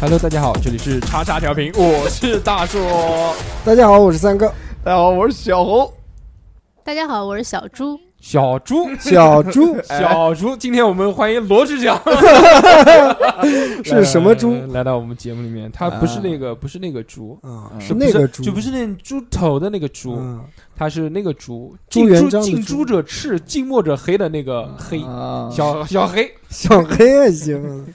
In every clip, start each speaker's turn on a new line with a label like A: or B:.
A: Hello，大家好，这里是叉叉调频，我是大硕。
B: 大家好，我是三哥，
C: 大家好，我是小侯。
D: 大家好，我是小猪。
A: 小猪，
B: 小猪
C: 哎
A: 小猪，今天我们欢迎罗 志祥，
B: 哎是什么猪
A: 来来来来到我们节目里面？他不
C: 啊
A: 是那个，不是那个猪，
B: 啊？
C: 嗯
B: 是那个猪，
A: 就不是那猪头的那个猪，
B: 嗯
A: 他是那个猪，
B: 朱
A: 近
B: 元
A: 朱
B: 璋的
A: 近
B: 猪
A: 朱者赤，近墨者黑的那个黑
C: 啊，
A: 小小黑。
B: 小黑还行，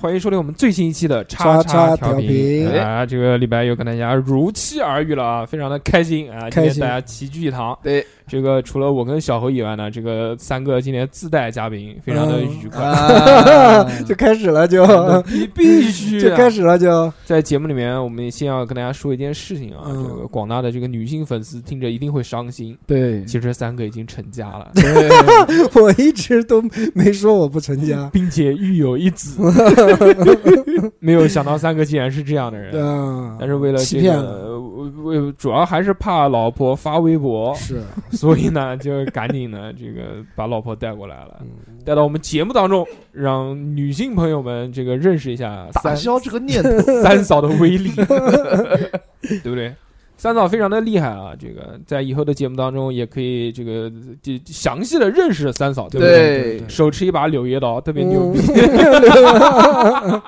A: 欢迎收听我们最新一期的叉
B: 叉叉
A: 调
B: 调频
A: 啊！这个礼拜又跟大家如期而遇了啊，非常的开心啊！今
B: 开
A: 天
B: 心
A: 大家齐聚一堂，
C: 对，
A: 这个除了我跟小侯以外呢，这个三个今天自带嘉宾，非常的
B: 嗯
A: 愉快。
C: 啊
B: 就开始了 就
A: 必必须
B: 就
A: 啊
B: 啊开始了就
A: 在节目里面，我们先要跟大家说一件事情啊，
B: 嗯
A: 这个广大的这个女性粉丝听着一定会伤心。
C: 对，
B: 嗯
A: 其实三个已经成家了
C: 对，
B: 我一直都没说我不成家，
A: 并且育有一子， 没有想到三个竟然是这样的人。
B: 啊
A: 但，是为了
B: 欺
A: 这
B: 骗
A: 个，
B: 了
A: 呃为为主要还是怕老婆发微 博，
B: 是
A: 所以呢，就赶紧呢，这个把老婆带过来
B: 嗯
A: 了，带到我们节目当中，让女性朋友们这个认识一下
C: 打
A: 三
C: 消这个念头。
A: 三嫂的威 力，对不对？三嫂非常的厉害啊，这个在以后的节目当中也可以这个就详细的认识三嫂，对不
C: 对
A: 手持一把柳叶刀，特
B: 嗯
A: 别牛逼。
B: 嗯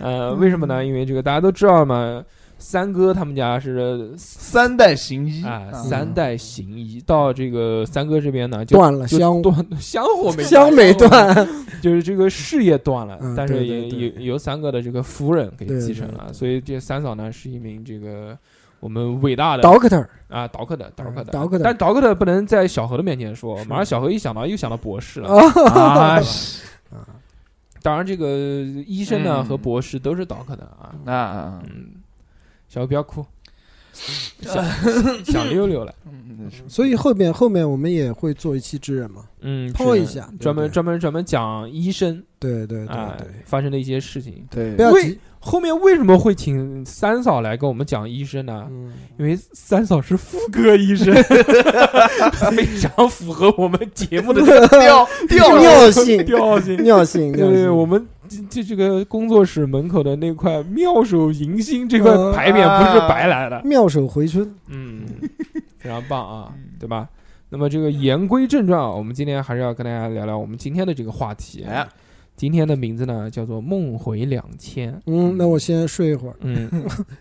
A: 呃，为什么呢？因为这个大家都知道嘛，三哥他们家是
C: 三代行医
A: 啊，
C: 嗯
A: 三代行医，到这个三哥这边呢，就
B: 断了
A: 就
B: 香
A: 断 香火没
B: 香没断，
A: 就是这个事业断了，
B: 嗯
A: 但是
B: 对
A: 也
B: 对
A: 有由三哥的这个夫人给
B: 对
A: 继
B: 对
A: 承了，
B: 对
A: 所以这三嫂呢是一名这个我们伟大的
B: 倒 t 头儿
A: 啊倒克的倒克的
B: 倒嗯克的
A: 但倒克的不能在小何的面前说，
B: 是
A: 马上小何一想到又想到博士了。
C: 啊，
A: 当然，这个医生呢
C: 嗯
A: 和博士都是倒克的啊。
C: 那
A: 嗯，小何不要 哭， 想想溜溜了。
B: 所以后面后面我们也会做一期知人嘛，
A: 嗯，
B: 泡
A: 是
B: 一
A: 的
B: 下，对
A: 专门
B: 对
A: 专门专门讲医生
B: 对对
A: 啊
B: 对对，
A: 发生的一些事情。
C: 对
B: 不，要
A: 为
B: 急，
A: 后面为什么会请三嫂来跟我们讲医生呢？
B: 嗯，
A: 因为三嫂是妇科医生， 非常符合我们节 目的这个
C: 掉掉了
B: 尿性
A: 调性。
B: 尿性，
A: 对
B: 尿性
A: 我们这这这个工作室门口的那块妙手银心这块
B: 嗯
A: 牌匾不是白来的，
B: 妙手回春，
A: 嗯，非常棒啊，对吧？那么这个言归正传啊，我们今天还是要跟大家聊聊我们今天的这个话题。啊
C: 哎
A: 今天的名字呢叫做“梦回两 千
B: 嗯，那我先睡一会儿”。，
A: 嗯，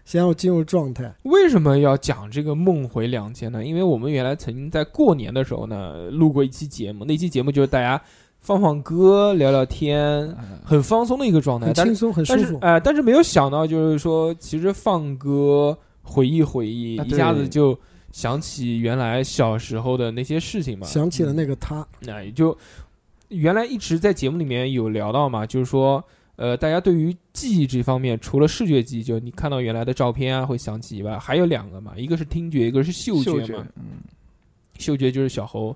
B: 先要进入状态，
A: 为什么要讲这个梦回两千呢？因为我们原来曾经在过年的时候呢，录过一期节目，那期节目就是大家放放歌、聊聊天，很放松的一个状态
B: 很。
A: 但
B: 轻
A: 是
B: 松，很舒
A: 但是
B: 服，
A: 哎、但是没有想到，就是说，其实放歌回忆回忆，
C: 啊
A: 一
C: 对
A: 下子就想起原来小时候的那些事情嘛。
B: 想起了那个他，
A: 那、也哎就原来一直在节目里面有聊到嘛，就是说，呃，大家对于记忆这方面，除了视觉记忆，就你看到原来的照片啊会想起以外，还有两个嘛，一个是听觉，一个是嗅觉嘛。
C: 嗅觉，嗯，
A: 嗅觉就是小猴，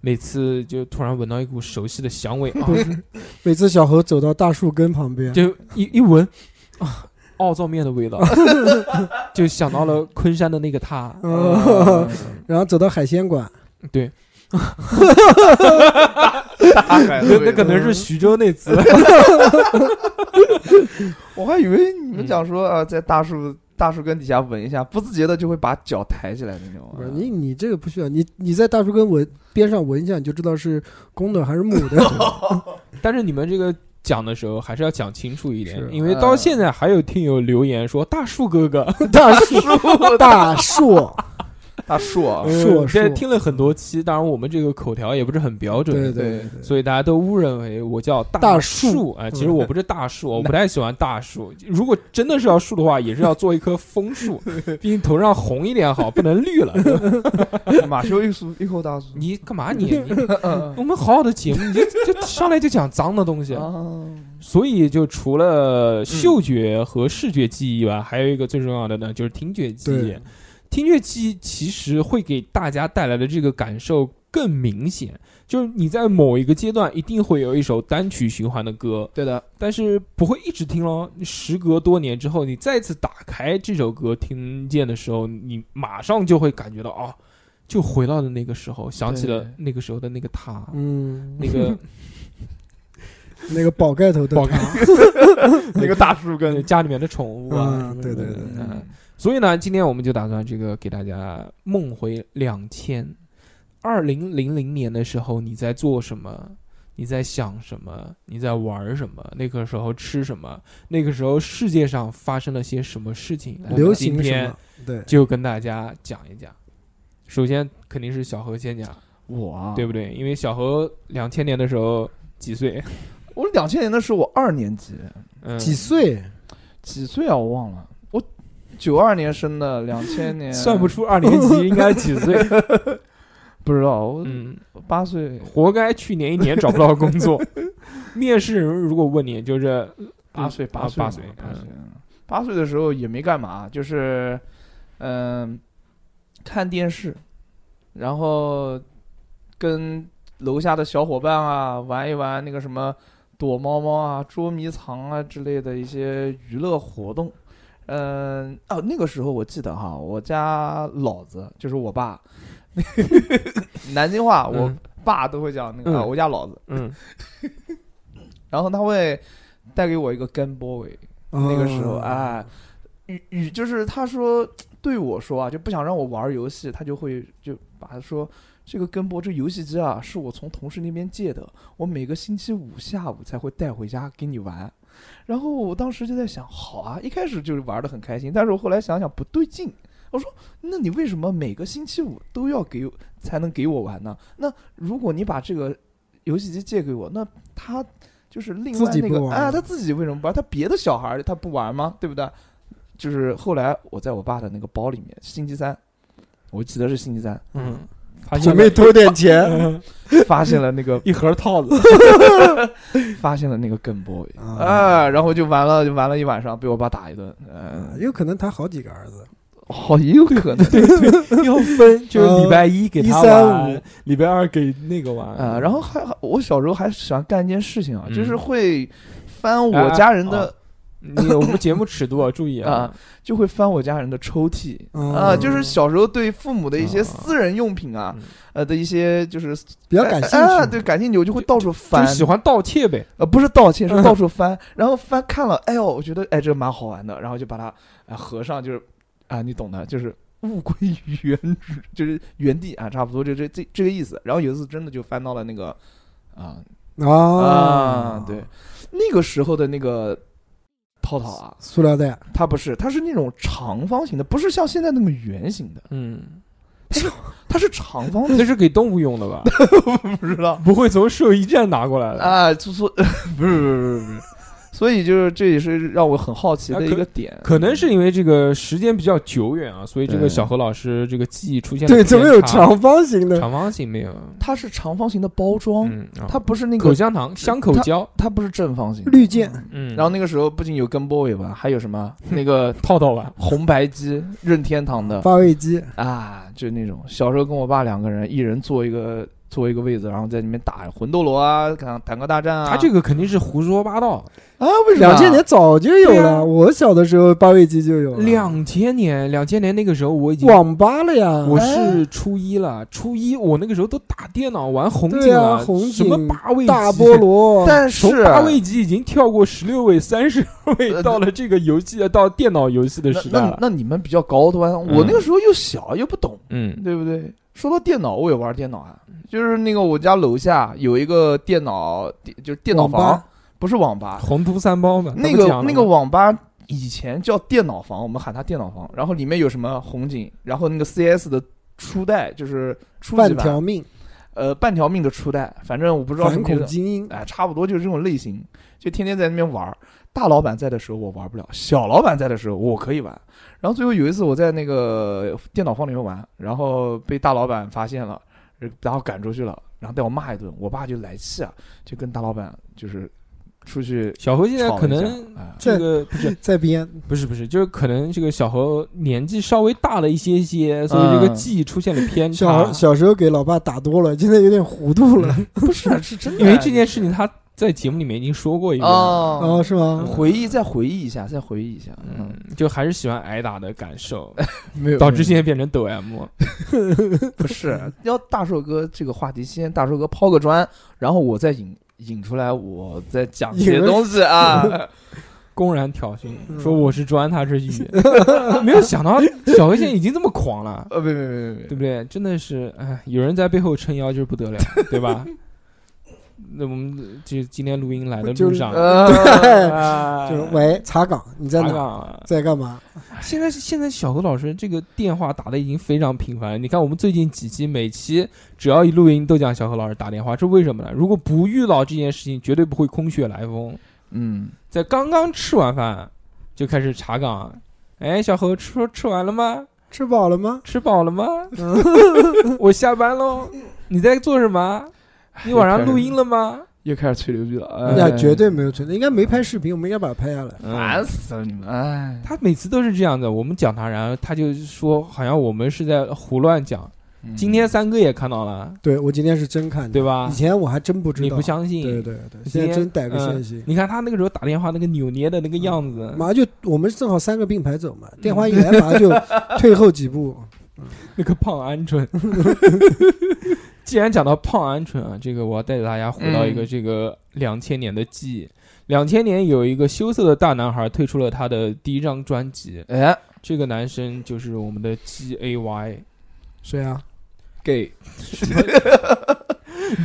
A: 每次就突然闻到一股熟悉的 香味啊，
B: 每次小猴走到大树根旁边，
A: 就一一闻啊，奥灶面 的味道，就想到了昆山的那个他。
B: 嗯，然后走到海鲜馆，
A: 对，
C: 大概
A: 那那可能是徐州那次，
C: 我还以为你们讲说啊，在大树大树根底下闻一下，不自觉的就会把脚抬起来那种
B: 不
C: 啊。
B: 是你你这个不需要，你你在大树根闻边上闻一下，你就知道是公的还是母的。
A: 但是你们这个讲的时候还是要讲清楚一点，
B: 是
A: 因为到
C: 呃
A: 现在还有听友留言说大树哥哥，
B: 大树，大树，
C: 大树啊，
B: 嗯
A: 树，
B: 树
A: 现在
B: 树
A: 听了很多期，当然我们这个口条也不是很标准，
C: 对
B: 对对对，
A: 所以大家都误认为我叫
B: 大
A: 树
B: 树嗯
A: 哎，其实我不是大 树，我不太喜欢大树。如果真的是要树的话，也是要做一棵 枫树，毕竟头上红一点好，不能绿了。
C: 马修一树一口大树，
A: 你干嘛你？ 你
C: 嗯
A: 我们好好的节目，你就就上来就讲脏的东西。
C: 啊，
A: 所以就除
B: 嗯
A: 了嗅觉和视觉记忆吧，还有一个最重要的呢，就是听觉记忆
B: 对。
A: 听觉记忆其实会给大家带来的这个感受更明显，就是你在某一个阶段一定会有一首单曲循环的歌，
C: 对的，
A: 但是不会一直听咯。时隔多年之后，你再次打开这首歌听见的时候，你马上就会感觉到哦，就回到了那个时候，想起了
C: 对
A: 那个时候的那个他，
B: 嗯，
A: 那个
B: 那个宝盖头的
A: 宝
B: 塔，
C: 那个大树根
A: 跟家里面的宠物啊，
B: 嗯
A: 什么什么的
B: 对对
A: 嗯所以呢，今天我们就打算这个给大家梦回两千二零零零年的时候，你在做什么？你在想什么？你在玩什么？那个时候吃什么？那个时候世界上发生了些什么事情？我
B: 流
A: 们今
B: 行什
A: 天嗯
B: 么？对，
A: 就跟大家讲一讲。首先肯定是小何先讲，
C: 我啊
A: 对不对？因为小何两千年的时候几岁？
C: 我两千年的时候我二年级，
A: 嗯，
B: 几岁？
C: 几岁啊？我忘了，我九二年生的，两千
B: 嗯
C: 年
A: 算不出二年级应该几 岁。
C: 不知道，我
A: 嗯，
C: 八岁
A: 活该去年一年找不到工作。面试人如果问你，就是呃
C: 八岁
A: 八
C: 岁八
A: 岁
C: 八岁
A: 嗯
C: 嗯八岁的时候也没干嘛，就是嗯、看电视，然后跟楼下的小伙伴啊玩一玩那个什么躲猫猫啊、捉迷藏啊之类的一些娱乐活动。嗯、哦，那个时候我记得哈，我家老子就是我爸， 南京话我
A: 嗯
C: 爸都会讲那个、啊
A: 嗯
C: 我家老子，
A: 嗯
C: 然后他会带给我一个 Game Boy，那个时候
B: 哦
C: 啊，与与就是他说对我说啊，就不想让我玩儿游戏，他就会就把他说这个根博这游戏机啊，是我从同事那边借的，我每个星期五下午才会带回家给你玩。然后我当时就在想，好啊，一开始就是玩的很开心，但是我后来想想不对劲。我说，那你为什么每个星期五都要给我才能给我玩呢？那如果你把这个游戏机借给我，那他就是另
B: 自
C: 外
B: 己
C: 那
B: 不
C: 个
B: 玩
C: 啊，
B: 了
C: 他自己为什么不玩？他别的小孩儿他不玩吗？对不对？就是后来我在我爸的那个包里面，星期三，我记得是星期三，
A: 嗯，发现
B: 准备
A: 了
B: 偷点钱
A: 嗯
C: 发现了那个
A: 一盒套子，
C: 发现了那个梗 boy
B: 啊
C: 啊，然后就完了，就玩了一晚上，被我爸打一顿。嗯、
B: 有可能他好几个儿子，哦
C: 好也有可能
A: 要分，就是礼拜一给他
B: 135
A: 玩，礼拜二给那个玩
C: 啊、然后还还我小时候还喜欢干一件事情啊，
A: 嗯
C: 就是会翻
A: 哎
C: 我家人的，
A: 你我们节目尺度啊，注意啊
C: 啊，就会翻我家人的抽屉
B: 嗯
C: 啊、就是小时候对父母的一
A: 啊
C: 些私人用品啊，
A: 嗯
C: 呃的一些就是
B: 比较感兴
C: 啊，
B: 趣。
C: 对，感兴趣，我就会到处
A: 就
C: 翻，
A: 喜欢盗窃呗，
C: 呃，不是盗窃，
A: 嗯
C: 是到 处翻，然后翻看了，哎呦，我觉得哎这个蛮好玩的，然后就把它啊合上，就是啊你懂的，就是物归原主，就是原地啊，差不多就这这这个意思。然后有一次真的就翻到了那个啊
B: 啊
C: 啊，对，，那个时候的那个淘淘啊，
B: 塑料袋，
C: 它不是，它是那种长方形的，不是像现在那么圆形的，
A: 嗯，
C: 它是长方 形
A: 那是给动物用的吧？
C: 的，不知道。
A: 不会从兽医站拿过来的，
C: 啊，所所 不是不是不是不是，所以就是这也是让我很好奇
A: 啊
C: 的一
A: 可
C: 个点，
A: 可能是因为这个时间比较久远啊，所以这个
C: 对
A: 小何老师这个记忆出现了
B: 对，怎么有
A: 偏差
B: 长方形的？
A: 长方形没有？
C: 它是长方形的包装，
A: 嗯，啊
C: 它不是那
A: 口
C: 个，
A: 香糖、香口胶，
C: 它不是正方形的
B: 绿箭
A: 嗯，
C: 然后那个时候不仅有跟 boy 吧，还有什么那个
A: 套套吧，
C: 红白机、任天堂的
B: 发位机，
C: 啊，就那种小时候跟我爸两个人，一人坐一个坐一个位子，然后在里面打魂斗罗啊、坦坦克大战啊。
A: 他这个肯定是胡说八道。
C: 啊，为什么啊
B: 两千年早就有
A: 对啊
B: 了，我小的时候八位机就有
C: 啊
B: 了，
A: 两千年，两千年那个时候我已经，
B: 网吧了呀。哎
A: 我是初一了，初一我那个时候都打电脑玩红警
B: 对啊
A: 了，
B: 红警
A: 什么八位机
B: 大菠。萝，
C: 但
A: 从
C: 是啊
A: 八位机已经跳过十六位、三十位，
C: 呃
A: 到了这个游戏到电脑游戏的
C: 那
A: 时代
C: 那
A: 了。
C: 那你们比较高端，我
A: 嗯
C: 那个时候又小又不懂。
A: 嗯
C: 对不对？说到电脑，我也玩电脑啊，就是那个我家楼下有一个电脑，电就是电脑
B: 网
C: 房
B: 吧，
C: 不是网吧，
A: 红都三包嘛，
C: 那
A: 他不讲
C: 个
A: 了
C: 那个
A: 吗
C: 网吧以前叫电脑房，我们喊它电脑房，然后里面有什么红警，然后那个 CS 的初代就是初级
B: 半
C: 版，
B: 条命，
C: 呃，半条命的初代，反正我不知道什
B: 反
C: 么
B: 恐
C: 名字，
B: 精英，
C: 哎，差不多就是这种类型，就天天在那边玩儿。大老板在的时候我玩不了，小老板在的时候我可以玩。然后最后有一次我在那个电脑房里面玩，然后被大老板发现了，然后赶出去了，然后带我骂一顿。我爸就来气啊，就跟大老板就是出去
A: 小何现在
C: 吵
A: 可
C: 了一
A: 能
C: 架。哎
A: 这个不是
B: 在编
A: 不是不是，就是可能这个小何年纪稍微大了一些些，所以这个
C: 嗯啊
A: 记忆出现了偏
B: 小
A: 差。
B: 小时候给老爸打多了，现在有点糊涂了。
C: 不是，是真的，啊
A: 因为这件事情他在节目里面已经说过一遍了，
C: 哦
B: 哦，，是吗？
C: 回忆再回忆一下，再回忆一下，嗯，
A: 嗯，就还是喜欢挨打的感受，
C: 没有
A: 导致现在变成抖 M 了。
C: 不是要大寿哥这个话题，先大寿哥抛个砖，然后我再引引出来我在讲这
B: 引
C: 些
B: 了
C: 东西啊。
A: 公然挑衅，
B: 嗯
A: 说我是砖，他是雨， 没有想到小黑现在已经这么狂了，
C: 呃，别别别别
A: 对
C: 别，
A: 不对？真的是，哎，有人在背后撑腰就是不 得了，对吧？那我们就今天录音来的
B: 就
A: 路
B: 是
A: 上，
C: 呃，
B: 就是喂，查岗，你在
A: 打
B: 哪？
A: 岗啊
B: 在干嘛？
A: 现在现在小何老师这个电话打的已经非常频繁了。你看我们最近几期，每期只要一录音都讲小何老师打电话，这为什么呢？如果不遇到这件事情，绝对不会空穴来风。
C: 嗯，
A: 在刚刚吃完饭就开始查岗，哎，小何吃吃完了吗？
B: 吃饱了吗？
A: 吃 饱了吗？我下班喽。你在做什么？你晚上录音了吗？
C: 又开始吹牛逼了，哎
B: 那绝对没有存在，应该没拍视频，我们应该把它拍下来。
C: 烦死了你们！哎，
A: 他每次都是这样的，我们讲他，然后他就说好像我们是在胡乱讲。
C: 嗯
A: 今天三哥也看到了，
B: 对我今天是真看
A: 对
B: 的，
A: 吧
B: 以？前我还真不知道。
A: 你不相信？
B: 对对对，
A: 今
B: 现在
A: 天
B: 真逮个
A: 嗯
B: 现行。
A: 你看他那个时候打电话那个扭捏的那个样子，
C: 嗯
B: 马上就我们正好三个并排走嘛，电话一来马上就退后几步。
A: 那个胖 鹌鹑。既然讲到胖鹌鹑啊，这个我要带着大家回到一个
C: 嗯
A: 这个两千年的记忆。两千年有一个羞涩的大男孩推出了他的第一张专辑，
C: 哎
A: 这个男生就是我们的 G A Y
B: 谁啊？
C: 给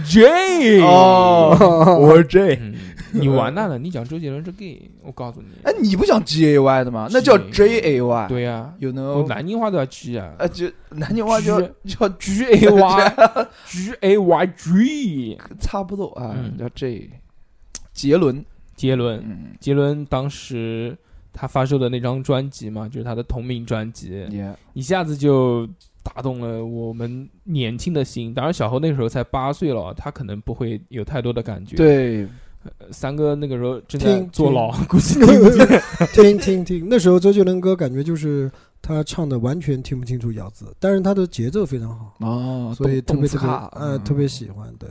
A: J
C: 哦， 我是 J，
A: 嗯你完蛋了！你讲周杰伦是 gay，我告诉你，
C: 哎，你不讲 G A Y 的吗？那叫 J A Y，
A: 对呀、
C: ，You
A: 我
C: know，
A: 南京话都要 G 啊
C: 啊，就南京话叫叫
A: ，G A Y G A Y G，
C: 差不多啊
A: 嗯，
C: 叫 J，杰伦，
A: 杰伦，
C: 嗯
A: 杰伦当时他发售的那张专辑嘛，就是他的同名专辑，
C: ，Yeah，
A: 一下子就打动了我们年轻的心。当然，小侯那时候才八岁了，他可能不会有太多的感觉。，
C: 对，
A: 三哥那个时候正在
B: 听
A: 坐牢， 估计听不见。
B: 听听听，那时候周杰伦歌感觉就是他唱的完全听不清楚咬字，但是他的节奏非常好，
C: 哦，
B: 所以特
C: 动动
B: 别特
C: 次
B: 别
C: 卡，
B: 呃
C: 嗯
B: 特别喜欢。对，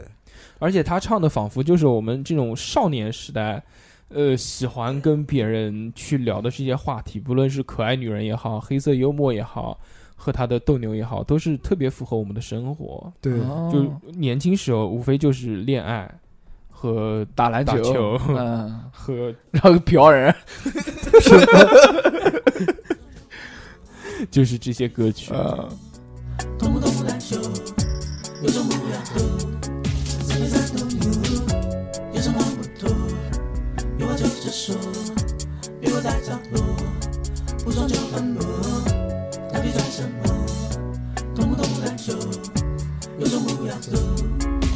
A: 而且他唱的仿佛就是我们这种少年时代，呃，喜欢跟别人去聊的这些话题，不论是可爱女人也好，黑色幽默也好，和他的斗牛也好，都是特别符合我们的生活。
B: 对，
C: 哦
A: 就年轻时候无非就是恋爱和
C: 打篮
A: 打球
C: 嗯，
A: 和
C: 然后嫖 人，
A: 就是这些歌 曲。
C: 嗯。
E: 动不动来秀，有种不要走，谁没在动怒，有什么不妥，有话就直说，别窝在角落，不爽就愤怒，到底在什么？动不动来秀，有种不要走，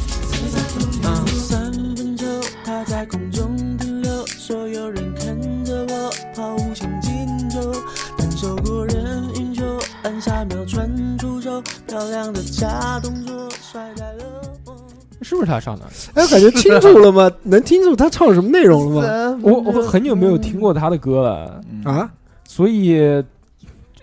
E: 谁没在动怒。三分球抛在空中停留，所有人看着我抛无穷尽头。单手过人运球，按下秒传出手，漂亮的假动作甩在了我。
A: 是不是他唱的？
B: 哎，感觉清楚了吗？ 能听楚他唱什么内 容了吗？
C: 三分
A: 我我很久没有听过他的歌了，
C: 嗯
B: 啊，
A: 所以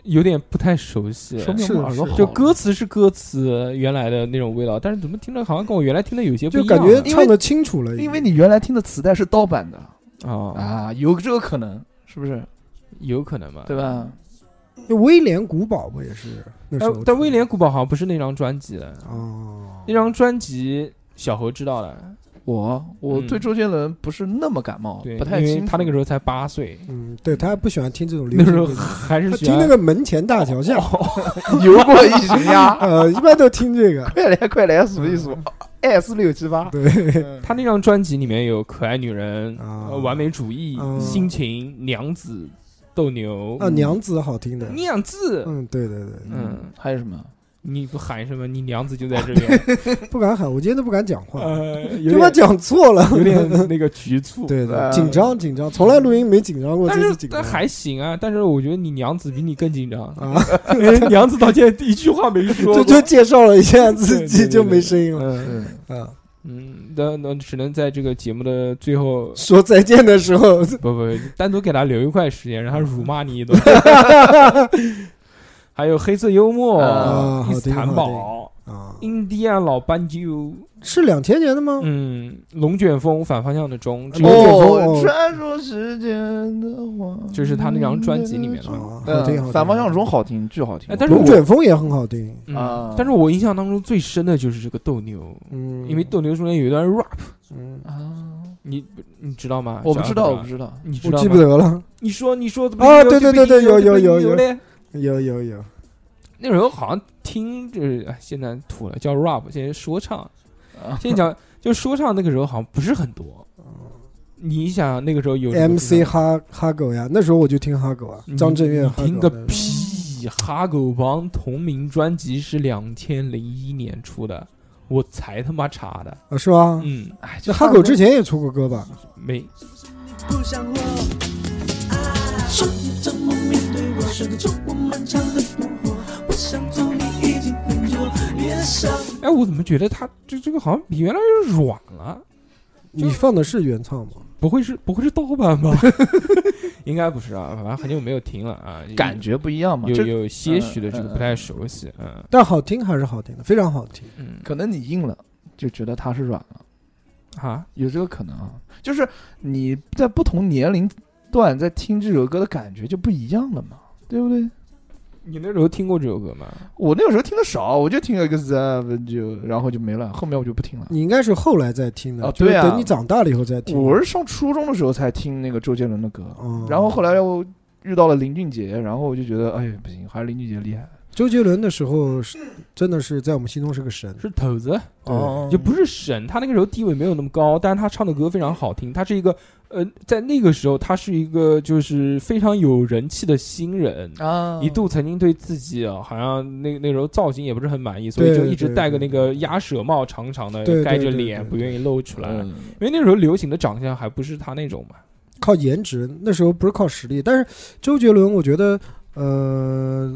A: 有点不太熟悉。
C: 说明
B: 是
C: 我耳朵
B: 是
C: 好了。
A: 就歌词是歌词原来的那种味道，但是怎么听着好像跟我原来听的有些不
B: 就
A: 一
B: 感
A: 样啊
B: 觉
A: 了？
B: 唱的清楚了已经，
C: 因为你原来听的磁带是盗版的
B: 哦
A: 啊，
C: 啊，有这个可能，是不是？
B: 啊
A: 有可能吧？
C: 对吧？
B: 威廉古堡不也是那时
A: 但
B: 候？
A: 呃但威廉古堡好像不是那张专辑的，
B: 哦，
A: 那张专辑小何知道了，
C: 我我
A: 嗯
C: 对周杰伦不是那么感冒，
A: 对，
C: 哦不太
A: 因为
C: 清楚。
A: 他那个时候才八岁，
B: 嗯，对他不喜欢听这种流
A: 那
B: 行
A: 时候
B: 歌曲，
A: 还是
B: 他
A: 喜
B: 听
A: 欢哦
B: 那个门前大桥 下，
C: 候游过一群鸭，
B: 呃，一般都听这个。
C: 快来快来数一数，S 六七八。
B: 嗯对，
C: 嗯
A: 他那张专辑里面有《可爱女人》
B: 啊
A: 呃完美主义》
B: 嗯
A: 心情》《娘子》《斗牛》
B: 啊，娘子好听的，
A: 娘子，
B: 嗯，对对对，
A: 嗯
C: 嗯，还有什么？
A: 你不喊什么？你娘子就在这边，
B: 不敢喊，我今天都不敢讲话，
A: 呃，有
B: 就怕
A: 点
B: 讲错 了。
A: 有点那个局 促。
B: 对对，
C: 呃
B: 紧张紧张，从来录音没紧张过，
A: 但
B: 这
A: 是
B: 次紧张
A: 但。还行啊，但是我觉得你娘子比你更紧张，
B: 啊，
A: 因为娘子到现在一句话没说
B: 就
A: 过
B: 就介绍了一下
A: 对
B: 自
A: 对
B: 己，
A: 对
B: 就
A: 对
B: 没声音了。
A: 嗯
B: 啊，
A: 嗯，那那只能在这个节目的最后，
B: 说再见的时候，
A: 不不，单独给他留一块时间，让他辱骂你 一顿。还有黑色幽默
C: 啊
B: 好、
A: 伊斯
B: 听
A: 坦
B: 啊好
A: 堡、
B: 啊，
A: 印第安老斑鸠，
B: 是两千年的吗？
A: 嗯，龙卷风反方向的钟，这
B: 龙卷
A: 个
B: 风哦
C: 穿梭时间的话，
A: 这是他那张专辑里面的
B: 啊，好听，好
C: 嗯，
B: 听
C: 反方向钟好听，巨好听
A: 哎。但是
B: 龙
A: 我
B: 卷风也很好听，
A: 嗯
C: 啊，
A: 但是我印象当中最深的就是这个斗牛，
B: 嗯，
A: 因为斗牛中间有一段 rap，
B: 嗯，
C: 啊，
A: 你你知道吗？
C: 我不知道，
A: 小
C: 我
A: 杨
C: 不
A: 知道，
C: 知道。
A: 你知
B: 我
A: 道
B: 记
A: 吗
B: 不？得了，
A: 你说你说怎么
B: 啊
A: 有
B: 对
A: 这
B: 对
A: 么
B: 对对有有有
A: 有
B: 有
A: 嘞。
B: 有有有，
A: 那时候好像听就是哎现在土了，叫 rap，现在说唱，
C: 啊
A: 现在讲就说唱那个时候好像不是很多。你想那个时候有什么地
B: MC
A: 方
B: 哈哈狗呀，那时候我就听哈狗啊，张震岳
A: 你
B: 哈
A: 听
B: 狗
A: 个
B: 的
A: 屁！哈狗帮同名专辑是两千零一年出的，我才他妈查的。
B: 啊，是吧？
A: 嗯，
C: 哎，就
B: 那哈狗之前也出过歌吧？
A: 没
E: 不像我。
A: 哎
E: 啊，说你怎么面对我？选择我漫长的生活，我想做你已经很久，你的笑
A: 哎，我怎么觉得他这这个好像比原来是软了？
B: 你放的是原唱吗？
A: 不会是不会是盗版吧？ 应该不是啊，反正很久没有听了啊，
C: 感觉不一样嘛，
A: 有
C: 就
A: 有些许的这
C: 嗯
A: 个
C: 嗯
A: 不太熟悉，嗯
B: 但好听还是好听的，非常好听。
A: 嗯
C: 可能你硬了，就觉得它是软了，
A: 啊，
C: 有这个可能啊。就是你在不同年龄段在听这首歌的感觉就不一样了嘛，对不对？
A: 你那时候听过这首歌吗？
C: 我那个时候听的少，我就听了一个 seven 就，然后就没了，后面我就不听了。
B: 你应该是后来再听的，
C: 啊
B: 就是
C: 对啊
B: 等你长大了以后再听。
C: 我是上初中的时候才听那个周杰伦的歌，
B: 哦
C: 然后后来我遇到了林俊杰，然后我就觉得，哎，不行，还是林俊杰厉害。
B: 周杰伦的时候是真的是在我们心中是个神，
A: 是头子，
B: 对
C: 哦
A: 也不是神，他那个时候地位没有那么高，但是他唱的歌非常好听，他是一个呃，在那个时候他是一个就是非常有人气的新人。
C: 啊
A: 一度曾经对自己啊，好像那那时候造型也不是很满意，所以
B: 对
A: 就一直
B: 对
A: 戴个那
B: 对
A: 个鸭舌帽，长长的
B: 对对
A: 盖着
B: 对对
A: 脸，
B: 对
A: 不愿意露出来。
C: 嗯
A: 因为那时候流行的长相还不是他那种嘛。
B: 靠颜值，那时候不是靠实力。但是周杰伦，我觉得，呃，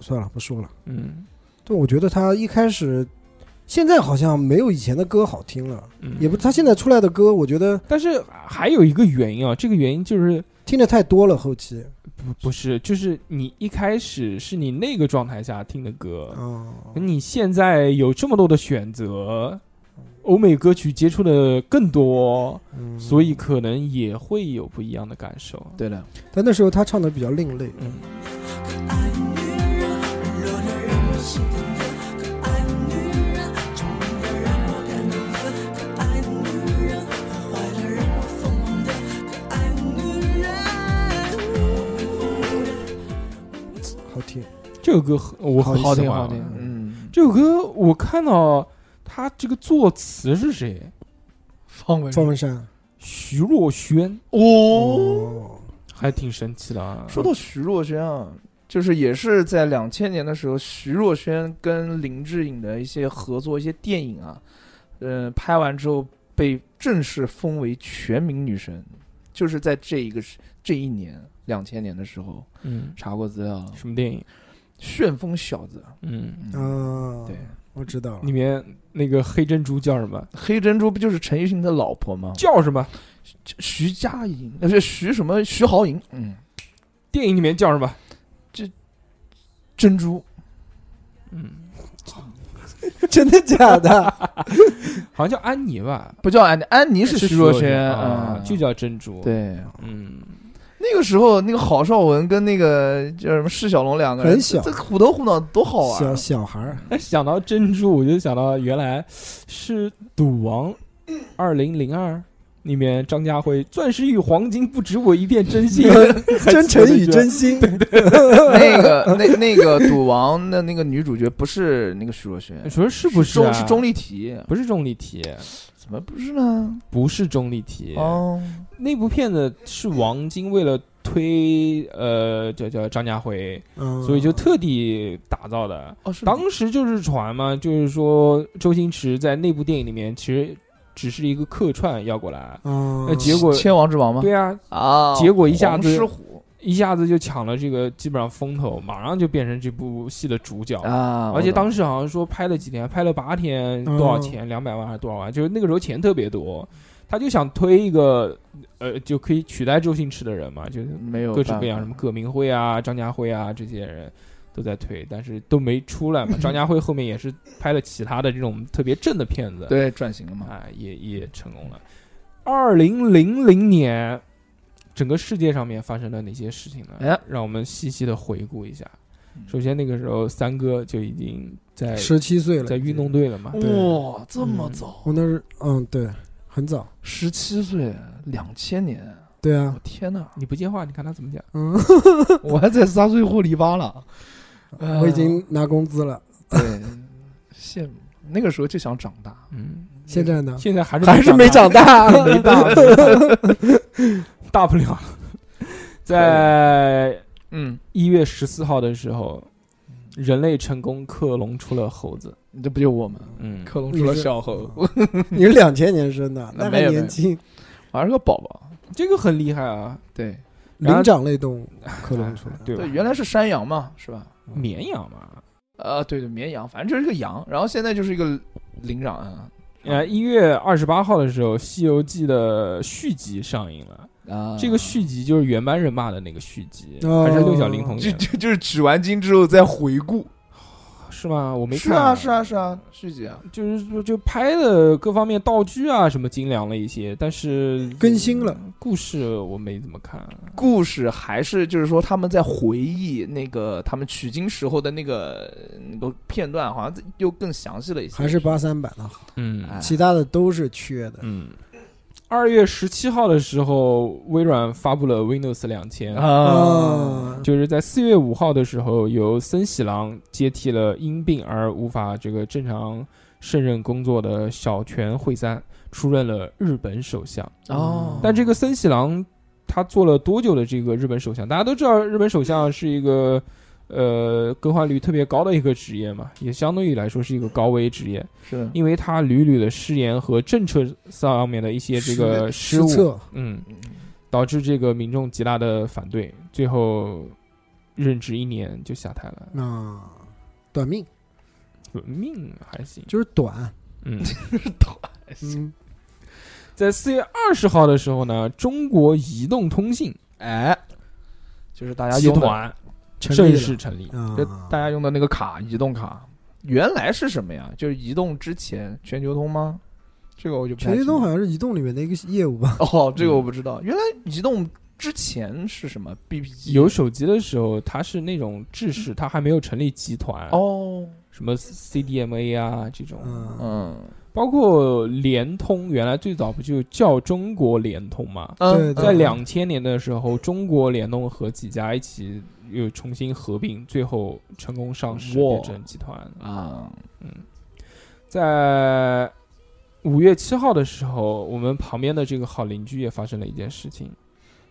B: 算了，不说了。
A: 嗯
B: 对，我觉得他一开始，现在好像没有以前的歌好听了，
A: 嗯，
B: 也不，他现在出来的歌，我觉得
A: 但是还有一个原因啊，这个原因就是
B: 听的太多了。后期
A: 不不是，就是你一开始是你那个状态下听的歌，
B: 啊，
A: 你现在有这么多的选择，欧美歌曲接触的更多，
B: 嗯
A: 所以可能也会有不一样的感受。
C: 对了，
B: 但那时候他唱的比较另类。
A: 嗯，
E: 爱的女人，柔的让我心疼的，可爱的女人，聪明的让我感动的，可爱的女人，坏坏的让我疯狂的，可爱的女人。
B: 好听，
A: 这首歌很我很
B: 好
A: 喜
B: 听
A: 欢啊
B: 好听
C: 嗯，
A: 这首歌我看到他这个作词是谁？
C: 方文
B: 方文山
A: 徐若瑄，
C: 哦，
B: 哦，
A: 还挺神奇的啊。
C: 说到徐若瑄啊，就是也是在两千年的时候，徐若瑄跟林志颖的一些合作、一些电影啊，呃，拍完之后被正式封为全民女神，就是在这一个时这一年两千年的时候
A: 嗯，
C: 查过资料，
A: 什么电影？
C: 旋风小子，
A: 嗯，
C: 嗯，
B: 啊，
C: 对，，
B: 我知道了
A: 里。面那个黑珍珠叫什么？
C: 黑珍珠不就是陈奕迅的老婆吗？
A: 叫什么？
C: 徐佳莹，那是徐什么？徐濠萦，嗯，
A: 电影里面叫什么？
C: 珍珠，
A: 嗯，
B: 真的假的？
A: 好像叫安妮吧？
C: 不叫安妮，安妮
A: 徐
C: 徐若瑄，
A: 啊
C: 嗯，
A: 就叫珍珠。，
C: 对。
A: 嗯，
C: 那个时候，那个郝邵文跟那个叫什么释小龙两个人，
B: 很小
C: 这这虎头虎脑多好玩
B: 小
C: 啊！
B: 小孩儿，
A: 但哎想到珍珠，我就想到原来是《赌王二零零二》里面张家辉“钻石与黄金不值我一片真心还
B: 真诚与
A: 记得
B: 真心，
C: 那个那那个赌王的那个女主角不是那个徐若瑄，
A: 你说是不是、
C: 钟
A: 啊？
C: 是钟丽缇，
A: 不是钟丽缇，
C: 怎么不是呢？
A: 不是钟丽缇。
C: 哦，
A: 那部片子是王晶为了推呃叫叫张家辉，
B: 嗯
A: 所以就特地打造的。
C: 哦是
A: 当时就是传嘛，就是说周星驰在那部电影里面其实只是一个客串要过来，
B: 啊
A: 那，结果
C: 千王之王吗？
A: 对啊，
C: 啊，
A: 结果一下子
C: 黄狮虎
A: 一下子就抢了这个基本上风头，马上就变成这部戏的主角。
C: 啊，
A: 而且当
C: 时
A: 时好像说拍了几天，拍了八天，
B: 嗯
A: 多少钱？两百万还是多少万？就是那个时候钱特别多，他就想推一个呃就可以取代周星驰的人嘛，就是
C: 没有
A: 各式各样，
C: 办
A: 什
C: 法
A: 么葛明辉啊、张家辉啊这些人，都在推，但是都没出来嘛。张家辉后面也是拍了其他的这种特别正的片子，
C: 对，转型了嘛。
A: 啊，也也成功了。二零零零年，整个世界上面发生了哪些事情呢？
C: 哎
A: 让我们细细的回顾一下。
C: 嗯
A: 首先那个时候，三哥就已经在
B: 十七岁了，
A: 在运动队了嘛！
C: 哇、，这么早，
B: 我那是嗯对，很早，
C: 十七岁，两千年，
B: 对
C: 我
B: 啊，
C: 天哪
A: 你不接话，你看他怎么讲？
B: 嗯，
C: 我还在撒碎货篱笆了，呃
B: 我已经拿工资了，
C: 对羡慕。那个时候就想长大，
A: 嗯，
B: 现在呢
A: 现在还是
B: 还是没
A: 长
B: 长大，
A: 大，没大，没大大不了。在
C: 嗯，
A: 一月十四号的时候，人类成功克隆出了猴子。
C: 这不就我们
A: 嗯，
C: 克隆
B: 你
C: 出了
B: 是
C: 小猴，
B: 你是两千年生的，
C: 那
B: 那
C: 没
B: 还
C: 有没有
B: 年轻，
C: 我还是个宝宝。
A: 这个很厉害啊，
C: 对
A: 然后啊
B: 灵长类动物克隆出来，
A: 对吧
C: 对，？原来是山羊嘛，是吧？
A: 绵羊嘛。
C: 呃，对对，绵羊，反正就是一个羊，然后现在就是一个灵长啊
A: 呃，一月二十八号的时候，《西游记》的续集上映了。
C: 啊，
A: 这个续集就是原班人马的那个续集，
B: 哦
A: 还是六小龄童
C: 就
A: 演的，
C: 就就是取完经之后再回顾，
A: 是吗？我没看。
C: 是啊是啊是啊，续集啊，
A: 就是说就拍的各方面道具啊什么精良了一些，但是
B: 更新了，
A: 故事我没怎么看。
C: 故事还是就是说他们在回忆那个他们取经时候的那个那个片段，好像又更详细了一些，
B: 还是八三版的好，
A: 嗯
C: 哎
B: 其他的都是缺的，
A: 嗯。二月十七号的时候，微软发布了 Windows 两千、
C: 啊，
B: 啊，
A: 就是在四月五号的时候，由森喜朗接替了因病而无法这个正常胜任工作的小泉惠三，出任了日本首相。
B: 嗯
C: 哦，
A: 但这个森喜朗他做了多久的这个日本首相？大家都知道，日本首相是一个呃更换率特别高的一个职业嘛，也相对于来说是一个高危职业，
C: 是的
A: 因为他屡屡的失言和政策上面的一些这个失
B: 失
A: 误，
B: 策，
A: 嗯，导致这个民众极大的反对，最后任职一年就下台了，
B: 啊，短命
A: 命还行，
B: 就是短，
A: 嗯。
B: 嗯，
A: 在四月二十号的时候呢，中国移动通信
C: 哎，就是大家
A: 集
C: 用的
A: 团
B: 成立
A: 正
B: 了
A: 式成立，
B: 啊
C: 就，大家用的那个卡，移动卡，原来是什么呀？就是移动之前全球通吗？这个我就不太
B: 全移动
C: 清
B: 好像是移动里面的一个业务吧，
C: 哦，这个我不知道。原来移动之前是什么？BP 机
A: 有手机的时候，它是那种制
B: 嗯
A: 式，它还没有成立集团，
C: 哦，
A: 什么 CDMA 啊这种，
B: 嗯，
C: 嗯
A: 包括联通，原来最早不就叫中国联通嘛？
B: 对
C: 嗯，
A: 在
B: 对
A: 两千年的时候，中国联通和几家一起又重新合并，最后成功上市，
C: 哇
A: 变成集团。嗯
C: 啊，
A: 在五月七号的时候，我们旁边的这个好邻居也发生了一件事情，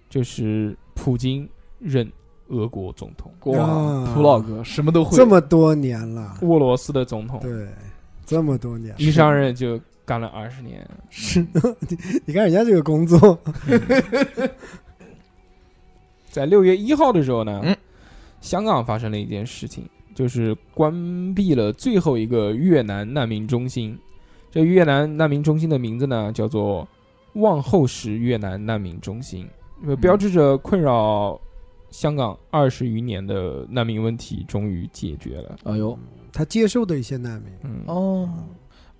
A: 就是普京任俄国总统，
C: 哇，
B: 啊
C: 土老哥什么都会，
B: 这么多年了，
C: 嗯
A: 俄罗斯的总统。
B: 对，这么多年，
A: 一上任就干了二十年。
B: 是，你你看人家这个工作，
A: 在六月一号的时候呢，
C: 嗯
A: 香港发生了一件事情，就是关闭了最后一个越南难民中心。这越南难民中心的名字呢，叫做望后石越南难民中心，因为标志着困扰香港二十余年的难民问题终于解决了。
C: 哎呦
B: 他接受的一些难民，
A: 嗯，
C: 哦，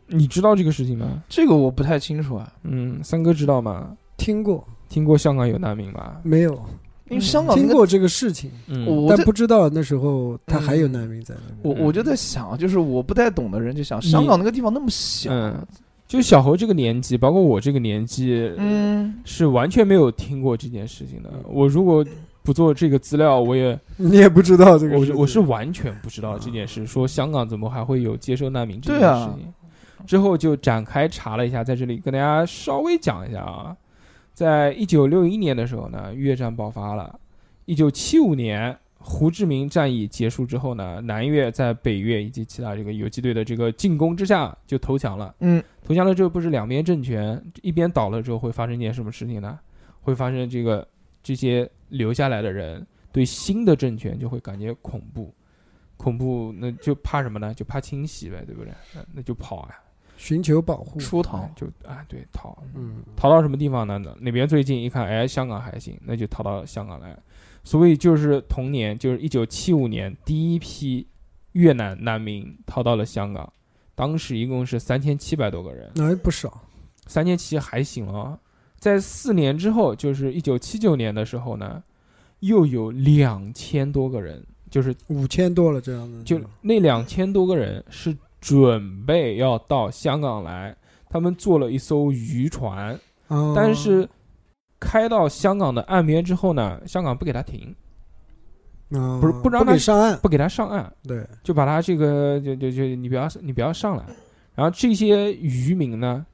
A: 你知道这个事情吗？
C: 这个我不太清楚啊，
A: 嗯，三哥知道吗？
B: 听过
A: 听过香港有难民吗？
B: 没有？
C: 因为香港
B: 听
C: 那个
B: 过这个事情，
A: 嗯，
C: 我我
B: 但
C: 在
B: 不知道那时候他还有难民在那边。
C: 我我就在想，就是我不太懂的人就想，香港那个地方那么小，
A: 嗯，就小猴这个年纪，包括我这个年纪，
C: 嗯，
A: 是完全没有听过这件事情的。我如果不做这个资料，我也
B: 你也不知道这个
A: 我
B: 事
A: 是
B: 情，
A: 我是完全不知道这件事。说香港怎么还会有接收难民这件
C: 对啊
A: 事情？之后就展开查了一下，在这里跟大家稍微讲一下啊。在一九六一年的时候呢，越战爆发了。一九七五年，胡志明战役结束之后呢，南越在北越以及其他这个游击队的这个进攻之下就投降了。
C: 嗯，
A: 投降了之后，不是两边政权一边倒了之后会发生一件什么事情呢？会发生这个这些留下来的人对新的政权就会感觉恐怖，恐怖那就怕什么呢？就怕清洗呗，对不对？那那就跑啊，
B: 寻求保护。
C: 出逃，
A: 就啊对逃，
B: 嗯，
A: 逃到什么地方呢？那那边最近一看，哎，香港还行，那就逃到香港来。所以就是同年，就是一九七五年，第一批越南难民逃到了香港，当时一共是三千七百多个人，
B: 那还哎不少。
A: 三千七还行了、啊。在四年之后，就是一九七九年的时候呢，又有两千多个人，就是
B: 五千多了，这样子
A: 就那两千多个人是准备要到香港来，他们坐了一艘渔船，
B: 啊
A: 但是开到香港的岸边之后呢，香港不给他停，
B: 啊
A: 不是不
B: 不
A: 让他
B: 给上岸，
A: 不给他上岸，
B: 对，
A: 就把他这个就就就你不要你不要上来。然后这些渔民呢，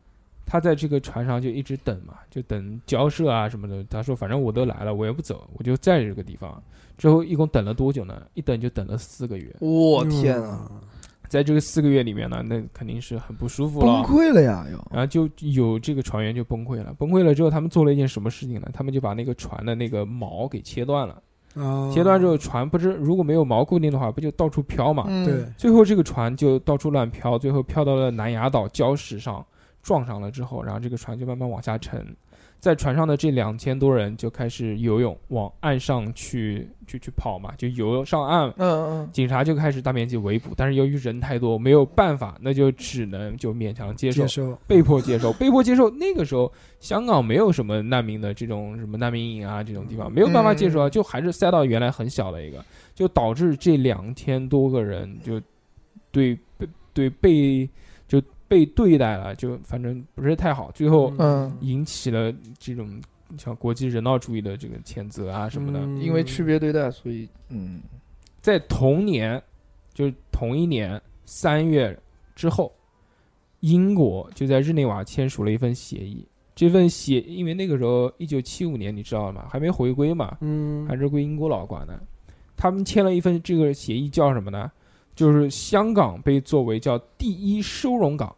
A: 他在这个船上就一直等嘛，就等交涉啊什么的。他说反正我都来了，我也不走，我就在这个地方。之后一共等了多久呢？一等就等了四个月。
C: 我天啊，
B: 啊！
A: 在这个四个月里面呢，那肯定是很不舒服
C: 崩
A: 了。
C: 溃了呀！又
A: 然后就有这个船员就崩溃了，崩溃了之后，他们做了一件什么事情呢？他们就把那个船的那个锚给切断了。
B: 啊，
A: 切断之后，船不是如果没有锚固定的话，不就到处飘嘛？
C: 嗯
B: 对，
A: 最后这个船就到处乱飘，最后飘到了南丫岛礁石上，撞上了之后，然后这个船就慢慢往下沉。在船上的这两千多人就开始游泳往岸上去去去跑嘛，就游上岸。
C: 嗯嗯
A: 警察就开始大面积围捕，但是由于人太多，没有办法，那就只能就勉强接受
B: 接，受
A: 被迫接受，被迫接受。那个时候香港没有什么难民的这种什么难民营啊这种地方，没有办法接受啊，就还是塞到原来很小的一个，就导致这两千多个人就对被对被就被对待了，就反正不是太好，最后
C: 嗯嗯，
A: 引起了这种像国际人道主义的这个谴责啊什么的。
B: 嗯
C: 因为区别对待，所以嗯，
A: 在同年，就是同一年三月之后，英国就在日内瓦签署了一份协议。这份协，因为那个时候一九七五年，你知道吗？还没回归嘛，
B: 嗯
A: 还是归英国佬管的。他们签了一份这个协议，叫什么呢？就是香港被作为叫第一收容港，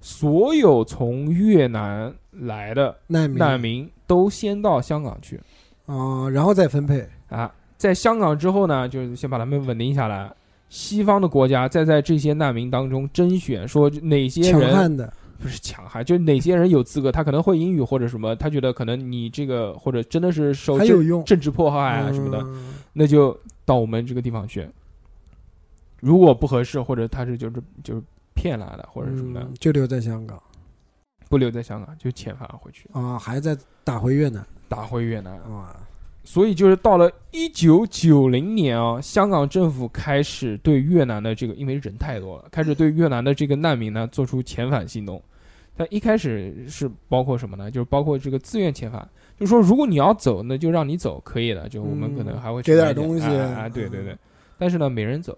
A: 所有从越南来的
B: 难民
A: 难民都先到香港去。
B: 啊，然后再分配
A: 啊，在香港之后呢，就是先把他们稳定下来。西方的国家再在这些难民当中甄选，说哪些
B: 强
A: 人
B: 悍的
A: 不是强悍，就是哪些人有资格，他可能会英语或者什么，他觉得可能你这个或者真的是受
B: 还有
A: 政
B: 用
A: 政治迫害啊什么的，
B: 嗯
A: 那就到我们这个地方去。如果不合适，或者他是就是就是骗来的或者什么的
B: 嗯，就留在香港
A: 不留在香港就遣返回去，
B: 啊，还在打回越南
A: 打回越南。
B: 啊，
A: 所以就是到了一九九零年啊，香港政府开始对越南的这个，因为人太多了，开始对越南的这个难民呢做出遣返行动。但一开始是包括什么呢？就是包括这个自愿遣返，就是说如果你要走，那就让你走，可以的，就我们可能还会
B: 给
A: 承担
B: 点
A: 一
B: 东西
A: 啊，啊对对对
B: 嗯。
A: 但是呢，没人走，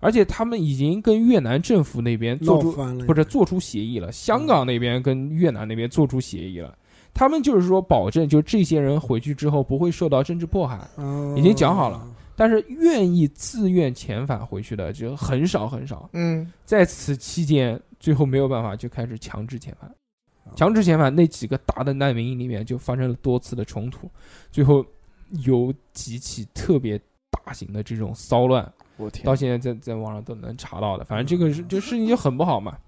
A: 而且他们已经跟越南政府那边做
B: 闹
A: 出
B: 翻了，
A: 不是做出协议了，香港那边跟越南那边做出协议了，他们就是说保证，就这些人回去之后不会受到政治迫害，
B: 啊，
A: 已经讲好了但是愿意自愿遣返回去的就很少很少。
C: 嗯，
A: 在此期间，最后没有办法，就开始强制遣返。
B: 啊
A: 强制遣返那几个大的难民营里面就发生了多次的冲突，最后有几起特别大型的这种骚乱，
C: 我天
A: 到，现在在在网上都能查到的。反正这个是这事情就很不好嘛。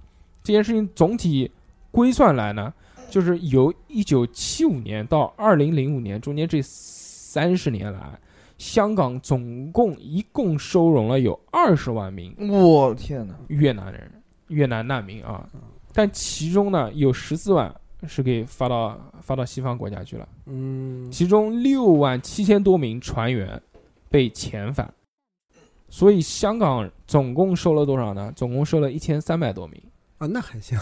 A: 这件事情总体归算来呢，就是由一九七五年到二零零五年中间这三十年来，香港总共一共收容了有二十万名
C: 我天哪，
A: 越南人、越南难民啊，但其中呢有十四万是给发到发到西方国家去了。
B: 嗯，
A: 其中六万七千多名船员被遣返，所以香港总共收了多少呢？总共收了一千三百多名，
B: 啊，那还行，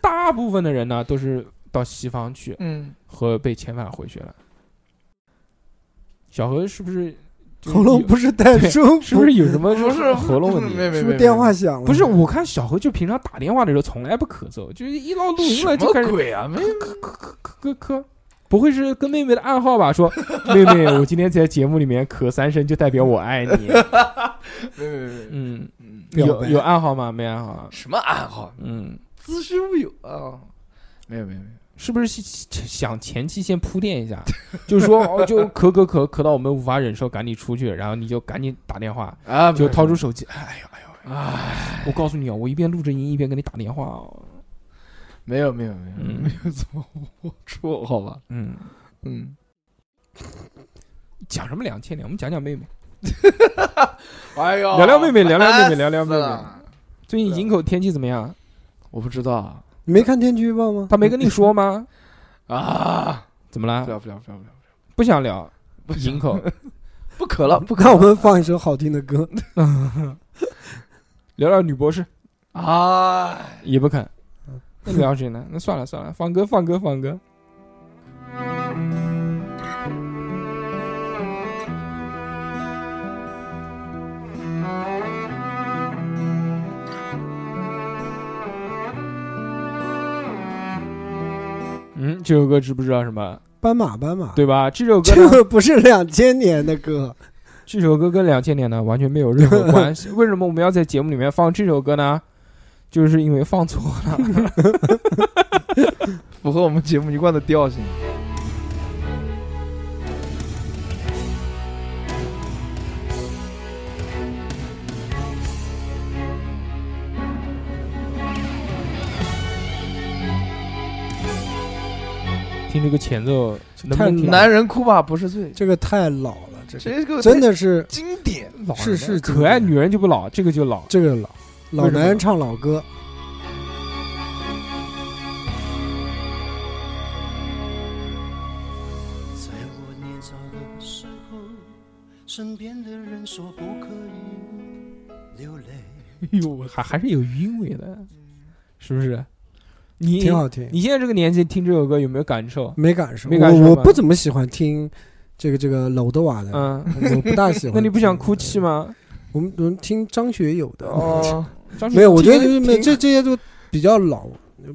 A: 大部分的人呢都是到西方去
C: 嗯，
A: 和被遣返回去了。小何是不是
B: 喉咙不是太
A: 对
B: 舒服，
A: 是不是有什么
C: 不是
A: 喉咙问
C: 没
A: 题？
C: 没
B: 是不
C: 没
B: 是电话响了？
A: 不是，我看小何就平常打电话的时候从来不咳嗽，就是一到录音了就开
C: 什
A: 始
C: 么鬼啊？没
A: 咳咳，不会是跟妹妹的暗号吧？说妹妹，我今天在节目里面咳三声，就代表我爱你。
C: 没没没没，
A: 嗯，
C: 嗯，
B: 表
A: 有
B: 白
A: 有暗号吗？没暗号啊。
C: 什么暗号？
A: 嗯，
C: 子虚乌有啊！没有没有没有，
A: 是不是想前期先铺垫一下，就是说哦，就咳咳咳咳到我们无法忍受，赶紧出去，然后你就赶紧打电话，
C: 啊，
A: 就掏出手机。哎呦哎呦，
C: 啊，
A: 我告诉你啊，我一边录着音一边给你打电话哦。
C: 没有没有没有
A: 嗯
C: 没有怎么龌龊好吧？
A: 嗯，
C: 嗯，
A: 讲什么两千年？我们讲讲妹妹，
C: 哎呦，
A: 聊聊妹妹，聊聊妹妹，
C: 烦
A: 聊聊
C: 死
A: 妹妹
C: 了。
A: 最近营口天气怎么样？
C: 我不知道
B: 你没看天气预报 吗？
A: 他没跟你说吗？
C: 啊，
A: 怎么
C: 不
A: 了？
C: 聊不聊不聊不聊，
A: 不想聊
C: 不行
A: 营口，
C: 不渴了，不渴
B: 那我们放一首好听的歌，
A: 聊聊女博士
C: 啊！
A: 也不肯。
B: 嗯
A: 那聊谁呢？ 那算了算了，放歌放歌放歌。嗯，这首歌知不知道什么？
B: 斑马斑马。，
A: 对吧？ 这首歌呢
B: 这个不是两千年的歌，
A: 这首歌跟两千年呢完全没有任何 关系。为什么我们要在节目里面放这首歌呢？就是因为放错了。
C: 符合我们节目一贯的调性。
A: 听这个前奏，能不
B: 太
A: 能听
C: 男人哭吧不是罪，
B: 这个太老了，这个
C: 这个
B: 真的是
C: 经典。
A: 老人
B: 是是
A: 可爱女人就不老，这个就老。
B: 这个老老
A: 为什么
B: 男人唱老歌，
E: 在我年少的时候，身边的人说不可以流泪。
A: 哎呦，还还是有韵味的，是不是？你
B: 挺好听。
A: 你现在这个年纪听这首歌有没有感受？
B: 没感受，
A: 没感受
B: 我我
A: 吧
B: 不怎么喜欢听这个这个娄德瓦的，
A: 嗯，
B: 我不大喜欢。
A: 那你不想哭泣？吗？
B: 我们我们听张学友的，
C: 哦，
A: 张 学
B: 没有，我觉得
A: 听
B: 就是没
A: 听啊
B: 这这些都比较老，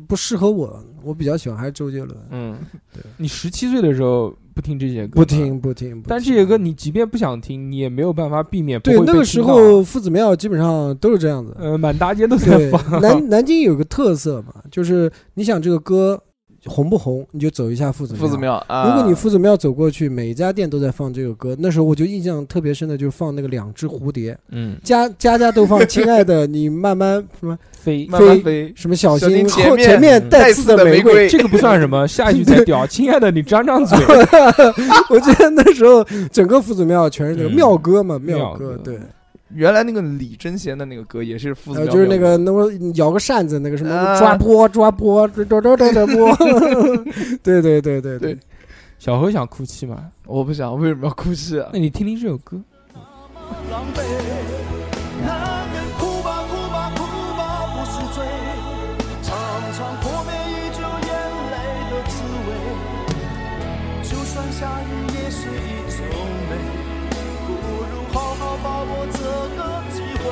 B: 不适合我。我比较喜欢还是周杰伦，
A: 嗯
B: 对，
A: 你十七岁的时候不听这些歌，
B: 不。听不听。不
A: 但
B: 听
A: 这些歌你即便不想听，你也没有办法避免不
B: 对
A: 会被
B: 那个时
A: 听到，啊
B: 候父子庙基本上都是这样子。
A: 呃，满大街都在
B: 对
A: 放。，
B: 南南京有个特色嘛，就是你想这个歌红不红，你就走一下父子
C: 夫子庙啊！
B: 如果你夫子庙走过去，每一家店都在放这个歌。那时候我就印象特别深的，就是放那个两只蝴蝶，
A: 嗯，
B: 家家家都放。亲爱的，你慢慢什么
A: 飞
C: 慢慢飞，
B: 什么小
C: 小
B: 心
C: 心前
B: 后
C: 面
B: 前面带
C: 带
B: 刺
C: 刺的
B: 玫
C: 玫
B: 瑰。
C: 瑰
A: 这个不算什么，下一句才屌。亲爱的，你张张嘴。
B: 我记得那时候整个夫子庙全是这个
A: 嗯
B: 庙歌嘛，庙
A: 庙
B: 歌
A: 歌
B: 对，
C: 原来那个李贞贤的那个歌也是夫子
B: 呃
C: 庙，
B: 就是那个那么摇个扇子那个什么
C: 啊
B: 抓波抓波抓抓抓抓抓 波，对对对对对
C: 对，
A: 小何想哭泣吗？
C: 我不想，为什么要哭泣啊？
A: 那你听听这首歌，
E: 狼狈。男人哭吧哭吧哭吧不是罪，尝尝破灭已久眼泪的滋味。就算下雨也是一种美，不如好好把握这个机会，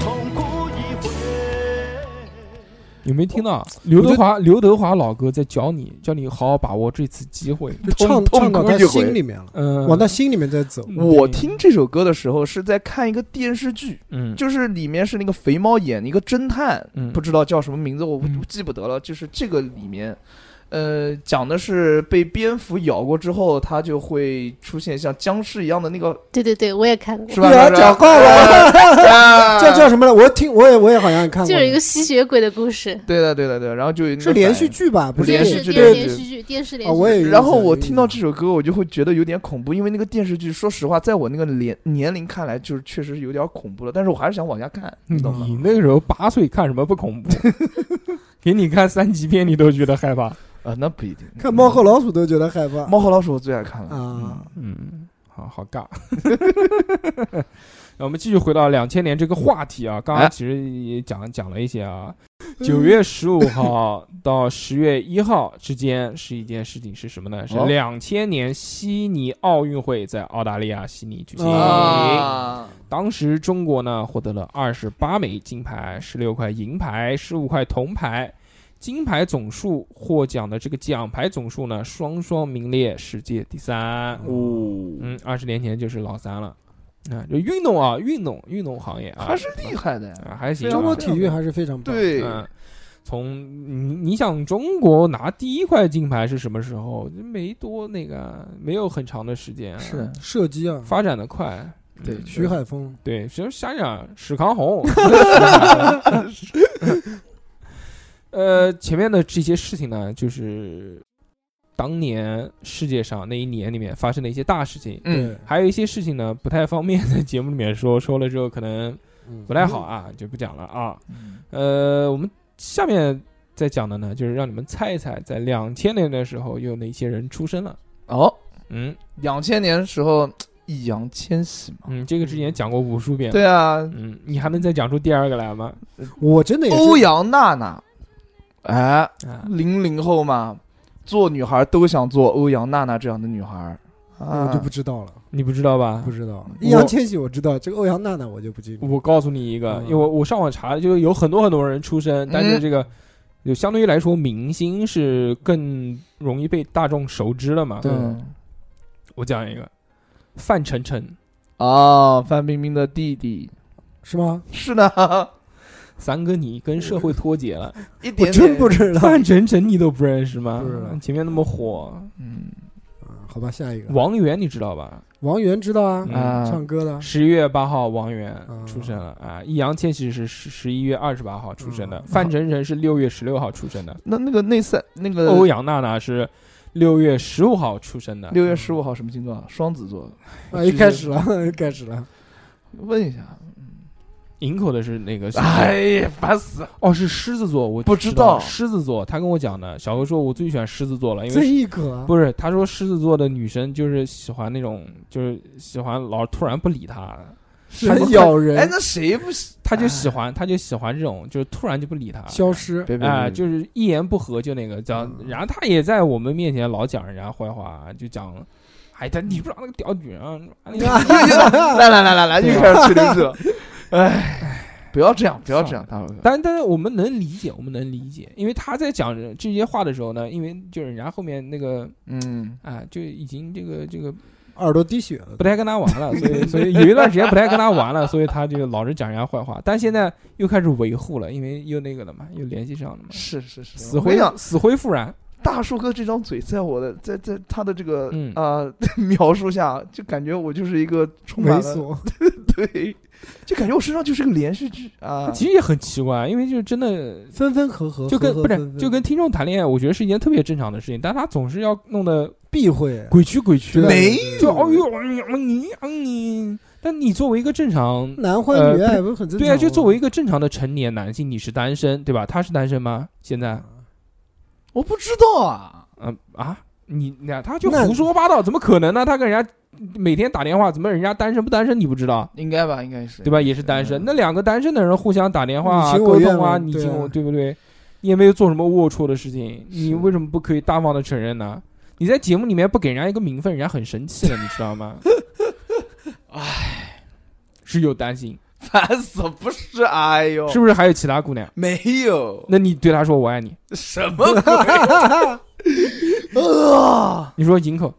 E: 痛哭一回。
A: 有没有听到？刘德华，刘德华老哥在教你，教你好好把握这次 机会。
B: 就唱
C: 痛
B: 唱到
C: 哭
B: 他
C: 一回
B: 心里面了，
A: 嗯，
B: 往他心里面在走。
C: 我听这首歌的时候是在看一个电视剧，
A: 嗯，
C: 就是里面是那个肥猫演一个侦探，
A: 嗯
C: 不知道叫什么名字，我不
A: 嗯
C: 我记不得了。就是这个里面，呃，讲的是被蝙蝠咬过之后，它就会出现像僵尸一样的那个，
D: 对对对，我也看过，
C: 是吧？啊
B: 对啊讲话
C: 了
B: 这 叫什么来？我听我也我也好像看过，
D: 就是一个吸血鬼的故事，
C: 对的，对的，对的。然后就有那个
B: 是连续
C: 反
B: 剧吧？不
C: 不
B: 是
C: 是电
D: 电
B: 电
C: 视
D: 视
C: 剧
B: 视剧
D: 电
C: 对
D: 连
C: 对
D: 续剧、电视连
B: 啊，
D: 续
B: 我
D: 剧。
B: 也有
C: 应。
B: 印象。
C: 然后我
B: 有印
C: 听到
B: 象
C: 这首歌，我就会觉得有点恐怖，因为那个电视剧，说实话，在我那个年年龄看来，就是确实有点恐怖了。但是我还是想往下看，你懂吗？
A: 你
B: 嗯
A: 那个时候八岁看什么不 恐怖？给你看三级片，你都觉得害怕。
C: 啊，那不一定。
B: 看《猫和老鼠》都觉得害怕。
C: 猫和老鼠我最爱看了
B: 啊，
A: 嗯，好好尬。 那我们继续回到两千年这个话题啊，刚刚
C: 哎
A: 其实也讲讲了一些啊。
C: 嗯
A: 九月十五号 到十月一号之间是一件事情，是什么呢？是
C: 哦
A: 两千年悉尼奥运会在澳大利亚悉尼举行。
C: 啊，
A: 当时中国呢获得了二十八枚金牌、十六块银牌、十五块铜牌，金牌总数获奖的这个奖牌总数呢，双双名列世界第三。
C: 哦
A: 嗯，二十年前就是老三了。啊，就运动啊，运动运动行业啊，
C: 还是厉害的呀。
A: 啊，还行啊。
B: 中国体育还是非常棒。，
C: 对，
A: 嗯，从你你想中国拿第一块金牌是什么时候？没多那个，没有很长的时间、啊，
C: 是，
B: 射击啊，
A: 发展的快。
C: 对
A: 嗯
B: 徐海峰
A: 对，其实想想史康 红，呃，前面的这些事情呢，就是当年世界上那一年里面发生的一些大事情。
C: 嗯，
A: 还有一些事情呢，不太方便在节目里面说，说了之后可能
B: 嗯
A: 不太好。啊，就不讲了啊。
C: 嗯
A: 呃，我们下面再讲的呢，就是让你们猜一猜，在两千年的时候有哪些人出生了。
C: 哦，
A: 嗯
C: 两千年时候易烊千玺嘛，
A: 嗯，这个之前讲过无数遍了。
C: 对啊，
A: 嗯，你还能再讲出第二个来吗？
B: 我真的也是
C: 欧阳娜娜，哎，
A: 啊，
C: 零零后嘛，做女孩都想做欧阳娜娜这样的女孩啊，
B: 我就不知道了，
A: 你不知道吧
B: 不？知道。
A: 我
B: 易烊千玺我知道，这个欧阳娜娜我就不清楚。
A: 啊嗯我告诉你一个，
B: 嗯
A: 因为我我上网查了，就是有很多很多人出生，但
C: 嗯
A: 是这个。就相对于来说，明星是更容易被大众熟知的嘛。嗯
C: 对
A: 我讲一个，范丞丞，
C: 哦，范冰冰的弟弟
B: 是吗？
C: 是呢，
A: 三哥你跟社会脱节了。
C: 一
B: 我
C: 点
B: 真
C: 点
B: 不知道。
A: 范丞丞你都不认识吗
B: 不知道？
A: 前面那么火，
C: 嗯
B: 嗯好吧，下一个
A: 王源你知道吧？
B: 王源知道啊，
A: 嗯
C: 啊，
B: 唱歌的。
A: 十一月八号，王源
B: 嗯
A: 出生了啊！易烊千玺是十十一月二十八号出生的，
B: 嗯
A: 范丞丞是六月十六号出生的，
C: 那那个那三那
B: 呃
C: 个
A: 欧阳娜娜是六月十五号出生的。
C: 六月十五号什么星座啊？双子座。
B: 啊，又开始了， 又开始了。
C: 问一下，
A: 营口的是哪个星座？
C: 哎呀，烦死了！
A: 哦，是狮子座，我
C: 不知
A: 知
C: 道
A: 狮子座。他跟我讲的，小何说我最喜欢狮子座了，因
B: 这
A: 为
B: 一啊可
A: 不是他说狮子座的女生就是喜欢那种，就是喜欢老突然不理他，
B: 是
A: 他就
B: 很咬
C: 哎，
B: 人，
C: 那谁不喜？
A: 他就喜欢他就喜欢这种，就是突然就不理他。
B: 消失。
C: 别别
A: 啊、
C: 别
A: 就是一言不合就那个讲，
B: 嗯
A: 然后他也在我们面前老讲人家坏话，就讲，哎，他你不知道那个屌女人啊，你妈那 个
C: 来来来来来，
A: 对
C: 又开始吹牛逼了。 哎，不要这样，不要这样，大伟哥。
A: 但但是我们能理解，我们能理解，因为他在讲这些话的时候呢，因为就是人家后面那个
C: 嗯，
A: 啊、就已经这个这个
B: 耳朵滴血了
A: 不。太跟他玩了，所以所以有一段时间不太跟他玩了，所以他就老是讲人家坏话，但现在又开始维护了，因为又那个了嘛，又联系上了嘛，
C: 是是是，
A: 死
C: 我跟
A: 灰
C: 你讲，
A: 死灰复燃，
C: 大树哥这张嘴，在我的在在他的这个
A: 嗯
C: 啊 描述下，就感觉我就是一个充满
B: 猥
C: 了
B: 琐，
C: 对，就感觉我身上就是个连续剧啊。
A: 其实也很奇怪，因为就是真的
B: 分分合合，
A: 就跟
B: 合合
A: 不是
B: 分分
A: 就跟听众谈恋爱，我觉得是一件特别正常的事情，但他总是要弄得
B: 避讳。
A: 鬼曲鬼曲的，
C: 没
A: 就哦呦你啊你，但你作为一个正常，
B: 男欢女爱不是很正常吗？
A: 对啊，就作为一个正常的成年男性，你是单身对吧？他是单身吗？现在，
C: 我不知道啊，
A: 嗯啊，你那他就
B: 那
A: 胡说八道，怎么可能呢？他跟人家每天打电话，怎么人家单身不单身你不知道？
C: 应该吧，应该是
A: 对吧？也是单身，那两个单身的人互相打电话啊
B: 你情我
A: 沟
B: 愿
A: 通啊，
B: 嘛
A: 你
B: 对
A: 情
B: 啊
A: 我对不对？你也没有做什么龌龊的事情，你
C: 是
A: 为什么不可以大方的承认呢？你在节目里面不给人家一个名分，人家很生气了，你知道吗？唉，是有担心，
C: 烦死，不是？哎呦，
B: 哦
A: 是不是还有其他姑娘？
C: 没有
A: 那你对她说我爱你，
C: 什么 鬼啊！
A: 你说营口，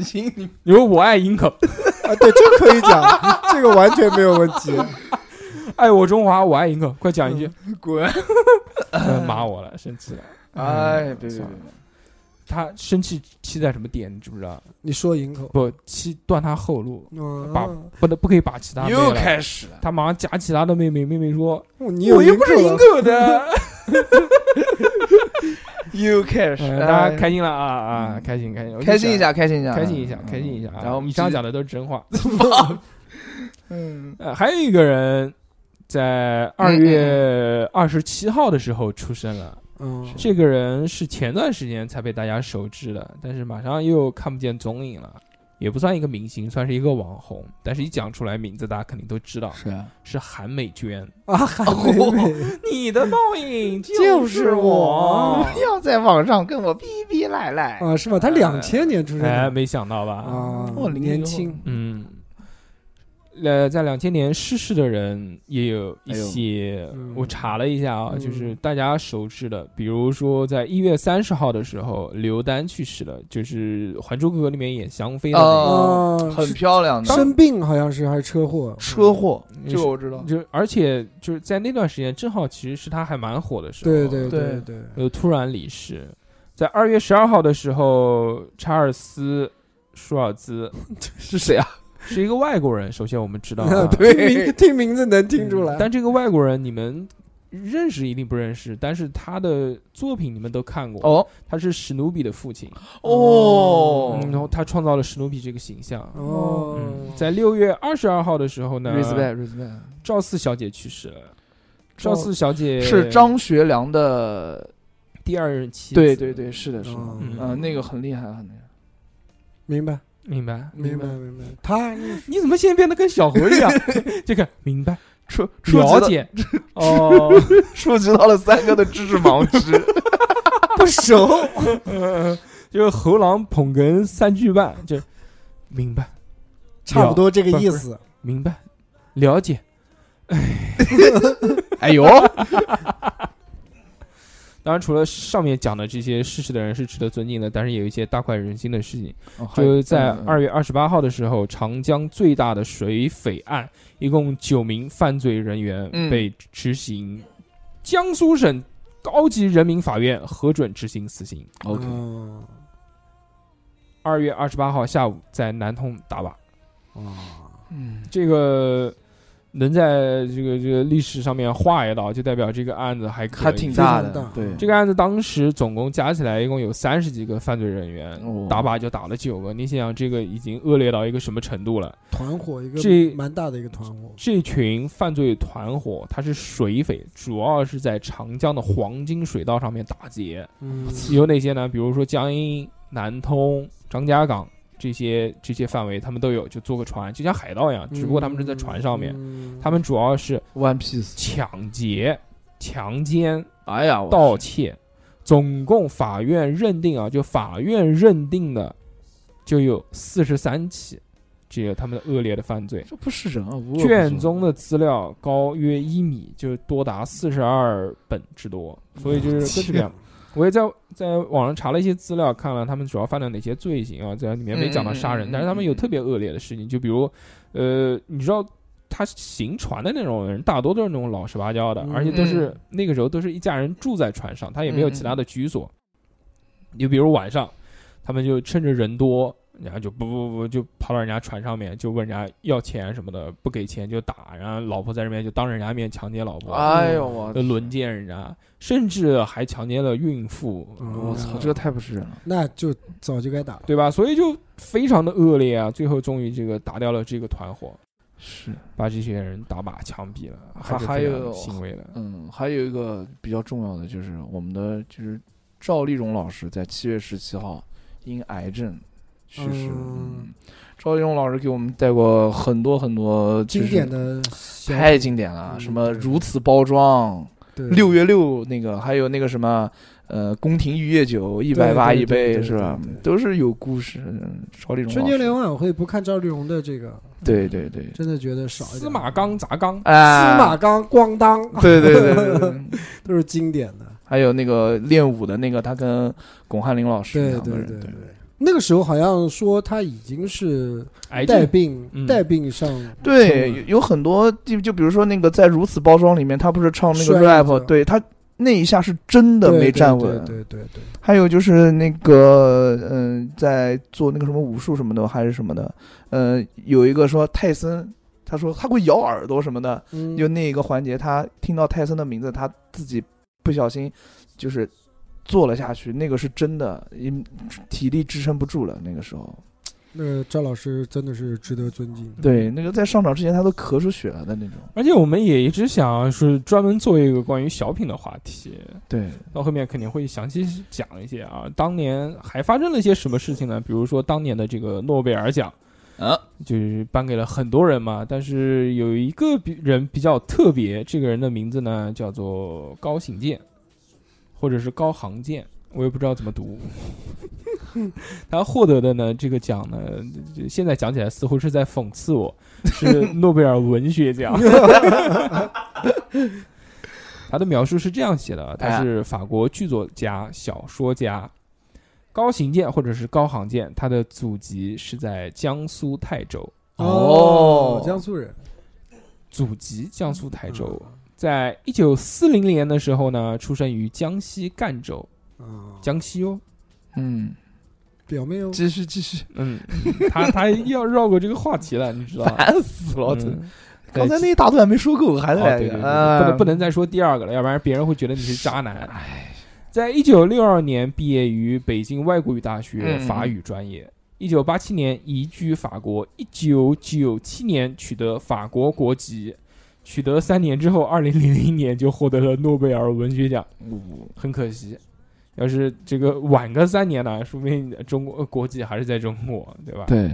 C: 行，你
A: 你说我爱营口，
B: 啊，对，这可以 讲，这个完全没有问题。
A: 爱我中华，我爱营口，快讲一句，
C: 滚！
B: 嗯
A: 呃骂我了，生气了。
C: 哎，别别别
A: 算！他生气气在什么点， 你知不知道？
B: 你说营口，
A: 不，气断他后路，
B: 嗯
A: 把不能不可以把其他
C: 别
A: 妹
C: 又
A: 了
C: 开始了，
A: 他马上夹起他的妹妹，妹妹说
B: 哦你：“有
A: 我又不是
B: 营
A: 银
B: 口了
A: 狗的。 哎
C: 又开始，
A: 嗯”大
C: 哎
A: 家开心了啊啊，开心开心，
C: 开心一，下，开心一下，嗯
A: 开心一下，开心一下啊。
C: 然后我们
A: 以上讲的都是真话。
C: 嗯，
A: 呃，还有一个人在二月二十七号的时候出生了，
B: 嗯，
A: 这个人是前段时间才被大家熟知的，但是马上又看不见踪影了。也不算一个明星，算是一个网红，但是一讲出来名字，大家肯定都知道，
C: 是啊，
A: 是韩美娟。
B: 啊，韩梅
A: 哦
B: 梅，
A: 你的报应
B: 就是我
C: 不 要在网上跟我逼逼赖赖。
B: 啊，是吧？他两千年出生
A: 哎，
B: 的
A: 没哦想到吧？
B: 啊
C: 我，零零
B: 年
C: 后
B: 轻，
A: 嗯，呃，在两千年逝世的人也有一
C: 哎呦
A: 些，
B: 嗯
A: 我查了一下啊，
B: 嗯
A: 就是大家熟知的，比如说在一月三十号的时候，刘丹去世了，就是《还珠格格》里面演香妃的那
C: 哦
B: 啊
C: 很
B: 是
C: 漂亮的
B: 生病好像是还是车祸？
C: 车祸，
A: 嗯
C: 这个我知道
A: 个，。就而且就是在那段时间，正好其实是他还蛮火的时候，
B: 对对
C: 对
B: 对，
A: 呃，突然离世。在二月十二号的时候，查尔斯·舒尔兹
C: 是谁啊？
A: 是 一个外国人，首先我们知道、嗯
B: 啊
A: 啊，
B: 听名听名字能听出来，
A: 但这个外国人，你们认识一定不认识，但是他的作品你们都看过。
C: 哦
A: 他是史努比的父亲，
C: 哦
A: 嗯，然后他创造了史努比这个形象。
B: 哦
A: 嗯，在六月二十二号的时候呢，
C: ，respect respect，
A: 赵四小姐去世了。赵四小姐
C: 是张学良的，
A: 第二任妻子。
C: 对对对，是的，是的，
B: 哦
A: 嗯
C: 嗯，那个很厉害，很厉害。
B: 明白，
A: 明白？
C: 嗯
B: 明白，明白。他
A: 你怎么现在变得跟小猴一 样？这个明白
C: 触触及
A: 了
C: 到
A: 解 哦，
C: 触及到了三哥的知识盲区，
B: 不熟，
A: 就是猴狼捧哏三句半，就明白
B: 差不多这个意思。
A: 明白了解。
C: 哎呦，
A: 当然，除了上面讲的这些逝世的人是值得尊敬的，但是也有一些大快人心的事情。就在
C: 嗯
A: 二月二十八号的时候，长江最大的水匪案，一共九名犯罪人员
C: 嗯
A: 被执行，江苏省高级人民法院核准执行死刑。
C: OK，
B: 嗯
A: 二月二十八号下午在南通打靶，
B: 啊，
C: 嗯，
A: 这个能在这个这个历史上面画一道，就代表这个案子还可以
C: 还挺
B: 非常
C: 大哦的
B: 大，
C: 对，
A: 这个案子当时总共加起来一共有三十几个犯罪人员，
C: 哦
A: 打靶就打了九个。你想想，这个已经恶劣到一个什么程度了？
B: 团伙一个
A: 这
B: 蛮大的一个团伙。
A: 这群犯罪团伙，他是水匪，主要是在长江的黄金水道上面打劫。
B: 嗯，
A: 有哪些呢？比如说江阴、南通、张家港这些这些范围，他们都有，就坐个船，就像海盗一样，只不过他们是在船上面。
B: 嗯
A: 他们主要是
C: One Piece，
A: 抢劫、强奸、
C: 哎呀，我
A: 盗窃，总共法院认定啊，就法院认定的就有四十三起，这个他们的恶劣的犯罪。
C: 这不是人啊，无恶不作
A: 卷宗的资料高约一米，就多达四十二本之多，所以就是根据两。我也在在网上查了一些资料，看了他们主要犯了哪些罪行啊，在里面没讲到杀
C: 嗯嗯
A: 人，
C: 嗯嗯
A: 但是他们有特别恶劣的事情，就比如，呃，你知道他行船的那种人，大多都是那种老实巴交的，
B: 嗯
A: 而且都是
C: 嗯
A: 那个时候都是一家人住在船上，他也没有
C: 嗯嗯
A: 其他的居所。你比如晚上，他们就趁着人多，然后就不不不就跑到人家船上面，就问人家要钱什么的，不给钱就打，然后老婆在这边就当着人家面强奸老婆，
C: 哎呦我
A: 就呃轮奸人家，甚至还强奸了孕妇，
B: 嗯
C: 嗯我操，这太不是人了，
B: 哦那就早就该打了。
A: 对吧？所以就非常的恶劣啊！最后终于这个打掉了这个团伙，
C: 是，
A: 把这些人打靶枪毙了，
C: 还
A: 是
C: 还
A: 非常
C: 有
A: 欣慰的。
C: 嗯，还有一个比较重要的就是我们的就是赵丽蓉老师在七月十七号因癌症去世了。
B: 嗯
C: 嗯，赵丽蓉老师给我们带过很多很多就
B: 经
C: 是
B: 典的小
C: 太经典了，
B: 嗯
C: 什么
B: 对
C: 如此包装，
B: 对
C: 六月六那个，还有那个什么，呃，宫廷玉液酒一百
B: 对
C: 八
B: 对
C: 一
B: 对
C: 杯
B: 对
C: 是吧
B: 对对？
C: 都是有故事。嗯赵
A: 啊
C: 丽蓉
B: 春
C: 老
B: 节
C: 师
B: 联欢晚会不看赵丽蓉的这个，
C: 对对对，
B: 真的觉得少一点。
A: 司马刚砸缸，
C: 哎，
B: 司马刚、咣当
C: 对对对对对，
B: 都是经典的。
C: 还有那个练武的那个，他跟巩汉林老师
B: 对
C: 两个
B: 对
C: 人
B: 对
C: 对
B: 对，那个时候好像说他已经是
A: 癌
B: 带
A: 症
B: 病
A: 嗯
B: 带病上
C: 对，
B: 嗯
C: 有有很多就就比如说那个在《如此包装》里面，他不是唱那个
B: 摔了是吧
C: rap，对他那一下是真的
B: 啊对
C: 没
B: 对
C: 站
B: 对
C: 稳。
B: 对对对，
C: 还有就是那个嗯、在做那个什么武术什么的还是什么的，呃，有一个说泰森，他说他会咬耳朵什么的，
B: 嗯
C: 就那一个环节，他听到泰森的名字，他自己不小心就是坐了下去，那个是真的，因体力支撑不住了那个时候。
B: 那个赵老师真的是值得尊敬。
C: 对，那个在上场之前他都咳出血来的那种。
A: 而且我们也一直想是专门做一个关于小品的话题，
C: 对，
A: 到后面肯定会详细讲一些啊。当年还发生了一些什么事情呢？比如说当年的这个诺贝尔奖，
C: 啊，
A: 就是颁给了很多人嘛，但是有一个比人比较特别，这个人的名字呢叫做高行健，或者是高行健，我也不知道怎么读。 他获得的呢这个奖呢，这这现在讲起来似乎是在讽刺我，是诺贝尔文学奖。 他的描述是这样写的：啊
B: 哎
A: 他是法国剧作家、小说家。高行健或者是高行健，他的祖籍是在江苏泰州。
C: 哦
B: 江苏人，
A: 祖籍江苏泰州，
B: 嗯
A: 在一九四零年的时候呢，出生于江西赣州，
B: 啊，
A: 江西哦。
C: 嗯，
B: 表妹哦，
C: 继续继续，
A: 嗯，他他要绕过这个话题了，你知道吧？
C: 烦死了，
A: 嗯
C: 刚才那一大段没说够，还
A: 哦，
C: 在
A: 对
C: 来
A: 对
C: 一
A: 对，
C: 个
A: 对
C: 啊
A: 不能不能再说第二个了，要不然别人会觉得你是渣男。
C: 哎
A: 在一九六二年毕业于北京外国语大学
C: 嗯
A: 法语专业，一九八七年移居法国，一九九七年取得法国国籍，取得三年之后，二零零零年就获得了诺贝尔文学奖。很可惜，要是这个晚个三年呢，说不定中国呃国籍还是在中国，对吧？
C: 对，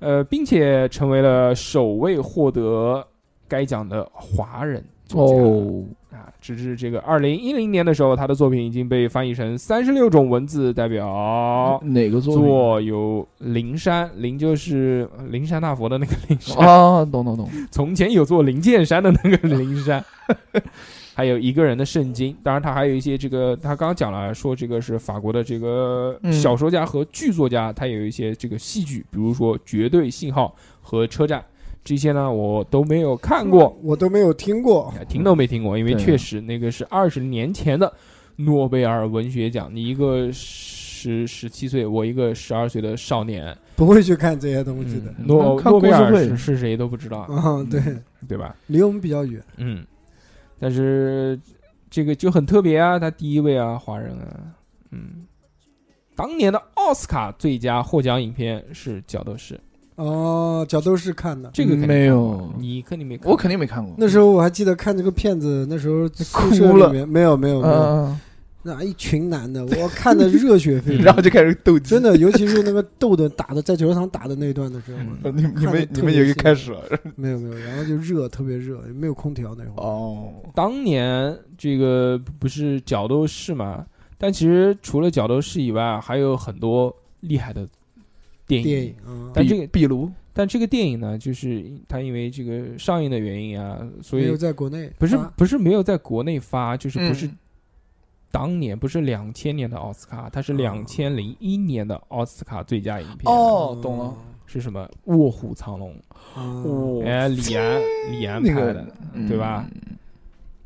A: 呃，并且成为了首位获得该奖的华人作家。
C: 哦，
A: 啊，直至这个二零一零年的时候，他的作品已经被翻译成三十六种文字，代表
C: 哪个嗯作品
A: 作有灵山，灵就是呃灵山大佛的那个灵山，
C: 啊？懂懂 懂，
A: 从前有座灵剑山的那个灵山， 还有一个人的圣经。当然，他还有一些这个，他刚刚讲了，说这个是法国的这个
C: 嗯
A: 小说家和剧作家，他有一些这个戏剧，比如说《绝对信号》和《车站》这些呢，我都没有看过。
B: 我都没有听过。
C: 嗯
A: 哎听都没听过，因为
C: 对啊
A: 确实那个是二十年前的诺贝尔文学奖，你一个十十七岁，我一个十二岁的少年，
B: 不会去看这些东西的。
A: 嗯诺
C: 看看
A: 诺贝尔
C: 故事会
A: 是是谁都不知道，
B: 啊、对，
C: 嗯
A: 对吧？
B: 离我们比较远。
A: 嗯，但是这个就很特别啊，他第一位啊，华人啊，嗯，当年的奥斯卡最佳获奖影片是《角斗士》，
B: 哦，角斗士看的。
A: 这个肯定
C: 没
A: 看过
C: 有
A: 你肯定没看过，
C: 我肯定没看过。
A: 嗯
B: 那时候我还记得看这个片子，那时候宿
C: 哭
B: 舍
C: 了
B: 里面没有没有没有，
C: 嗯，
B: 那一群男的，我看的热血沸 腾
C: 然。后就开始斗
A: 嗯
C: 鸡
B: 嗯真。的，尤其是那个豆豆打的在球场打的那一段的时候，
A: 嗯
C: 你你
B: 看得
C: 们你
B: 特
C: 们
B: 别
C: 也
B: 兴
C: 开始了
B: 没有没有，然后就热，特别热，没有空调那会儿。
C: 哦，
A: 当年这个不是角斗士嘛？但其实除了角斗士以外，还有很多厉害的电影。
B: 电影啊，
A: 但这个
C: 比如
A: 但这个电影呢，就是它因为这个上映的原因啊，所
B: 没有
A: 以
B: 在国内啊
A: 不是
B: 发
A: 不是没有在国内发，就是不是
C: 嗯
A: 当年不是两千年的奥斯卡，它是
C: 嗯
B: 哦
A: 两千零一年的奥斯卡最佳影片。
C: 哦，懂了。
A: 是什么？《卧虎藏龙
B: 啊》
A: 哎，李安李安
C: 哦那
A: 拍
C: 个嗯
A: 的，对吧？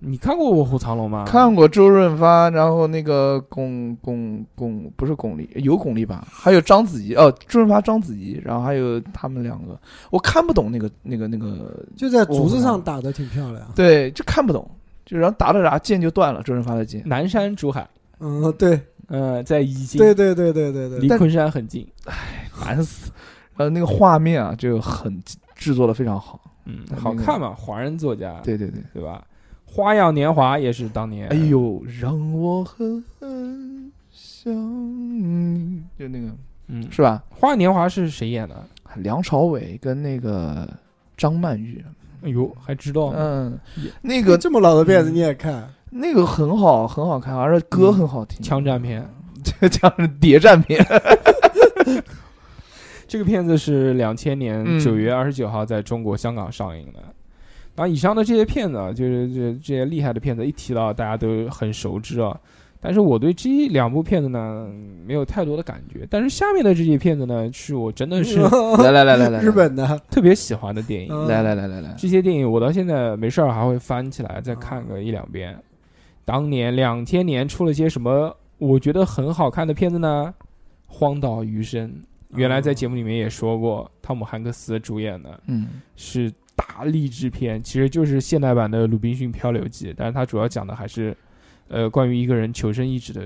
A: 你看过《卧虎藏龙》吗？
C: 看过周润发，然后那个巩巩巩不是巩俐，有巩俐吧？还有章子怡哦，周润发、章子怡，然后还有他们两个，我看不懂那个那个那个，
B: 就在竹子上打的挺漂
A: 哦
B: 亮。
C: 对，就看不懂，就然后打着打着剑就断了，周润发的剑。
A: 南山竹海，
B: 嗯，对
A: 嗯，在宜兴，
B: 对对对对对
A: 离
B: 对，
C: 但
A: 昆山很近。
C: 烦死。然后那个画面啊，就很制作的非常好。
A: 嗯，
C: 那
A: 好
C: 个
A: 看嘛，华人作家，
C: 对对对，
A: 对吧？《花样年华》也是当年，
C: 哎，呦，让我狠狠想你，就那个
A: 嗯，《
C: 是吧？
A: 花样年华》是谁演的？
C: 梁朝伟跟那个张曼玉，
A: 哎呦，还知道呢
C: 嗯，那个
B: 这么老的片
A: 嗯
B: 子你也看？
C: 那个很好，很好看，而且歌很好听，
A: 枪战片。
C: 这讲是谍战片，
A: 这个片子是两千年
C: 嗯
A: 九月二十九号在中国香港上映的。然后以上的这些片子啊，就是这这些厉害的片子，一提到大家都很熟知啊。但是我对这两部片子呢，没有太多的感觉。但是下面的这些片子呢，是我真 的
B: 嗯
A: 是
C: 来来来来来，
B: 日本的，
A: 特别喜欢的电影。
B: 嗯
C: 来来来来来，
A: 这些电影我到现在没事儿还会翻起来再
C: 哦
A: 看个一两遍。当年两千年出了些什么我觉得很好看的片子呢？《荒岛余生》，原来
C: 哦
A: 在节目里面也说过，汤姆汉克斯主演的
C: 嗯，
A: 是大励志片，其实就是现代版的《鲁滨逊漂流记》，但是它主要讲的还是。呃，关于一个人求生意志的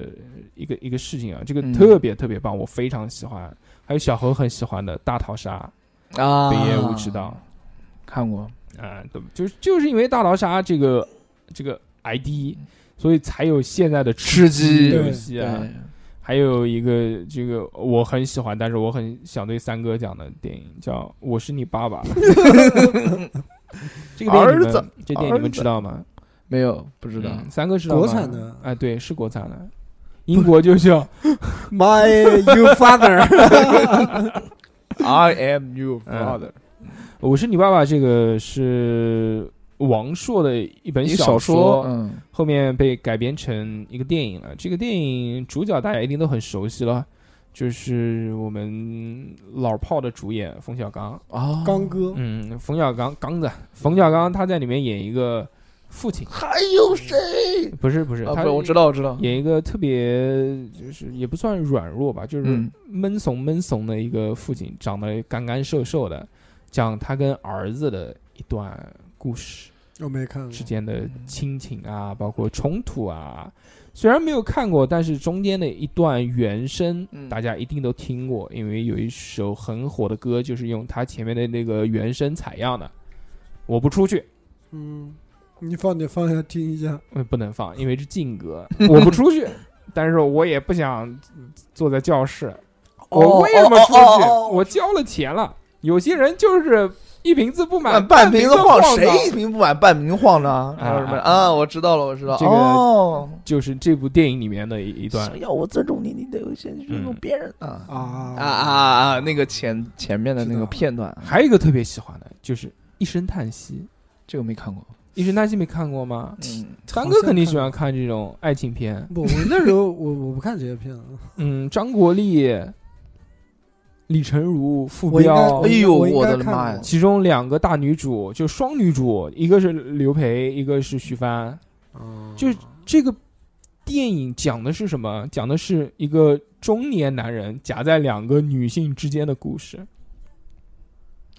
A: 一个一个事情啊，这个
C: 嗯
A: 特别特别棒，我非常喜欢。还有小何很喜欢的《大逃杀
C: 啊》，
A: 北野武指导，
C: 看过，
A: 啊、对，就是就是因为大逃杀这个这个 ID，所以才有现在的
C: 吃鸡
A: 游戏
C: 对，
A: 啊。还有一个这个我很喜欢，但是我很想对三哥讲的电影叫《我是你爸爸》。 这个电影你
C: 儿
A: 们
C: 子
A: 这电影你们知道吗？
C: 没有不知道，
A: 嗯三哥知道吗？
B: 国产的
A: 哎，对，是国产的，英国就叫
B: My You Father，
C: I am your
A: 嗯
C: father，
A: 我是你爸爸》。这个是王朔的一本
C: 一
A: 小
C: 说，嗯，
A: 后面被改编成一个电影了。这个电影主角大家一定都很熟悉了，就是我们老炮的主演冯小刚。
C: 啊，
B: 刚哥，
A: 嗯，冯小刚刚子，冯小刚他在里面演一个父亲，
C: 还有谁？
A: 不是不是，
C: 啊，
A: 他
C: 不，我知道，我知道，
A: 演一个特别就是也不算软弱吧，就是
C: 嗯
A: 闷怂闷怂的一个父亲，长得干干瘦瘦的，讲他跟儿子的一段故事
B: 我没看
A: 之
B: 过。
A: 间的亲情啊，包括冲突啊。虽然没有看过，但是中间的一段原声，
C: 嗯
A: 大家一定都听过，因为有一首很火的歌，就是用它前面的那个原声采样的。我不出去，
B: 嗯，你放点放下听一下。
A: 呃，不能放，因为是禁 歌，我不出去。但是我也不想坐在教室，
C: 哦
A: 我为什么出去？我交了钱了。有些人就是一瓶子不满，
C: 满呃半
A: 瓶
C: 瓶
A: 子
C: 子晃，
A: 倒
C: 谁一瓶不满半瓶晃呢？
A: 啊
C: 还有什么
A: 啊
C: 啊？我知道了，我知道。
A: 这个
C: 哦，
A: 就是这部电影里面的一一段
C: 想要我尊重你，你得有先尊重
A: 嗯
C: 别人啊
B: 啊
C: 啊啊啊！那个前前面的那
B: 知
C: 个
B: 道
C: 片段，啊
A: 还有一个特别喜欢的就是一声叹息。
C: 这个没看过。
A: 一声叹息没看过吗？
C: 嗯，
A: 三哥肯定喜欢看这种爱情片。
B: 不，我那时候我我不看这些片子，
A: 嗯，张国立、李成儒、傅
B: 我应该
A: 彪
C: 哎，呦
B: 我应
C: 我
B: 该
C: 的
B: 看
C: 妈呀
B: 过
A: 其中两个大女主就双女主，一个是刘培，一个是徐帆。
B: 哦
A: 就这个电影讲的是什么？讲的是一个中年男人夹在两个女性之间的故事，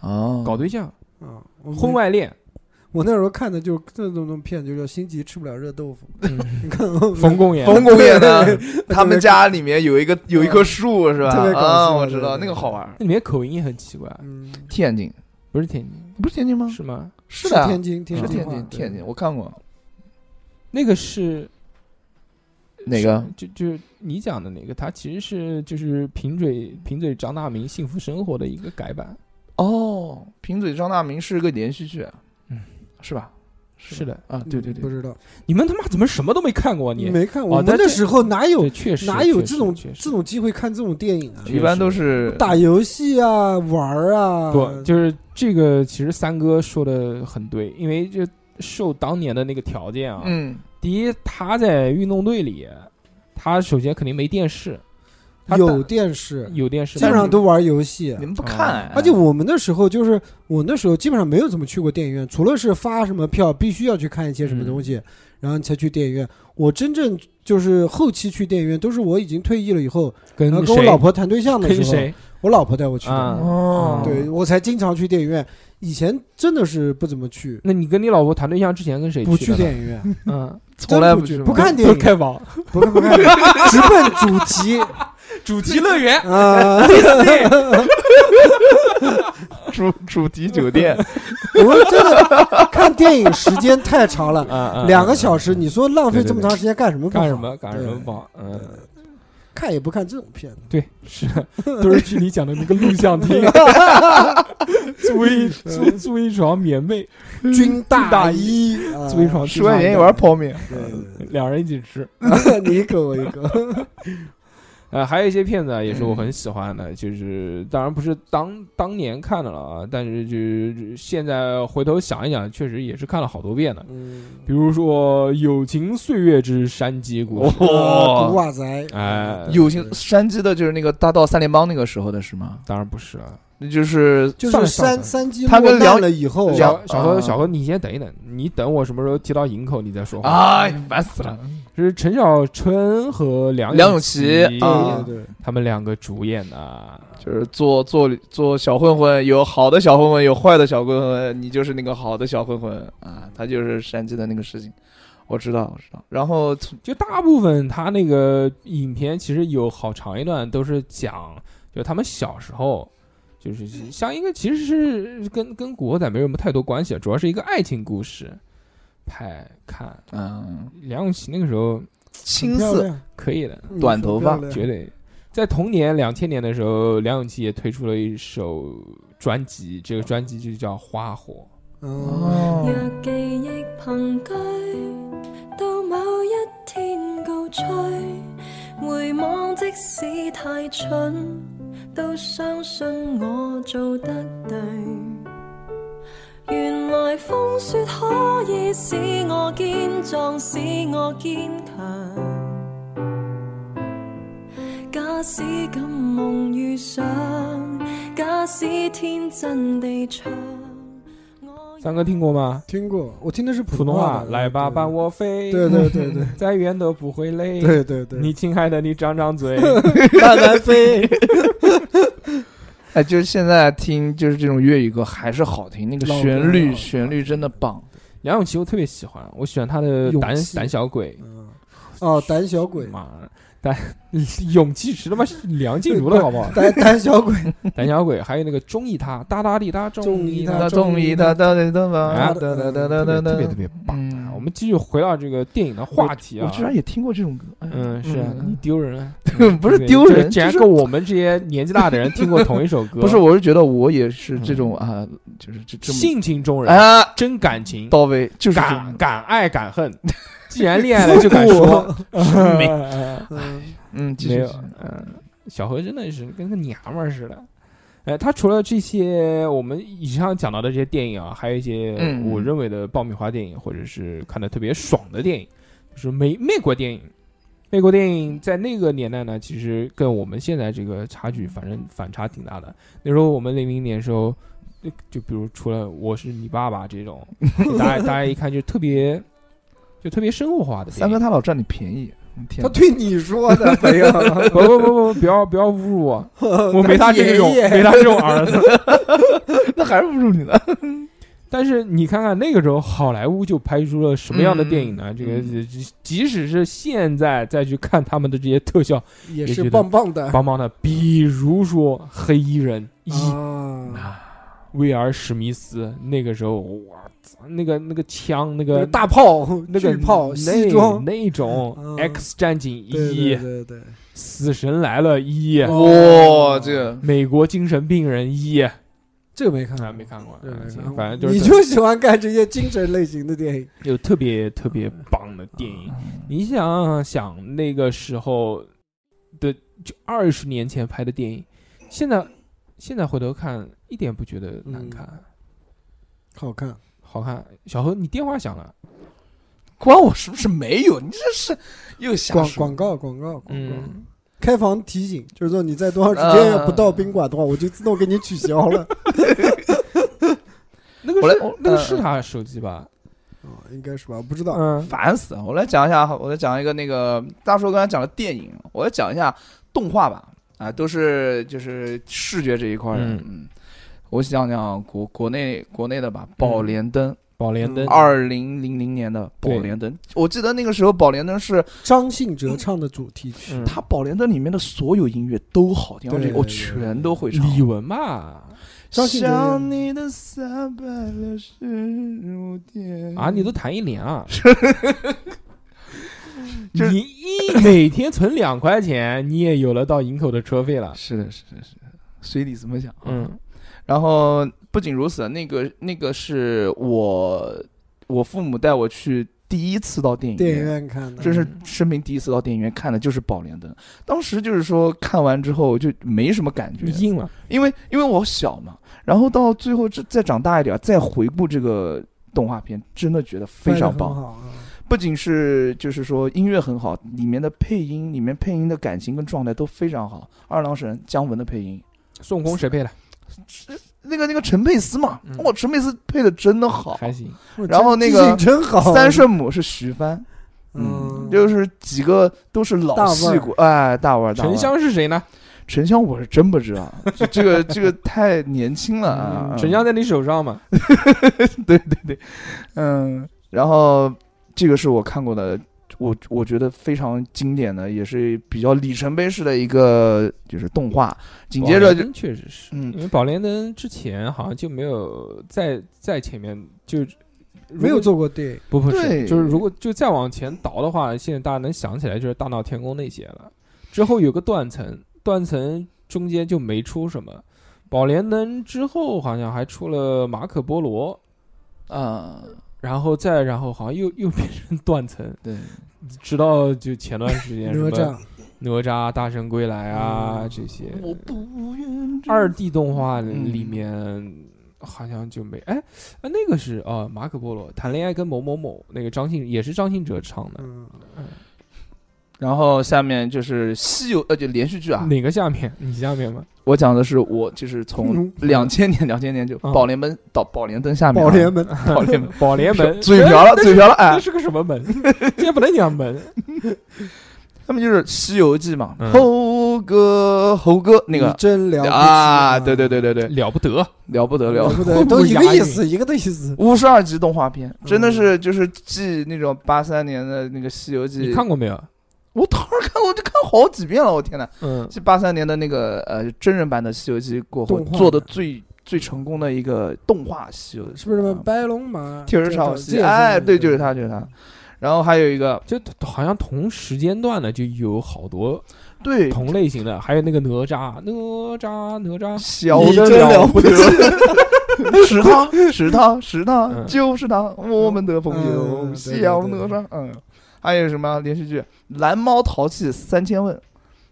C: 哦，
A: 搞对象、
B: 啊，我
A: 婚
B: 没。
A: 外恋、
B: 我那时候看的就是这种种片，就叫《心急吃不了热豆腐》。你看，
A: 冯巩演的。
C: 冯巩演的，
B: 别
C: 他们家里面有一个有一棵树是吧
B: 特别？搞笑
C: 啊，我
B: 对
C: 知道
B: 对
C: 那个好玩。
A: 那里面口音也很奇怪，
B: 嗯，
C: 天津
A: 不是天津
C: 不是天津吗？
A: 是吗？
C: 是的，
B: 天津，
C: 是
B: 津
C: 天
B: 话
C: 津，
B: 对
C: 天津，我看过
A: 那个是
C: 哪个？
A: 是就就你讲的那个，它其实是就是贫嘴贫嘴张大民幸福生活的一个改版。
C: 哦，贫嘴张大民是个连续剧，
A: 嗯，
C: 是吧？
A: 是的，
C: 啊，对对对，
B: 不知道，
A: 你们他妈怎么什么都没看过啊你？
B: 没看。我们
A: 但
B: 那
A: 这
B: 时候哪有
A: 对，确实
B: 哪有
A: 确实
B: 这种
A: 确实
B: 这种机会看这种电影啊？
A: 确
C: 一般都是
B: 打游戏啊，玩儿啊，
A: 不，就是这个，其实三哥说的很对，因为就受当年的那个条件啊，
C: 嗯，
A: 第一，他在运动队里，他首先肯定没电视，他嗯
B: 有
A: 打
B: 电视，
A: 有电视，
B: 基本上都玩游戏啊
C: 你。们不看，哎
B: 而且我们那时候就是我那时候基本上没有怎么去过电影院，除了是发什么票，必须要去看一些
A: 嗯
B: 什么东西，然后才去电影院。我真正就是后期去电影院，都是我已经退役了以后，
A: 跟
B: 然后跟我
A: 谁
B: 老婆谈对象的时
A: 跟
B: 候，
A: 谁
B: 我老婆带我去的，
A: 啊？
C: 哦，
B: 对我才经常去电影院。以前真的是不怎么去，
A: 那你跟你老婆谈对象之前跟谁
B: 不
A: 去
B: 去
A: 的呢？
B: 电影 院，
A: 嗯，
C: 从来
B: 真不
C: 去
B: 去，
C: 吗，
B: 不看电
A: 都
B: 影，
A: 开房，
B: 不看不看，直奔主题，
A: 主题乐园
B: 啊！
C: 主主题酒 店，
B: 我们真的看电影时间太长了，
A: 嗯
B: 两个小时，你说浪费这么
A: 对对对
B: 长时间干什么？
A: 干什么？干什
B: 对
A: 么房？嗯，
B: 看也不看这种片子。
A: 对，是的都是去你讲的那个录像 厅，租一租租一床棉 被，
B: 军
A: 大
B: 大
A: 衣
B: 衣，啊
A: 租一床
C: 十块钱一
A: 玩
C: 碗泡面，
B: 对
A: 两人一起吃。
B: 对对你一个我一个。
A: 呃，还有一些片子啊，也是我很喜欢的，就是当然不是当当年看的了啊，但是就是现在回头想一想，确实也是看了好多遍的。
B: 嗯，
A: 比如说《友情岁月之山鸡谷》，
B: 呃古
C: 哦，
B: 惑仔，
A: 哎
C: 友情山鸡的就是那个大盗三联帮那个时候的是吗？
A: 当然不是啊。
C: 那就是
B: 就是
A: 算
B: 三
A: 算
B: 三鸡
C: 他
B: 落
C: 跟梁
B: 难了以后，
C: 梁
A: 小小何，
C: 啊
A: 小何，你先等一等，你等我什么时候提到营口，你再
B: 哦
A: 说话。
C: 哎，烦死了，
B: 嗯
A: 是陈小春和梁
C: 梁
A: 咏
C: 咏
A: 琪
C: 琪
B: 对
C: 啊
B: 对对，
A: 他们两个主演啊的。
C: 就是做做做小混混，有好的小混混，有坏的小混混，你就是那个好的小混混啊，他就是山鸡的那个事情，我知道，我知道。然后从
A: 就大部分他那个影片其实有好长一段都是讲，就他们小时候，就是像一个其实是跟跟《古惑仔》没有什么太多关系，主要是一个爱情故事。拍看
C: 嗯，
A: 梁咏琪那个时候
C: 青
B: 漂
C: 涩
B: 亮
A: 可以的，
B: 嗯
C: 短头发
B: 漂亮
A: 绝对。在同年两千年的时候，梁咏琪也推出了一首专辑，这个专辑就叫《花火
B: 哦，
C: 哦
F: 若記憶憑據，到某一天告吹，回望即使太蠢，都相信我做得對。原來風雪可以使我堅壯，使我堅強。假使咁夢遇上，假使天真地唱，我》。
A: 三哥听过吗？
B: 听过，我听的是
A: 普
B: 哦啊普
A: 通话，
B: 的
A: 来吧，伴。我飞。
B: 对对对对
A: 再远都不会累。
B: 对对对对，
A: 你亲爱的，你长长嘴。
B: 慢慢飞，
C: 哎，就是现在听就是这种粤语歌还是好听，那个
B: 老歌
C: 旋律
B: 老
C: 旋律真的棒。
A: 梁咏琪我特别喜欢，我喜欢她的
B: 勇
A: 胆
B: 气
A: 胆小鬼，
B: 嗯，哦，胆小鬼，
A: 妈，胆勇气是他妈是梁静茹的好不好？
B: 胆胆小鬼，
A: 胆小鬼，还有那个中意他，哒哒滴哒，
B: 中
A: 意
B: 意
A: 他
B: 他。
C: 中意哒哒哒哒哒
A: 啊
C: 哒哒哒哒哒，
A: 特别特别特别棒、
C: 嗯
A: 啊！我们继续回到这个电影的话题啊
C: 我，居然也听过这种歌。哎
A: 嗯，是啊，你
C: 嗯
A: 丢人啊，
C: 嗯不是
A: 对
C: 丢
A: 这
C: 人，
A: 竟
C: 就
A: 然
C: 是
A: 跟我们这些年纪大的人听过同一首 歌，
C: 不是，我是觉得我也是这种啊，就是这这么
A: 性情中嗯人，
C: 啊
A: 真感情，
C: 到位，就是这
A: 敢
C: 种
A: 敢爱敢 恨，既然恋爱了就敢说， 没
B: 嗯，
C: 嗯，继
A: 没
C: 续
A: 有，嗯，小何真的是跟个娘们儿似的。哎，他除了这些我们以上讲到的这些电影啊，还有一些
C: 嗯
A: 我认为的爆米花电影，或者是看的特别爽的电影，就是美美国电影。美国电影在那个年代呢，其实跟我们现在这个差距，反正反差挺大的。那时候我们零零年的时候，就就比如除了《我是你爸爸》这种，大家大家一看就特别就特别生活化的电影。
C: 三哥他老占你便宜，嗯天
B: 他
C: 哪，
B: 对你说的没有，
A: 不不不不，不要不要侮辱我，我没他这个种，
B: 爷爷
A: 没他这种儿子。
C: 那还是不如你呢。
A: 但是你看看那个时候，好莱坞就拍出了什么样的电影呢？
C: 嗯
A: 这个
C: 嗯
A: 即使是现在再去看他们的这些特效，
B: 也
A: 觉
B: 是
A: 得
B: 棒棒的
A: 棒棒的。比如说《黑衣人》一、
B: 啊，
A: 威尔史密斯，那个时候我操，那个那个枪，那
B: 那
A: 个
B: 个大炮、
A: 那个
B: 巨炮、西
A: 啊那
B: 装，
A: 那种
B: 嗯
A: 《X 战警》
B: 对
A: 一，
B: 对
A: 《
B: 对对，
A: 死神来了》一，
B: 哦
C: 哇，这个
A: 美国精神病人》一，啊，
B: 这个没看过，
A: 没看过，啊
B: 这个没看
A: 行
B: 过，
A: 反正就是
B: 你就喜欢看这些精神类型的电影，
A: 有特别特别棒的电影。你想想那个时候的，就二十年前拍的电影，现在现在回头看一点不觉得
C: 嗯
A: 难看，
B: 好 看。
A: 好看。小何，你电话响了，
C: 关我是不是没有？你这是又瞎
B: 广
C: 说
B: 广告广告广告，
A: 嗯，
B: 开房提醒，就是说你在多长时间不到宾馆的话，我就自动给你取消 了。
A: 那个
C: 我来
A: 是
C: 我
A: 那个
C: 呃
A: 是他手机吧？
B: 哦，应该是吧？我不知道。
A: 嗯，
C: 烦死了！我来讲一下，我来讲一个那个大叔刚才讲的电影，我来讲一下动画吧。啊，都是就是视觉这一块的。
A: 嗯
C: 嗯我想讲国国内国内的吧，《宝莲灯
A: 宝莲灯
B: 嗯》
C: 二零零零年的《宝
A: 对
C: 莲灯》，我记得那个时候《宝莲灯》是
B: 张信哲唱的主题曲，
A: 嗯
C: 它《宝莲灯》里面的所有音乐都好听，而且
B: 对
C: 我
B: 对
C: 全都会唱。
A: 李玟嘛，
B: 张信哲
C: 想你的三百六十五天
A: 啊，你都谈一年了。
C: 就是
A: 你一每天存两块钱，你也有了到营口的车费了。
C: 是的，是的，是的，随你怎么想。
A: 嗯，
C: 然后不仅如此，那个那个是我我父母带我去第一次到电影
B: 电影
C: 院，嗯
B: 院看的，
C: 这是生平第一次到电影院看的就是《宝莲灯》。当时就是说看完之后就没什么感觉
A: 你，硬了。
C: 因为因为我小嘛。然后到最后这再长大一点，再回顾这个动画片，真的觉得非常棒。
B: 棒。
A: 嗯
C: 不仅是就是说音乐很好，里面的配音，里面配音的感情跟状态都非常好。二郎神姜文的配音，
A: 孙悟空谁配的？
C: 那个那个陈佩斯嘛
A: 嗯，
C: 哇，陈佩斯配的真的好，
A: 还行。
B: 我
C: 然后那
B: 记性
C: 个
B: 真好，
C: 三圣母是徐帆，
B: 哦嗯，
C: 就是几个都是老
B: 大腕
C: 戏
B: 儿
C: 骨，哎，大腕儿，大腕
A: 沉
C: 儿。
A: 香是谁呢？
C: 沉香，我是真不知道，这这 个这个太年轻了啊。嗯
A: 沉香在你手上嘛？
C: 对对对，嗯，然后这个是我看过的，我我觉得非常经典的，也是比较里程碑式的一个就是动画。紧接
A: 宝
C: 着
A: 莲
C: 就
A: 灯确实是，
C: 嗯
A: 因为宝莲灯之前好像就没有在在前面就如果
B: 没有做过电影，
A: 不不是，
C: 对
A: 就是如果就再往前倒的话，现在大家能想起来就是大闹天宫那些了。之后有个断层，断层中间就没出什么。宝莲灯之后好像还出了马可波罗，
C: 啊，
A: 然后再然后好像又又变成断层，
C: 对，
A: 直到就前段 时间
B: 哪
A: 什么
B: 吒
A: 哪吒大圣归来啊
B: 嗯
A: 这些，
C: 我不愿
A: 二 D 动画里
C: 嗯
A: 面好像就没哎，呃那个是哦，马可波罗谈恋爱跟某某某，那个张信也是张信哲唱的，
B: 嗯，
C: 然后下面就是西游，呃，就连续剧啊，
A: 哪个下面？你下面吗？
C: 我讲的是我就是从
B: 嗯
C: 两千年两千年就
A: 嗯
C: 宝莲门到宝莲灯下面啊，
B: 宝莲门，
C: 宝莲 门
A: 宝莲门
C: 嘴瓢了
A: 那
C: 嘴瓢了哎
B: 嗯
A: 那是个什么 门？现在不能讲门，
C: 他们就是《西游记》嘛，
A: 嗯
C: 猴哥，猴哥那个
B: 你真了不起嗯
C: 啊，对对对对对，
A: 了不得，
C: 了不得
B: 了
C: 了。
B: 不
A: 会
B: 得，
A: 不
B: 都
A: 会
B: 一个
A: 押
B: 意
A: 韵
B: 思，一个的意思。
C: 五十二集动画片，
B: 嗯
C: 真的是就是继那种八三年的那个《西游记》，
A: 你看过没有？
C: 我当然 看过，我就看好几遍了，我天哪！
A: 嗯，
C: 继八三年的那个呃真人版的《西游记》过后
B: 动，画
C: 做的最最成功的一个动画《西游记》，
B: 是不是什么白 龙马？
C: 铁人
B: 这
C: 场
B: 个
C: 戏？哎，对，就是。他，就是他。然后还有一个
A: 就好像同时间段的就有好多
C: 对
A: 同类型的，还有那个哪吒，哪吒，哪吒，
C: 小
B: 你
C: 的
B: 真
C: 了
B: 了
C: 不得， 食堂，食堂，食堂
A: 嗯
C: 就是他，我们的朋友
B: 嗯对对
C: 小哪
B: 对
C: 吒。嗯，还有什么连续剧《蓝猫淘气三千问》？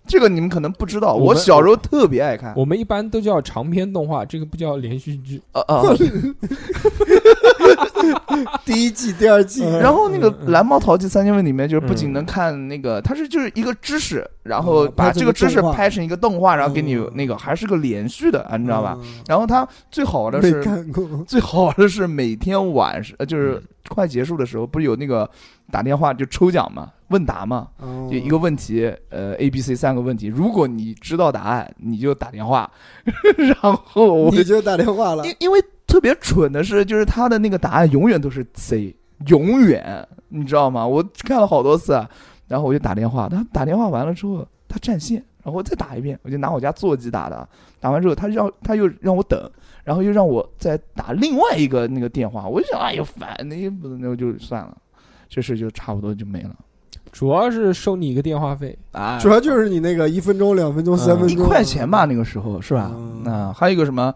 C: 这个你们可能不知道，
A: 我
C: 我
A: 们
C: 小时候特别爱看。
A: 我们一般都叫长篇动画，这个不叫连续剧。
C: 呃 呃，
B: 第一季、第二季，
A: 嗯
C: 然后那个
A: 嗯
C: 《
A: 嗯
C: 蓝猫淘气三千问》里面，就是不仅
A: 嗯
C: 能看那个，它是就是一个知识，然后
B: 嗯
C: 把
B: 拍成
C: 这个知识
B: 动画
C: 拍成一个动画，然后给你
B: 嗯
C: 那个还是个连续的，啊你知道吧？
B: 嗯？
C: 然后它最好的
B: 没
C: 是
B: 看过，
C: 最好玩的是每天晚上，呃，就是快结束的时候，不是有那个打电话就抽奖嘛，问答嘛，
B: 哦
C: 就一个问题，呃，A、B、C 三个问题，如果你知道答案，你就打电话， 然后我
B: 你就打电话了，
C: 因因为特别蠢的是，就是他的那个答案永远都是 C，永远，你知道吗？我看了好多次，然后我就打电话，他打电话完了之后，他占线，然后我再打一遍，我就拿我家座机打的，打完之后他让他又让我等，然后又让我再打另外一个那个电话，我就想，哎呦烦，那不那我就算了，这事就差不多就没了
A: 主要是收你一个电话费，
C: 啊
B: 主要就是你那个一分钟、两分钟、
A: 嗯
B: 三分
C: 一
B: 钟，
C: 块钱吧，，那个时候是吧？
B: 嗯
C: 那还有一个什么，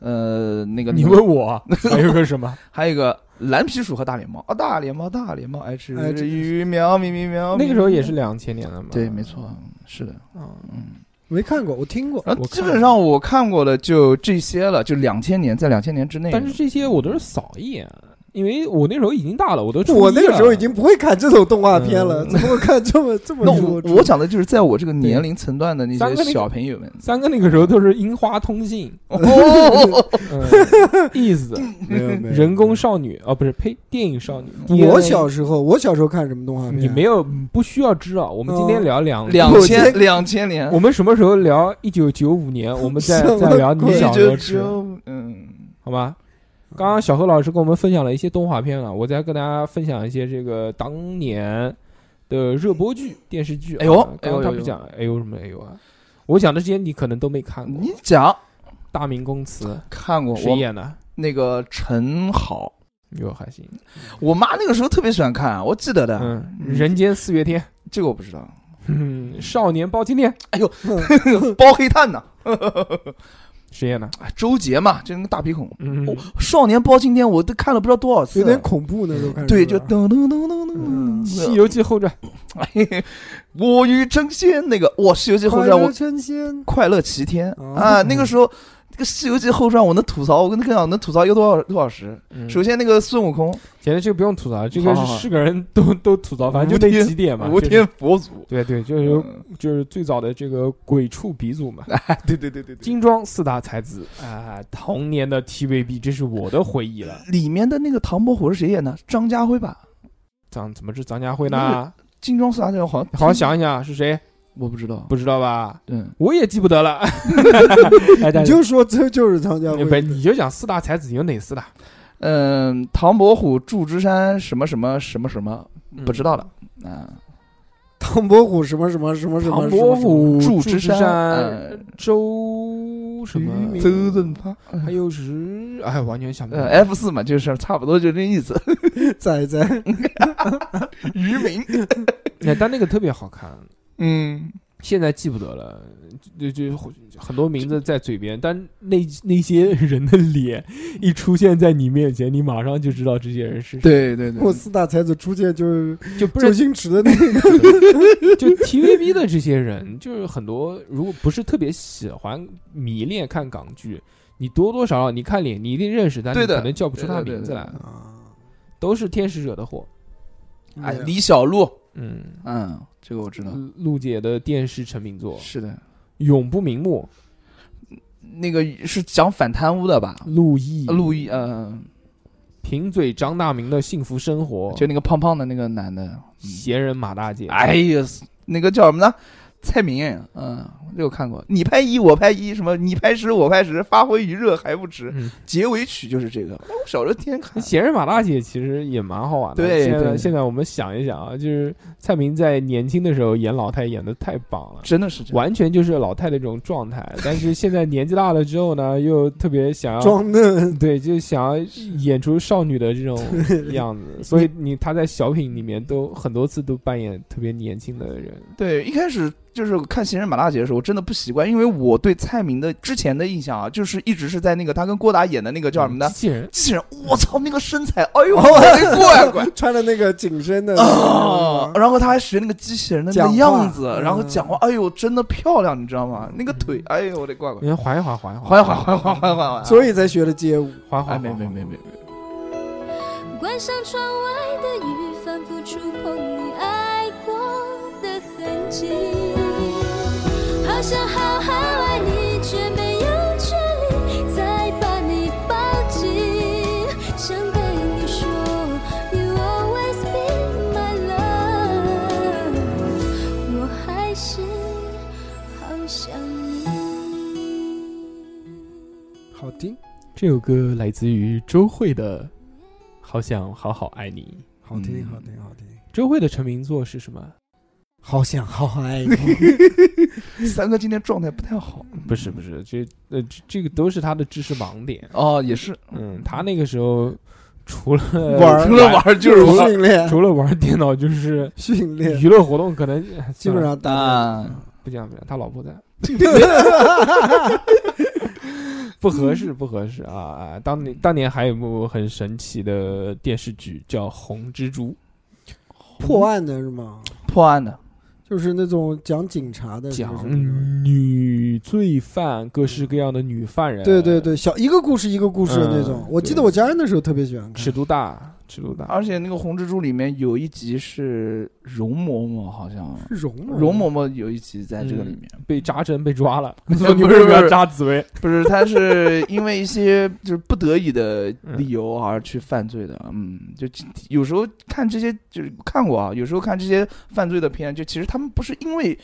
C: 呃，那个
A: 你问我还有个 什么？
C: 还有一个蓝皮鼠和大脸猫啊，大脸猫，大脸猫，哎，吃
B: 哎这
C: 鱼苗咪咪
B: 哦
C: 苗，
A: 那个时候也是两千年的嘛。
C: 对，没错，是的，
A: 嗯。
C: 嗯。
B: 没看过，我听过。
C: 然后
A: 我
C: 基
A: 看
C: 本上我看过的就这些了，就两千年，在两千年之内的。
A: 但是这些我都是扫一眼，因为我那时候已经大了，我都初一
B: 我那个
A: 了
B: 时候已经不会看这种动画片了，
A: 嗯
B: 怎么会看这么这么
C: 那
B: 弱
C: 我
B: 智？
C: 我讲的就是在我这个年龄层段的那
A: 三个那
C: 些
A: 个
C: 小朋友 们。
A: 三哥那个时候都是樱花通 信，
C: 哦，
A: 嗯意思
B: 没有没有
A: 人工少女哦，不是呸，电影少女。
B: 我小时候，我小时候看什么动画片？啊
A: 你没有不需要知道，我们今
B: 哦
A: 天聊两
C: 两
B: 我
C: 千
B: 先
C: 两千年，
A: 我们什么时候聊一九九五年？我们再
B: 什么
A: 再聊你
B: 鬼
A: 小时候
C: 就
A: 吃，
C: 就嗯，
A: 好吧？刚刚小何老师跟我们分享了一些动画片了，我再跟大家分享一些这个当年的热播剧、电视剧啊。
C: 哎呦哎
A: 刚
C: 呦
A: 刚他
C: 哎
A: 不
C: 呦
A: 讲哎呦什么哎呦啊？我讲的这些你可能都没看过。
C: 你讲
A: 大明宫词
C: 看过
A: 谁
C: 我
A: 演的？
C: 那个陈好，
A: 哟，还行。
C: 我妈那个时候特别喜欢看，啊我记得的。
A: 嗯，人间四月天，
C: 这个我不知道，
A: 嗯，少年包青天
C: 包黑炭呢？
A: 谁演的？
C: 啊，周杰嘛，就那个大鼻孔。
A: 嗯
C: 哦，少年包青天，我都看了不知道多少次，
B: 有点恐怖那时候看。
C: 对，
B: 是不
C: 就是噔噔噔噔
A: 《
C: 噔
A: 西
C: 噔。
A: 游记》后传，
C: 哎我与成仙那个，哇，《西游记后
B: 快
C: 传》
B: 乐
C: 我
B: 成仙，
C: 快乐齐天
B: 哦
C: 啊，那个时候。这个《西游记后传》，我能吐槽，我跟你讲，能吐槽一个多少多少时？首
A: 嗯首
C: 先，那个孙悟空，
A: 前这个不用吐槽，这个
C: 嗯好好好
A: 是个人都都吐槽，反正就那几点嘛。
C: 无
A: 就是
C: 天佛祖，
A: 对对，就是
C: 嗯
A: 就是最早的这个鬼畜鼻祖嘛，
C: 哎，对对对对对，
A: 金装四大才子啊，童年的 TVB，这是我的回忆了。
C: 里面的那个唐伯虎是谁演的？张家辉吧？
A: 张怎么是张家辉呢？
C: 金装四大才子好像
A: 好好，想一想是谁？
C: 我不知道。嗯
A: 不知道吧？
C: 对，
A: 我也记不得了。哎但
B: 你
A: 是
B: 就说这就是 张家
A: 不，
B: 辉。
A: 你就讲四大才子有哪四大？
C: 嗯，唐伯虎、祝枝山什么什么什么什么，不知道了。嗯，
B: 唐伯虎什么什么什么什么什么
A: 唐
B: 什
A: 伯
B: 么
A: 虎、
C: 祝
A: 枝
C: 枝山呃
A: 周什
B: 渔
A: 么
B: 民？
C: 周润发，
A: 还有是哎，完全想不起
C: 呃
A: 来。
C: ，F 四嘛，就是差不多就这意思。
B: 仔仔，
C: 渔民，
A: 哎但那个特别好看，
C: 嗯，
A: 现在记不得了，就就就很多名字在嘴边，但那那些人的脸一出现在你面前，你马上就知道这些人是谁。
C: 对对对，
B: 我四大才子出现就是
A: 就不
B: 周
A: 是
B: 星驰的那个，
A: 就 TVB 的这些人，就是很多，如果不是特别喜欢迷恋看港剧，你多多少少你看脸，你一定认识，但
C: 对
A: 你
C: 的
A: 可能叫不出他
C: 对的
A: 名字
C: 对的
A: 来，都是天使惹的祸。
C: 哎，
B: 没有
C: 李小璐，
A: 嗯，
C: 嗯，这个我知道，
A: 陆陆姐的电视成名作《
C: 是的，
A: 永不瞑目
C: 那个是讲反贪污的吧》，？
A: 陆毅，
C: 啊陆毅，嗯，
A: 贫嘴张大民的幸福生
C: 哦
A: 活，
C: 就那个胖胖的那个男的，哎
A: 闲人马大姐，
C: 哎呀，那个叫什么呢？蔡明，嗯，这我看过。你拍一，我拍一，什么你拍十，我拍十，发挥余热还不 迟。
A: 嗯，
C: 结尾曲就是这个，哎我小时候天天看。
A: 闲人马大姐其实也蛮好玩的。
C: 对
A: 现在
C: 对
A: 现在我们想一想啊，就是蔡明在年轻的时候演老太演的太棒了。
C: 真的是这样，
A: 完全就是老太的这种状态，但是现在年纪大了之后呢，又特别想要
B: 装嫩，
A: 对，就想要演出少女的这 种 样子，所以你她在小品里面都很多次都扮演特别年轻的人，
C: 对，一开始就是我看《闲人马大姐》的时候，我真的不习惯，因为我对蔡明的之前的印象啊，就是一直是在那个他跟郭达演的那个叫什么呢
A: 嗯机？器人，
C: 机器人，我操，那个身材，哎 呦，我的乖乖
B: 穿的那个紧身的
C: 啊！然后他还学那个机器人的那个样子
B: 讲话，
C: 然后讲话，哎呦，真的漂亮，你知道吗？那个腿，哎呦，我的乖乖
A: 你，看嗯缓一缓，缓一
C: 缓一
A: 缓，
C: 缓，缓一缓，缓一缓，
B: 所以才学的街舞。
A: 缓一
C: 哎，
A: 缓，
C: 没没
A: 缓一
C: 没没没。
F: 关上窗外的雨，反复触碰你爱过的痕迹。好想好好爱你，却没有权利再把你抱紧。想对你说，You always be my love，我还是好想你。
B: 好听，
A: 这首歌来自于周蕙的《好想好好爱你》。
B: 好听，
C: 嗯
B: 好听，好听。
A: 周蕙的成名作是什么？
B: 好想好好爱你，
C: 三哥今天状态不太好
B: 嗯
A: 不是不是，这呃这这个都是她的知识盲点。
C: 哦，也是呃
A: 嗯，她那个时候除了
B: 玩儿
C: 除了玩儿就是玩
B: 训练，
A: 除了玩电脑就是
B: 训练，
A: 娱乐活动，可能
B: 基本
A: 算了
B: 上打
C: 啊，
A: 不讲不讲，他老婆在。
B: 的。
A: 不合
B: 嗯
A: 适，不合适啊！啊当年当年还有一部很神奇的电视剧叫《红蜘蛛
B: 破案的是吗？
C: 破案的，
B: 就是那种讲警察的，》，是不是
A: 讲嗯女罪犯，各式各样的女犯人。
B: 对对，对，小一个故事一个故事的那种
A: 嗯。
B: 我记得我家人那时候特别喜欢
A: 尺
B: 看，
A: 度大，尺度大。
C: 而且那个红蜘蛛里面有一集是容嬷嬷，好像
B: 是容嬷
C: 容嬷嬷有一集在这个里面，
A: 被扎针被抓了，
C: 不是
A: 说你为什么要扎紫薇？
C: 不是，他是因为一些就是不得已的理由而去犯罪的，嗯，就有时候看这些就是看过啊，有时候看这些犯罪的片，就其实他们不是因为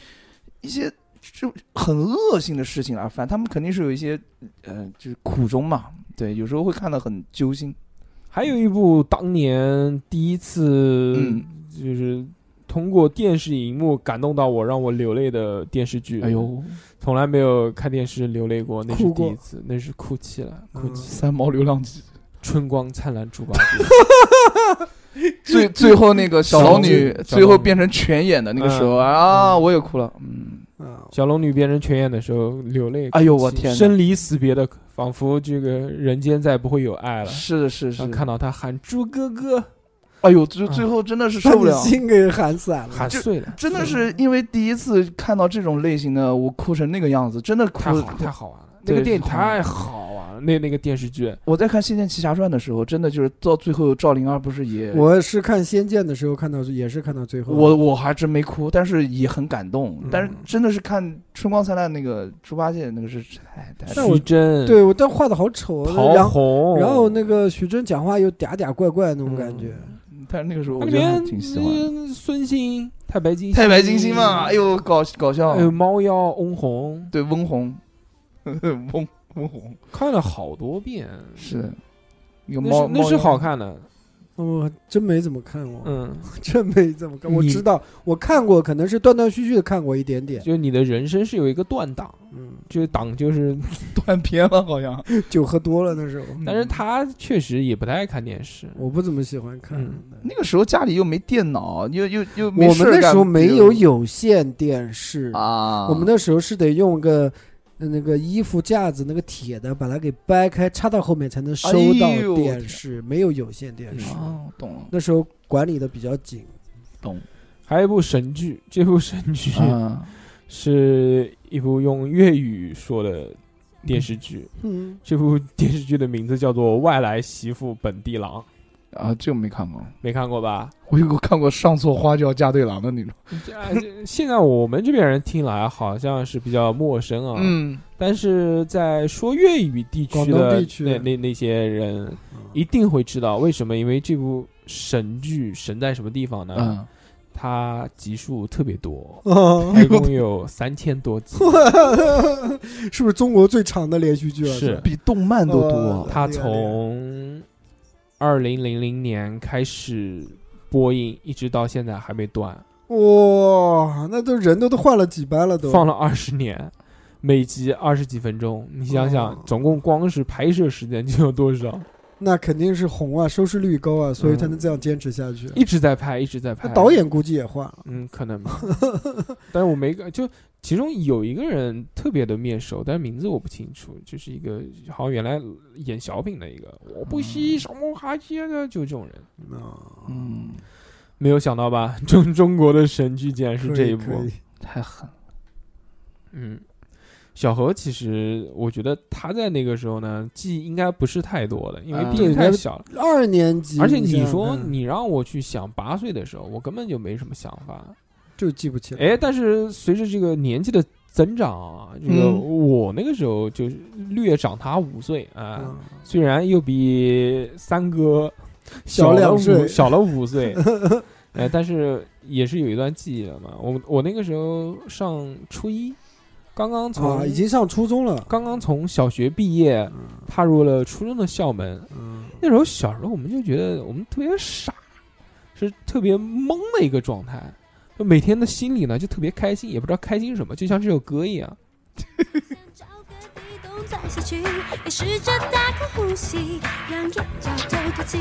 C: 一些就很恶性的事情而犯，他们肯定是有一些呃就是苦衷嘛，对，有时候会看得很揪心，
A: 还有一部当年第一次
C: 嗯，
A: 就是通过电视荧幕感动到我，让我流泪的电视剧。
C: 哎，呦，
A: 从来没有看电视流泪过，那是
B: 哭
A: 第
B: 过
A: 一次，那是哭泣了，哭
B: 嗯
A: 泣。
C: 三毛流浪记，
A: 春光灿烂猪八戒。
C: 最最后那个小龙女
A: 嗯小龙女嗯
C: 最后变成全演的那个时候啊，我也哭了，嗯，
B: 啊，
A: 小龙女变成泉眼的时候流泪，
C: 哎呦我天哪，
A: 生离死别的，仿佛这个人间再不会有爱了。
C: 是的是的
A: 然
C: 是
A: 后
C: 的，
A: 看到他喊猪哥哥，
C: 哎呦，最
A: 啊
C: 最后真的是
B: 把
C: 受不
B: 你
C: 了，
B: 心给喊散了。
A: 喊碎了，
C: 真的是因为第一次看到这种类型的，我哭成那个样子，真的
A: 太
C: 哭
A: 好。太好玩了，那
C: 对
A: 个电影
C: 太好玩
A: 太好玩了，那那个电视剧，
C: 我在看《仙剑奇侠传》的时候，真的就是到最后赵灵儿不是也
B: 我是看《仙剑》的时候看到，也是看到最后。
C: 我我还真没哭，但是也很感动
A: 嗯。
C: 但是真的是看《春光灿烂》那个猪八戒那个是，哎，太
B: 但我
A: 徐峥，
B: 对我但画的好丑，然
A: 陶
B: 后
A: 虹，
B: 然后那个徐峥讲话又嗲嗲怪怪那种感觉，
C: 但是那个时候我
A: 它里
C: 觉得还
A: 面
C: 挺喜欢的。
A: 呃孙兴、太白金、
C: 太白金星嘛，哎，呦，搞搞笑
A: 还，有猫妖翁虹，
C: 对，翁虹， 翁翁虹
A: 看了好多遍，
C: 是那个
A: 那
C: 猫
A: 是，那
C: 猫
A: 是
C: 妖
A: 好，看的，
B: 我哦真没怎么看过，
A: 嗯，
B: 真没怎么看。我
A: 你
B: 知道我看过，可能是断断续续的看过一点点。
A: 就是你的人生是有一个断档，
B: 嗯，
A: 就是档就是
C: 断片了好像。
B: 酒喝多了那时候，
A: 但是他确实也不太爱看电视。
B: 我不怎么喜欢看。
A: 嗯
B: 对
C: 那个时候家里又没电脑，又又又没
B: 我
C: 事
B: 们
C: 儿
B: 那
C: 干
B: 时候没有
C: 比如
B: 有线电视，
C: 啊，
B: 我们那时候是得用个。呃那个衣服架子那个铁的，把它给掰开，插到后面才能收到
C: 哎呦
B: 电视，没有有线电视。
C: 哦，懂了，
B: 那时候管理的比较紧，
C: 懂
A: 还有一部神剧，这部神剧
C: 啊，
A: 是一部用粤语说的电视剧。
B: 嗯，
A: 这部电视剧的名字叫做《外来媳妇本地郎》，
C: 啊，这个没看过，
A: 没看过吧？
C: 我有看过上错花轿嫁对郎的那种，
A: 啊这现在我们这边人听来好像是比较陌生啊，
C: 嗯，
A: 但是在说粤语地
B: 广
A: 区
B: 东
A: 的
B: 地区
A: 那那那些人
B: 嗯，
A: 一定会知道为什么，因为这部神剧神在什么地方呢？
C: 嗯，
A: 它集数特别多
B: 哦，
A: 一共有三千 多集。
B: 是不是中国最长的连续剧啊？
A: 是
C: 比动漫都多
B: 呃。
A: 它从二零零零年开始播映，一直到现在还没断，
B: 哇，那都人都都换了几班了都。
A: 放了二十年，每集二十几分钟。你想想
B: 哦，
A: 总共光是拍摄时间就有多少？
B: 那肯定是红啊，收视率高啊，所以才
A: 嗯
B: 能这样坚持下去。
A: 一直在拍，一直在拍
B: 那。导演估计也换了。
A: 嗯，可能吧， 但是我没个就其中有一个人特别的面熟，但是名字我不清楚，就是一个好像原来演小品的一个，我不惜什么哈气的，就这种人，
B: 啊，
C: 嗯，
A: 没有想到吧？ 中中国的神剧竟然是这一
B: 可以
A: 部
B: 可以，
C: 太狠了。
A: 嗯。小何其实，我觉得他在那个时候呢，记忆应该不是太多的，因为
C: 嗯
A: 毕竟
B: 啊对那
A: 太小了。
B: 二年级，嗯
A: 而且
B: 想
A: 你
B: 想
A: 说
B: 看
A: 你让我去想八岁的时候，我根本就没什么想法。
B: 就记不起来。
A: 哎，但是随着这个年纪的增长啊，这个
C: 嗯
A: 我那个时候就是略长他五岁啊，
B: 嗯
A: 虽然又比三哥
B: 小
A: 了
B: 两
A: 五
B: 岁
A: 小了 五岁，哎，但是也是有一段记忆了嘛。我我那个时候上初一，刚刚从、
B: 啊，已经上初中了。
A: 刚刚从小学毕业，踏入了初中的校门。
B: 嗯，
A: 那时候小时候我们就觉得我们特别傻，是特别懵的一个状态。就每天的心里呢就特别开心，也不知道开心什么，就像这首歌一样。
F: 找个地洞钻下去，也试着打个呼吸，让眼角透透气。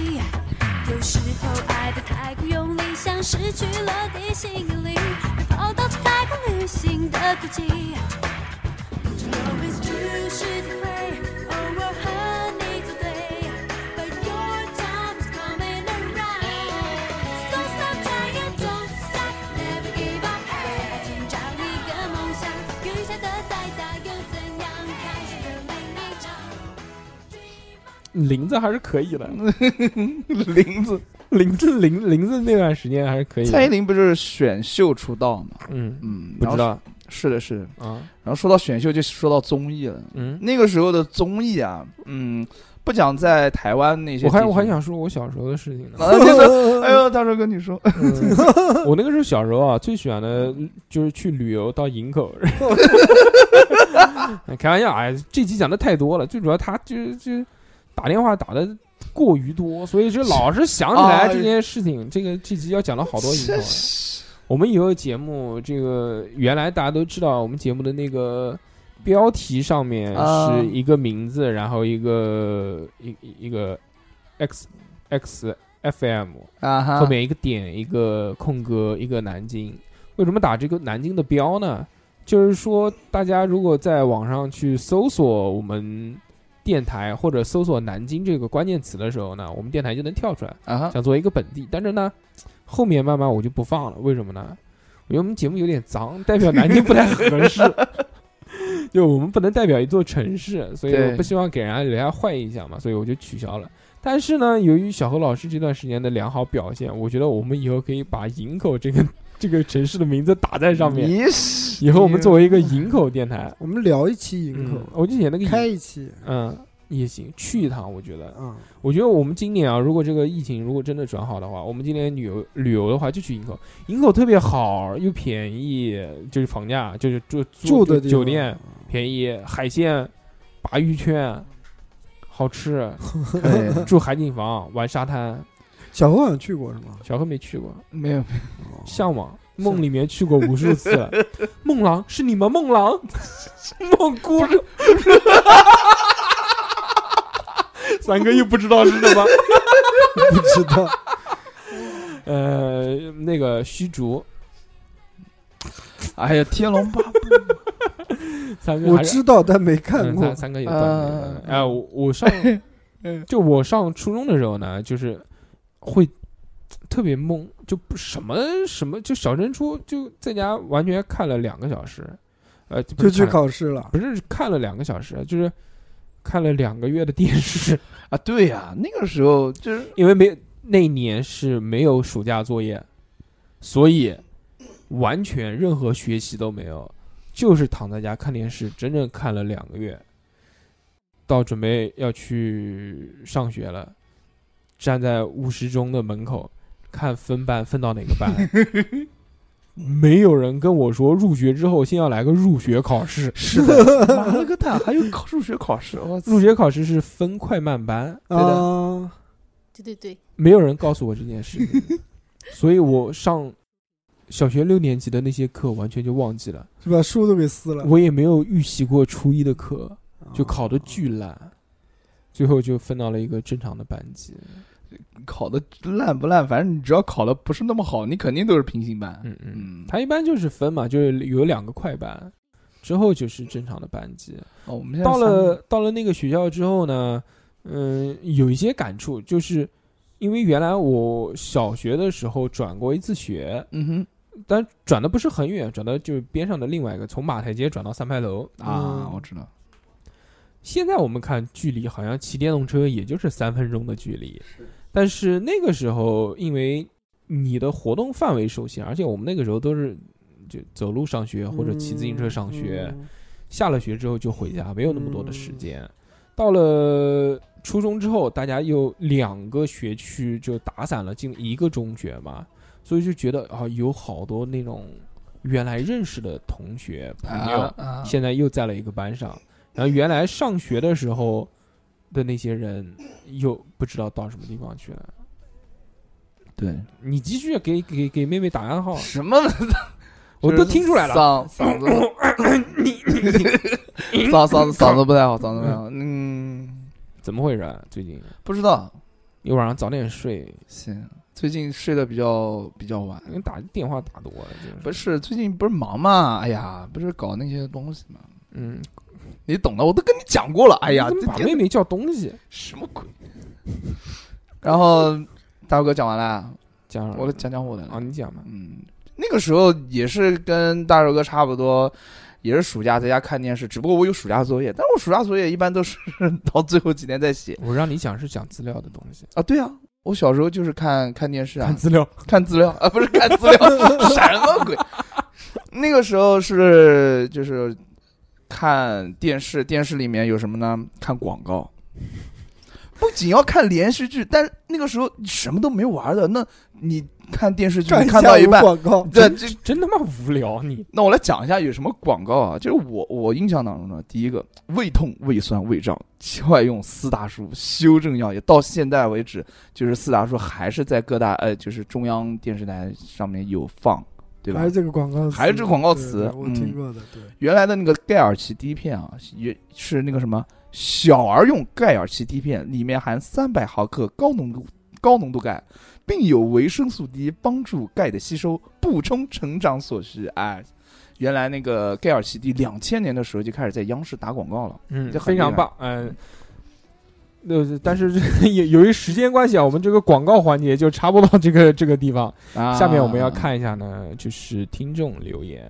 F: 有时候爱的太过用力，像失去了地心引力，而跑到太空旅行的轨迹。只有 is true 是体会，偶尔和你作对。But your time is coming around. Don't stop trying, don't stop, never give up. 哎寻找一个梦想，雨下的再大又怎样？开始的另一场。Dream
A: 林子还是可以的，
C: 林子，
A: 林子林林子那段时间还是可以
C: 蔡依
A: 的。
C: 林不是选秀出道吗？
A: 嗯，
C: 嗯，
A: 不知
C: 然后。
A: 道
C: 是的，是的。
A: 啊，
C: 然后说到选秀，就说到综艺了。
A: 嗯，
C: 那个时候的综艺啊，嗯，不讲在台湾那些
A: 我
C: 地区，
A: 还我还想说我小时候的事情呢。
C: 啊， 那 个，哎呦，大叔跟你说，
A: 嗯我那个时候小时候啊，最喜欢的就是去旅游到营口。开玩笑，哎，这集讲的太多了，最主要他就就打电话打的过于多，所以就老是想起来
C: 哎
A: 这件事情。这个这集要讲了好多营口
C: 真
A: 啊。
C: 是
A: 我们以后节目这个原来大家都知道，我们节目的那个标题上面
C: 啊
A: 是一个名字，然后一个一一一个 x x f m。
C: 啊哈，
A: 后面一个点，一个空格，一个南京。为什么打这个南京的标呢？就是说，大家如果在网上去搜索我们电台或者搜索南京这个关键词的时候呢，我们电台就能跳出来。
C: 啊哈，
A: 想做一个本地，但是呢，后面慢慢我就不放了。为什么呢？我觉得我们节目有点脏，代表南京不太 合适。就我们不能代表一座城市，所以
C: 对
A: 我不希望给人家留下坏印象嘛，所以我就取消了。但是呢，由于小何老师这段时间的良好表现，我觉得我们以后可以把营口这个 这个城市的名字打在上
B: 嗯
A: 面。
C: 你是
A: 以后我们作为一个营口电台，
B: 我们聊一期营
A: 嗯
B: 口，，
A: 我就写那个
B: 开
A: 营，
B: 一期
A: 嗯，也行，去一趟，我觉得
B: 啊，
A: 我觉得我们今年啊，如果这个疫情如果真的转好的话，我们今年旅游旅游的话就去营口，营口特别好，又便宜，就是房价，就是住
B: 住的地
A: 酒
B: 方
A: 店便宜，海鲜、鲅鱼圈好 吃，
C: 对
A: 住海景房，玩沙滩。
B: 小何好像去过是 吗？
A: 小何没去过，
C: 没有
A: 向 往梦里面去过无数次了。梦郎是你们梦 郎，梦姑是。三哥又不知道是什么。
B: 不知道，
A: 呃，那个虚竹，
C: 哎呀，《天龙八 部》
A: 三哥
B: 我
A: 还是
B: 知道但没
A: 嗯
B: 看过
A: 三。三哥有段
C: 呃
A: 子。哎，我我上
C: 嗯
A: 就我上初中的时候呢，就是会特别懵，就不什么什么，就小升初就在家完全看了两个小时，呃，不
B: 就是去
A: 看了，
B: 考试了，
A: 不是看了两个小时，就是看了两个月的电视，
C: 啊，对呀、那个时候就是
A: 因为没那一年是没有暑假作业，所以完全任何学习都没有，就是躺在家看电视，整整看了两个月，到准备要去上学了，站在五十中的门口看分班分到哪个班，没有人跟我说入学之后先要来个入学考试。
G: 是的，妈了个蛋，还有考数学考试，我操
A: 入学考试是分快慢班，
G: 对的
B: 啊，
D: 对对对，
A: 没有人告诉我这件事情，所以我上小学六年级的那些课完全就忘记了，
B: 是吧？书都给撕了，啊
A: 我也没有预习过初一的课，就考的巨烂，最后就分到了一个正常的班级。
C: 考的烂不烂，反正你只要考的不是那么好，你肯定都是平行班。
A: 嗯嗯，
C: 嗯，
A: 他一般就是分嘛，就是有两个快班，之后就是正常的班级。
C: 哦，我们现在
A: 到
C: 三
A: 了到了那个学校之后呢，嗯，有一些感触，就是因为原来我小学的时候转过一次学，
C: 嗯哼
A: 但转的不是很远，转到就是边上的另外一个，从马台街转到三牌楼。
C: 啊，
B: 嗯
C: 我知道，
A: 现在我们看距离，好像骑电动车也就是三分钟的距离，但是那个时候因为你的活动范围受限，而且我们那个时候都是就走路上学或者骑自行车上学。
B: 嗯
A: 下了学之后就回家，没有那么多的时间。
C: 嗯
A: 到了初中之后，大家又两个学区就打散了，进一个中学嘛，所以就觉得啊，有好多那种原来认识的同学朋友，
C: 啊啊，
A: 现在又在了一个班上。然后原来上学的时候的那些人，又不知道到什么地方去了。
C: 对，
A: 你继续给给给妹妹打暗号，啊
C: 什么
A: 哦 我都听出来了。
C: 嗓嗓 子，嗓嗓嗓子不太好，嗓子不太好。嗯，
A: 怎么回事啊？最近
C: 不知道。
A: 一晚上早点睡，
C: 行，最近睡得比较比较晚，
A: 你打电话打多了，真是
C: 不是最近不是忙嘛？哎呀，不是搞那些东西嘛？
A: 嗯，
C: 你懂的，我都跟你讲过了。哎呀，
A: 你怎
C: 这
A: 么把妹妹叫东西？
C: 什么鬼？然后大哥讲完了，
A: 讲
C: 我讲讲我的了
A: 啊，你讲吧。
C: 嗯，那个时候也是跟大肉哥差不多，也是暑假在家看电视，只不过我有暑假作业，但我暑假作业一般都是 到最后几天再写
A: 我让你讲是讲资料的东西，
C: 啊。对啊，我小时候就是看看电视啊，
A: 资料。
C: 看资料啊，不是看资料， 什么鬼？那个时候是就是看电视，电视里面有什么呢？看广告。不仅要看连续剧，但是那个时候什么都没玩的。那你看电视剧
B: 转
C: 看到
B: 下
C: 一半，
B: 广告，
C: 对，这
A: 真他妈无聊你！
C: 那我来讲一下有什么广告啊？就是我我印象当中呢，第一个胃痛、胃酸、胃胀，快用四大叔修正药液。到现在为止，就是四大叔还是在各大呃，就是中央电视台上面有放，对吧
B: 还是？这个广告词，
C: 还是这个广告
B: 对
C: 词
B: 对我
C: 嗯
B: 听过的，对，
C: 原来的那个盖尔奇第一片啊，也是那个什么小儿用盖尔奇第一片，里面含三百毫克高浓度高浓度钙，并有维生素 D 帮助钙的吸收，补充成长所需。哎，原来那个盖尔奇 D 两千年的时候就开始在央视打广告了。
A: 嗯
C: 这很
A: 非常
C: 厉害
A: 棒。嗯，呃，但是这也由于时间关系啊，我们这个广告环节就插播到这个这个地方。
C: 啊
A: 下面我们要看一下呢，就是听众留言。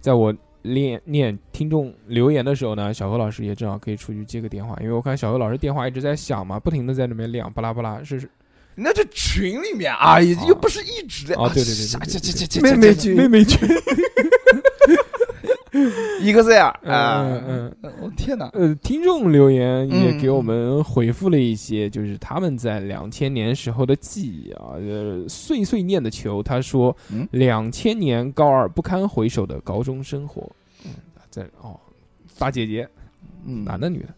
A: 在我念念听众留言的时候呢，小何老师也正好可以出去接个电话，因为我看小何老师电话一直在响嘛，不停的在那边亮，巴拉巴拉，是是
C: 那这群里面啊，也
A: 啊
C: 又不是一直在
A: 啊对对对
C: 这
A: 对
C: 这
A: 对
C: 这这
B: 妹妹君
A: 妹妹去，
C: 一个这样啊
A: 嗯，嗯。
C: 我天哪，
A: 呃，听众留言也
C: 嗯
A: 给我们回复了一些，就是他们在两千年时候的记忆啊。呃，碎碎念的球，他说
C: 嗯，
A: 两千年高二不堪回首的高中生活。嗯，在哦，大姐姐，
C: 嗯，
A: 男的女的，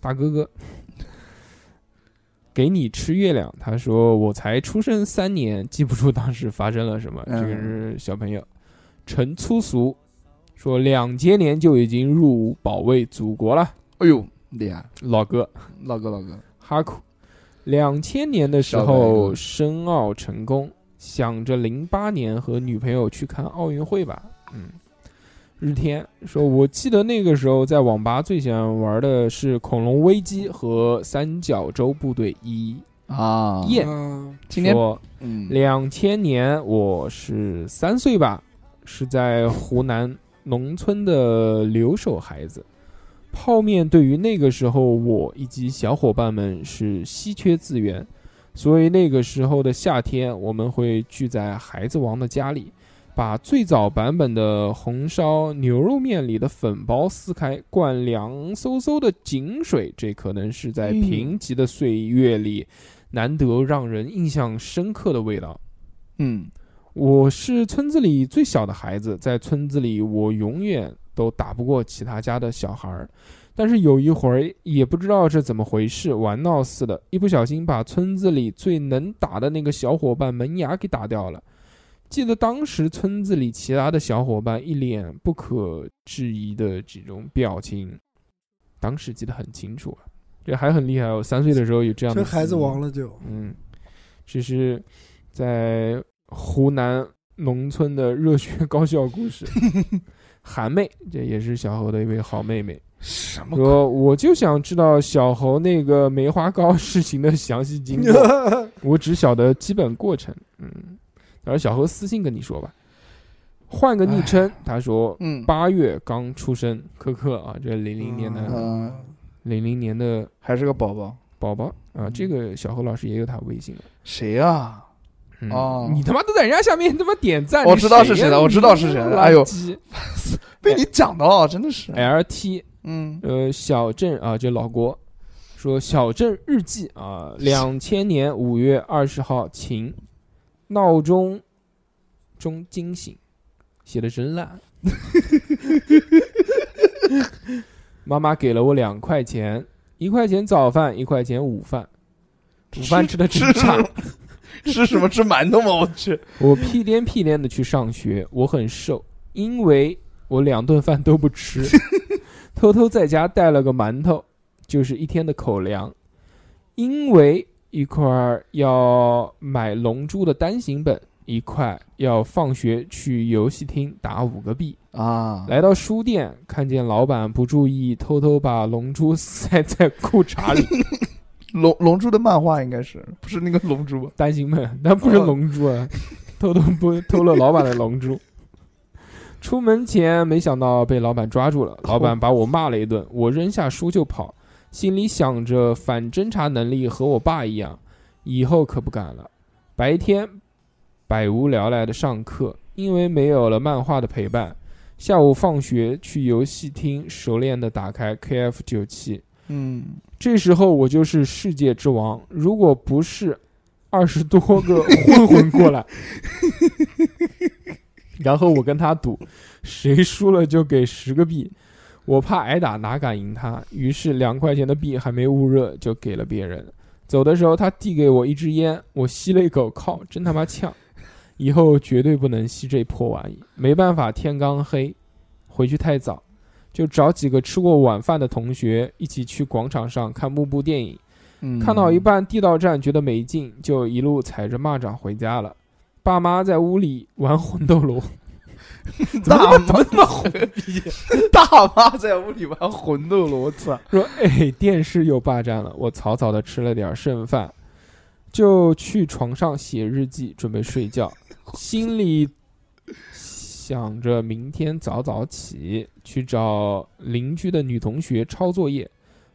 A: 大哥哥，给你吃月亮。他说，我才出生三年，记不住当时发生了什么。这
C: 嗯
A: 个是小朋友，陈粗俗说，两千年就已经入伍保卫祖国了。
C: 哎呦，厉害，
A: 老哥
C: 老哥老哥，
A: 哈库，两千年的时
C: 小白嗯
A: 候
C: 哥
A: 申奥成功，想着零八年和女朋友去看奥运会吧。嗯，日天说，我记得那个时候在网吧最喜欢玩的是《恐龙危机》和《三角洲部队一
C: 啊》。
A: 燕
B: 啊，
C: 今天
A: 说，
C: 嗯
A: 两千年我是三岁吧，是在湖南农村的留守孩子。泡面对于那个时候我以及小伙伴们是稀缺资源，所以那个时候的夏天，我们会聚在孩子王的家里，把最早版本的红烧牛肉面里的粉包撕开，灌凉飕飕的井水。这可能是在
C: 嗯
A: 贫瘠的岁月里难得让人印象深刻的味道。
C: 嗯，
A: 我是村子里最小的孩子，在村子里我永远都打不过其他家的小孩儿。但是有一回也不知道是怎么回事，玩闹似的，一不小心把村子里最能打的那个小伙伴门牙给打掉了。记得当时村子里其他的小伙伴一脸不可置疑的这种表情，当时记得很清楚啊，这还很厉害哦。三岁的时候有这样的
B: 这孩子
A: 记忆
B: 王了就，
A: 嗯，这是在湖南农村的热血 高校故事。韩妹，这也是小猴的一位好妹妹。
H: 什么
A: 说我就想知道小猴那个梅花糕 事情的详细 经过，我只晓得基本过程。嗯，然后小猴私信跟你说吧，换个昵称。他说
H: 嗯，
A: 八月刚出生，可可啊，这零零年
B: 啊
A: 的
H: 嗯
A: 零零年的
H: 还是个宝宝，
A: 宝宝啊，这个小猴老师也有他微信了。
H: 谁啊？
A: 嗯
H: 哦
A: 你他妈都在人家下面他妈点赞，
H: 我知道是谁了
A: 了，
H: 我知道是谁了哎呦
A: 哎
H: 被你讲到，真的是，
A: ，L T
H: 嗯，
A: 呃小镇啊，这老郭说小镇日记啊，两千年五月二十号晴，闹钟中惊醒，写的真烂。妈妈给了我两块钱，一块钱早饭，一块钱午饭， 午饭吃的真差。
H: 吃什么吃馒头吗？我去，
A: 我屁颠屁颠的去上学，我很瘦，因为我两顿饭都不吃，偷偷在家带了个馒头，就是一天的口粮。因为一块儿要买《龙珠》的单行本，一块要放学去游戏厅打五个币。
H: 啊，
A: 来到书店，看见老板不注意，偷偷把《龙珠》塞在裤衩里。
H: 龙龙珠的漫画应该是不是那个龙珠吧？
A: 单行本，但不是
H: 哦
A: 龙珠啊， 偷偷不偷了老板的龙珠。出门前没想到被老板抓住了，老板把我骂了一顿，我扔下书就跑，心里想着反侦查能力和我爸一样，以后可不敢了。白天百无聊赖的上课，因为没有了漫画的陪伴。下午放学去游戏厅，熟练的打开 KF 九七，
H: 嗯，
A: 这时候我就是世界之王，如果不是二十多个混混过来，然后我跟他赌，谁输了就给十个币。我怕挨打，哪敢赢他？于是两块钱的币还没捂热，就给了别人。走的时候，他递给我一支烟，我吸了一口，靠，真他妈呛！以后绝对不能吸这破玩意。没办法，天刚黑，回去太早，就找几个吃过晚饭的同学一起去广场上看幕布电影。
H: 嗯
A: 看到一半地道战觉得没劲，就一路踩着蚂蚱回家了。爸妈在屋里玩魂 斗罗，
H: 大妈那红逼，大妈在屋里玩魂斗罗，我操！
A: 说：“哎，电视又霸占了。”我草草的吃了点剩饭，就去床上写日记，准备睡觉，心里想着明天早早起去找邻居的女同学抄作业。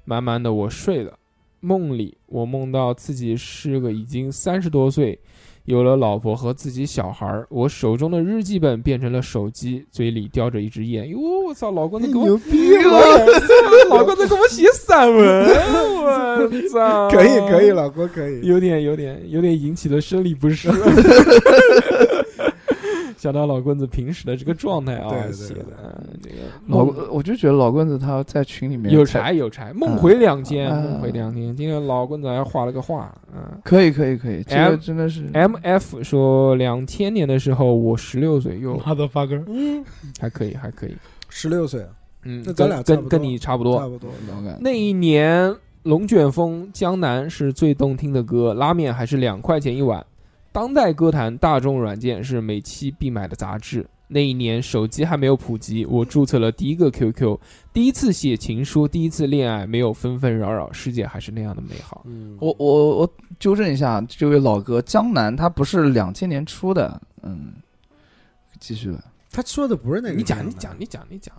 A: 慢慢的，我睡了。梦里，我梦到自己是个已经三十多岁，有了老婆和自己小孩儿。我手中的日记本变成了手机，嘴里叼着一支烟。哟，我操，老 公，你给我
B: 牛逼
A: 给
B: 了，
A: 我老公在给我写散文，我操！
B: 可以可以，，老郭可以。
A: 有点有点有点引起了生理 不适。想到老棍子平时的这个状态
B: 对
A: 啊，
B: 对
A: 写
B: 对
A: 的啊这个
H: 老，
A: 梦
H: 我就觉得老棍子他在群里面
A: 有柴有柴，梦回两间，
H: 啊
A: 梦回两间。今天老棍子还画了个画，嗯。
H: 可以可以可以，这个
A: M-
H: 真的是
A: M F 说，两千年的时候我十六岁，哟，
H: 的发根，
B: 嗯，
A: 还可以，还可以，
B: 十六岁，
A: 嗯，
B: 那咱俩差不
A: 跟跟
B: 多
A: 跟你差不多，
B: 差不多。
H: 老感
A: 那一年，龙卷风、江南是最动听的歌，拉面还是两块钱一碗。当代歌坛大众软件是每期必买的杂志。那一年手机还没有普及，我注册了第一个 QQ，第一次写情书，第一次恋爱，没有纷纷扰扰，世界还是那样的美好。
B: 嗯，
H: 我我我纠正一下这位老哥，江南他不是两千年出的，嗯，继续吧。
B: 他说的不是那个，
A: 你讲，你，讲，你讲，你讲，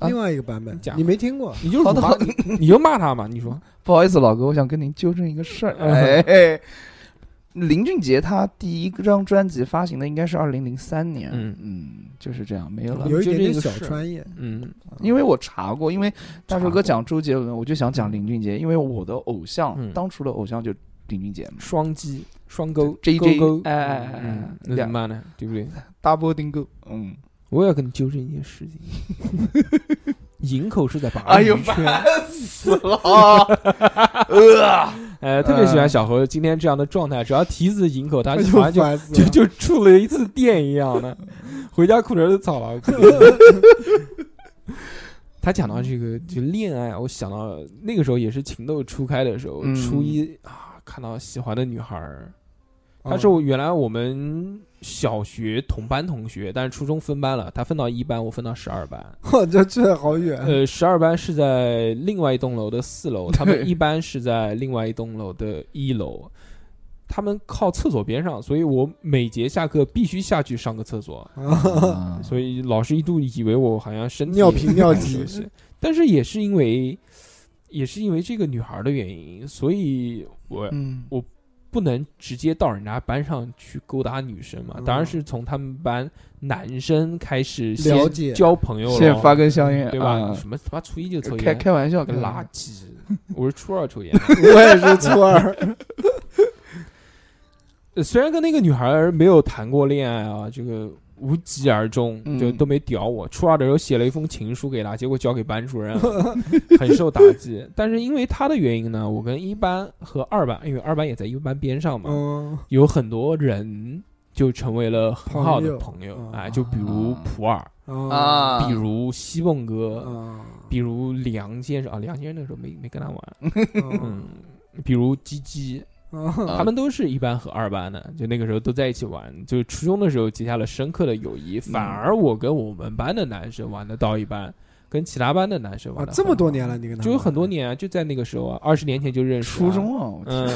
H: 啊
B: 另外一个版本
A: 你，讲
B: 你没听过？
A: 你就
H: 好
A: 辱
H: 的
A: 骂
H: 好，
A: 你你就骂他嘛。你说，
H: 不好意思，老哥，我想跟您纠正一个事儿。
A: 嗯
H: 哎， 林俊杰他第一张专辑发行的应该是二零零三年，
A: 嗯
H: 嗯，就是这样，没有了。
B: 有一点点
A: 啊就这
B: 小
A: 个事
B: 专业，
A: 嗯，
H: 因 为我查过，因为大
A: 查
H: 帅哥
A: 过
H: 讲周杰伦，我就想讲林俊杰，因为我的偶像，
A: 嗯
H: 当初的偶像就定军节嘛
A: 双击双勾
H: ，J
A: 勾
H: J，
A: 勾，
H: 哎哎哎哎
A: 嗯，那怎么
H: 两
A: 办呢？对不对？
H: double 定购，嗯，
A: 我也要跟你纠正一件事情， 营口是在八
H: 哎呦
A: 里圈，
H: 死了啊， 呃，
A: 呃，特别喜欢小何今天这样的状态，只要提起营口，他
H: 哎
B: 他
A: 就
B: 就
A: 好像就
B: 哎烦死
A: 就
B: 了。
A: 就触了一次电一 样的，回家哭着都草了。他讲到这个就恋爱，我想到那个时候也是情窦初开的时候，
H: 嗯
A: 初一啊，看到喜欢的女孩儿，她
H: 嗯
B: 啊
A: 是我原来我们小学同班同学，但是初中分班了，她分到一班，我分到十二班。
B: 我这这好远，
A: 呃，十二班是在另外一栋楼的四楼，他
H: 对
A: 们一班是在另外一栋楼的一楼，他们靠厕所边上，所以我每节下课必须下去上个厕所，
H: 啊
C: 嗯
A: 所以老师一度以为我好像身体
B: 尿频尿
A: 不太
B: 急
A: 舒适，但是也是因为也是因为这个女孩的原因，所以我
H: 嗯
A: 不能直接到人家班上去勾搭女生嘛，当然
B: 嗯
A: 是从他们班男生开始
B: 了
A: 先
B: 解
A: 交朋友
H: 先
A: 了。
H: 发根香烟，
A: 对
H: 啊
A: 吧？什么他妈初一就
C: 呃
A: 抽
H: 开
A: 烟，
H: 开玩笑，
A: 个
H: 开玩
A: 垃
H: 笑，
A: 圾！嗯我是初二抽烟的，
B: 我也是初二。
A: 呃 虽然跟那个女孩儿没有谈过恋爱啊，这个无疾而终，
H: 嗯
A: 就都没屌我。初二的时候写了一封情书给她，结果交给班主任 了，很受打击。但是因为她的原因呢，我跟一班和二班，因为二班也在一班边上嘛，
B: 嗯，
A: 有很多人就成为了很好的朋
B: 朋
A: 友
B: 友
A: 啊，就比如普洱，
B: 啊
H: 啊，
A: 嗯比如西蹦哥，
B: 啊，
A: 比如梁先生啊，梁先生那个时候没没跟他玩，
B: 嗯
A: 嗯，比如鸡鸡。
B: 啊
A: 他们都是一班和二班的，就那个时候都在一起玩，就初中的时候结下了深刻的友谊。反而我跟我们班的男生玩的到一班，跟其他班的男生玩
B: 啊，
A: 的、
B: 这么多年，了，你跟他
A: 就有很多年啊，就在那个时候啊，二十年前就认识、
H: 初，中啊，我
A: 嗯，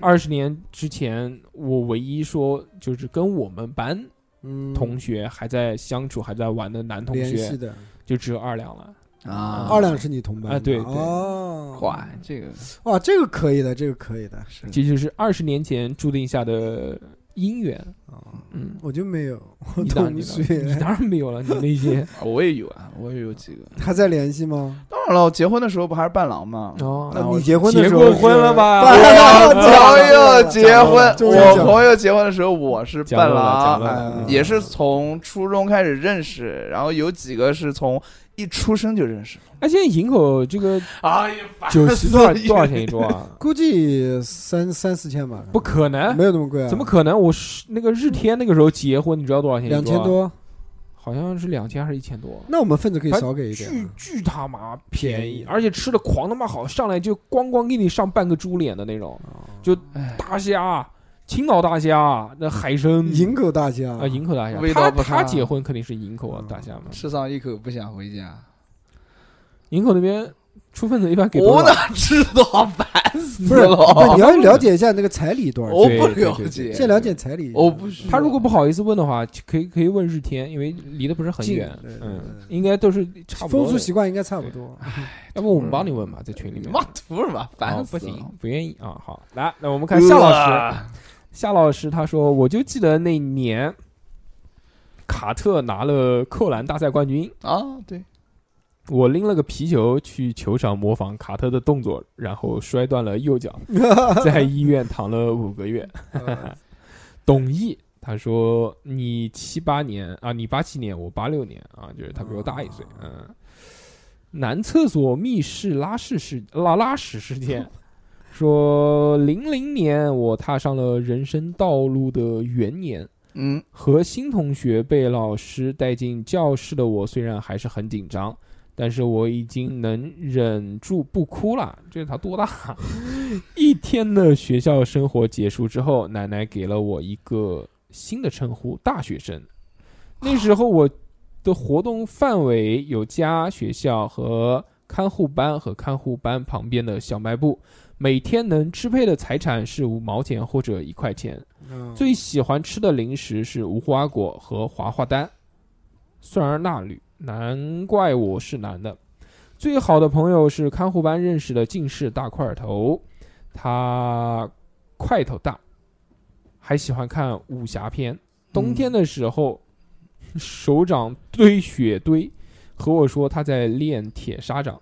A: 二十年之前，我唯一说就是跟我们班
B: 嗯
A: 同学还在相处、还在玩的男同
B: 联系
A: 学，
B: 的，
A: 就只有二两了。
H: 天啊，
B: 二两是你同班
A: 啊
B: 的
A: 对对
B: 哦，
H: 哇，这个
B: 哇，这个可以的，这个可以的，
H: 是
A: 这就是二十年前注定下的姻缘。
B: 啊，
A: 嗯，
B: 我就没有，我
A: 你当然
B: 同
A: 你当然你
B: 学
A: 当然没有了，你那些
H: 啊我也有啊，我也有几个。
B: 还在联系吗？
H: 当然了，我结婚的时候不还是伴郎吗？
A: 哦
B: 啊
H: 我
B: 你结婚的
A: 结
B: 时候
A: 过婚了 吧
H: 哎
B: 是？哎
H: 我
B: 讲了
H: 朋友结婚，
B: 终于讲
H: 我
B: 了
H: 朋友结婚的时候我是
A: 讲
H: 伴
A: 了吧
H: 郎
A: 讲，了嗯
H: 哎
A: 吧，
H: 也是从初中开始认识，然后有几个是从一出生就认识。
A: 哎，现在营口 这个
H: 哎呀，
A: 酒席多少
H: 所以
A: 多少钱一桌啊？
B: 估计三三四千吧，
A: 不可能
B: 没，有那么贵啊，
A: 怎么可能？我是那个日天那个时候结婚，你知道多少钱一桌？啊
B: 两千，多？
A: 好像是两千还是一千多？
B: 那我们份子可以
A: 还
B: 少给一点
A: 巨
B: 啊，
A: 巨他妈便
B: 便
A: 宜
B: 宜，
A: 而且吃的狂他妈好，上来就咣咣给你上半个猪脸的那种，
B: 啊
A: 就大虾、青岛大虾、那海参、
B: 营口大虾
A: 啊营口大虾，
H: 味
A: 他
H: 道不
B: 啊
A: 他
H: 差
A: 结婚肯定是营口啊大虾嘛，
B: 嗯
H: 吃上一口不想回家，
A: 营口那边出份子一般给多
H: 我
A: 少？
H: 哪知道，烦死
B: 不是，不是
H: 了
B: 你，要了解一下那个彩礼多少
H: 我
B: 钱，
H: 不
A: 对对
H: 了
A: 对对
H: 解，
B: 先了解彩礼，
H: 我不需要
A: 他如果不好意思问的话，可以可以问日天，因为离得不是很
B: 近
A: 远
B: 对，对
A: 嗯，
B: 对
A: 应该都是差不多
B: 啊风
A: 的。
B: 俗习惯应该差不多。
A: 要不我们帮你问吧，在群里
H: 你
A: 面。
H: 妈图什么？
A: 哦
H: 烦死
A: 不
H: 了！
A: 行，不愿意啊。好，来，那我们看夏老师。
H: 呃，
A: 夏老师他说，我就记得那年，卡特拿了扣篮大赛冠军，
H: 啊，对，
A: 我拎了个皮球去球场模仿卡特的动作，然后摔断了右 脚，在医院躺了五个月。
B: 啊
A: 董毅他说：“你七八年啊，你八七年，我八六年啊，就是他比我大一岁。嗯，男厕所密室拉屎事拉拉屎事件，说零零年我踏上了人生道路的元年。”
H: 嗯，
A: 和新同学被老师带进教室的我，虽然还是很紧张，但是我已经能忍住不哭了。这他多大？ 一天的学校生活结束之后，奶奶给了我一个新的称呼——大学生。那时候我的活动范围有家、学校和看护班和看护班旁边的小卖部，每天能支配的财产是五毛钱或者一块钱。
B: 嗯
A: 最喜欢吃的零食是无花果和滑滑丹，酸儿钠铝，难怪我是男的。最好的朋友是看护班认识的近视大块头，他块头大，还喜欢看武侠片。冬天的时候，手掌堆雪堆，和我说他在练铁砂掌。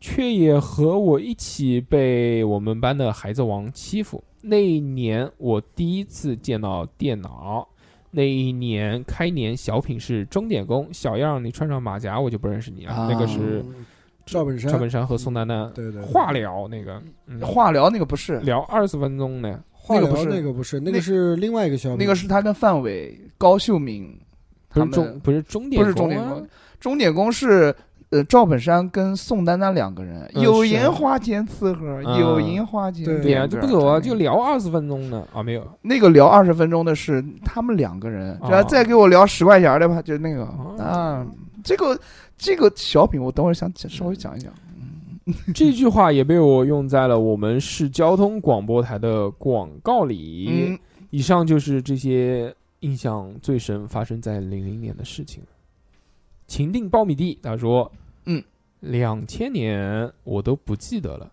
A: 却也和我一起被我们班的孩子王欺负。那一年我第一次见到电脑，那一年开年小品是钟点工，小样你穿上马甲我就不认识你了。
C: 啊
A: 那个是
B: 嗯赵本山，
A: 赵本山和宋丹丹
B: 对对对
A: 化疗那个，嗯，
C: 化疗那个不是，
A: 聊二十分钟呢。
B: 化
C: 那个
B: 疗
C: 不是
B: 那个不是，那
C: 那
B: 个是另外一个小品
C: 那个是他跟范伟、高秀敏，
A: 不
C: 他
A: 是
C: 们
A: 钟，不是钟点
C: 不是钟
A: 工啊，
C: 点工，钟点工是呃赵本山跟宋丹丹两个人，
A: 嗯
C: 有
A: 是
C: 银花间刺客，
A: 嗯
C: 有银花间，
B: 对
A: 对呀、
C: 呀，
A: 就不走啊，就聊二十分钟呢啊，没有
C: 那个聊二十分钟的是他们两个人，
A: 哦
C: 然后再给我聊十块钱儿的吧，就那个
A: 哦
C: 啊，这个这个小品我等会儿想讲稍微讲一讲。
A: 这句话也被我用在了我们市交通广播台的广告里。
C: 嗯，
A: 以上就是这些印象最深发生在零零年的事情。秦定苞米地他说：“
C: 嗯，
A: 两千年我都不记得了，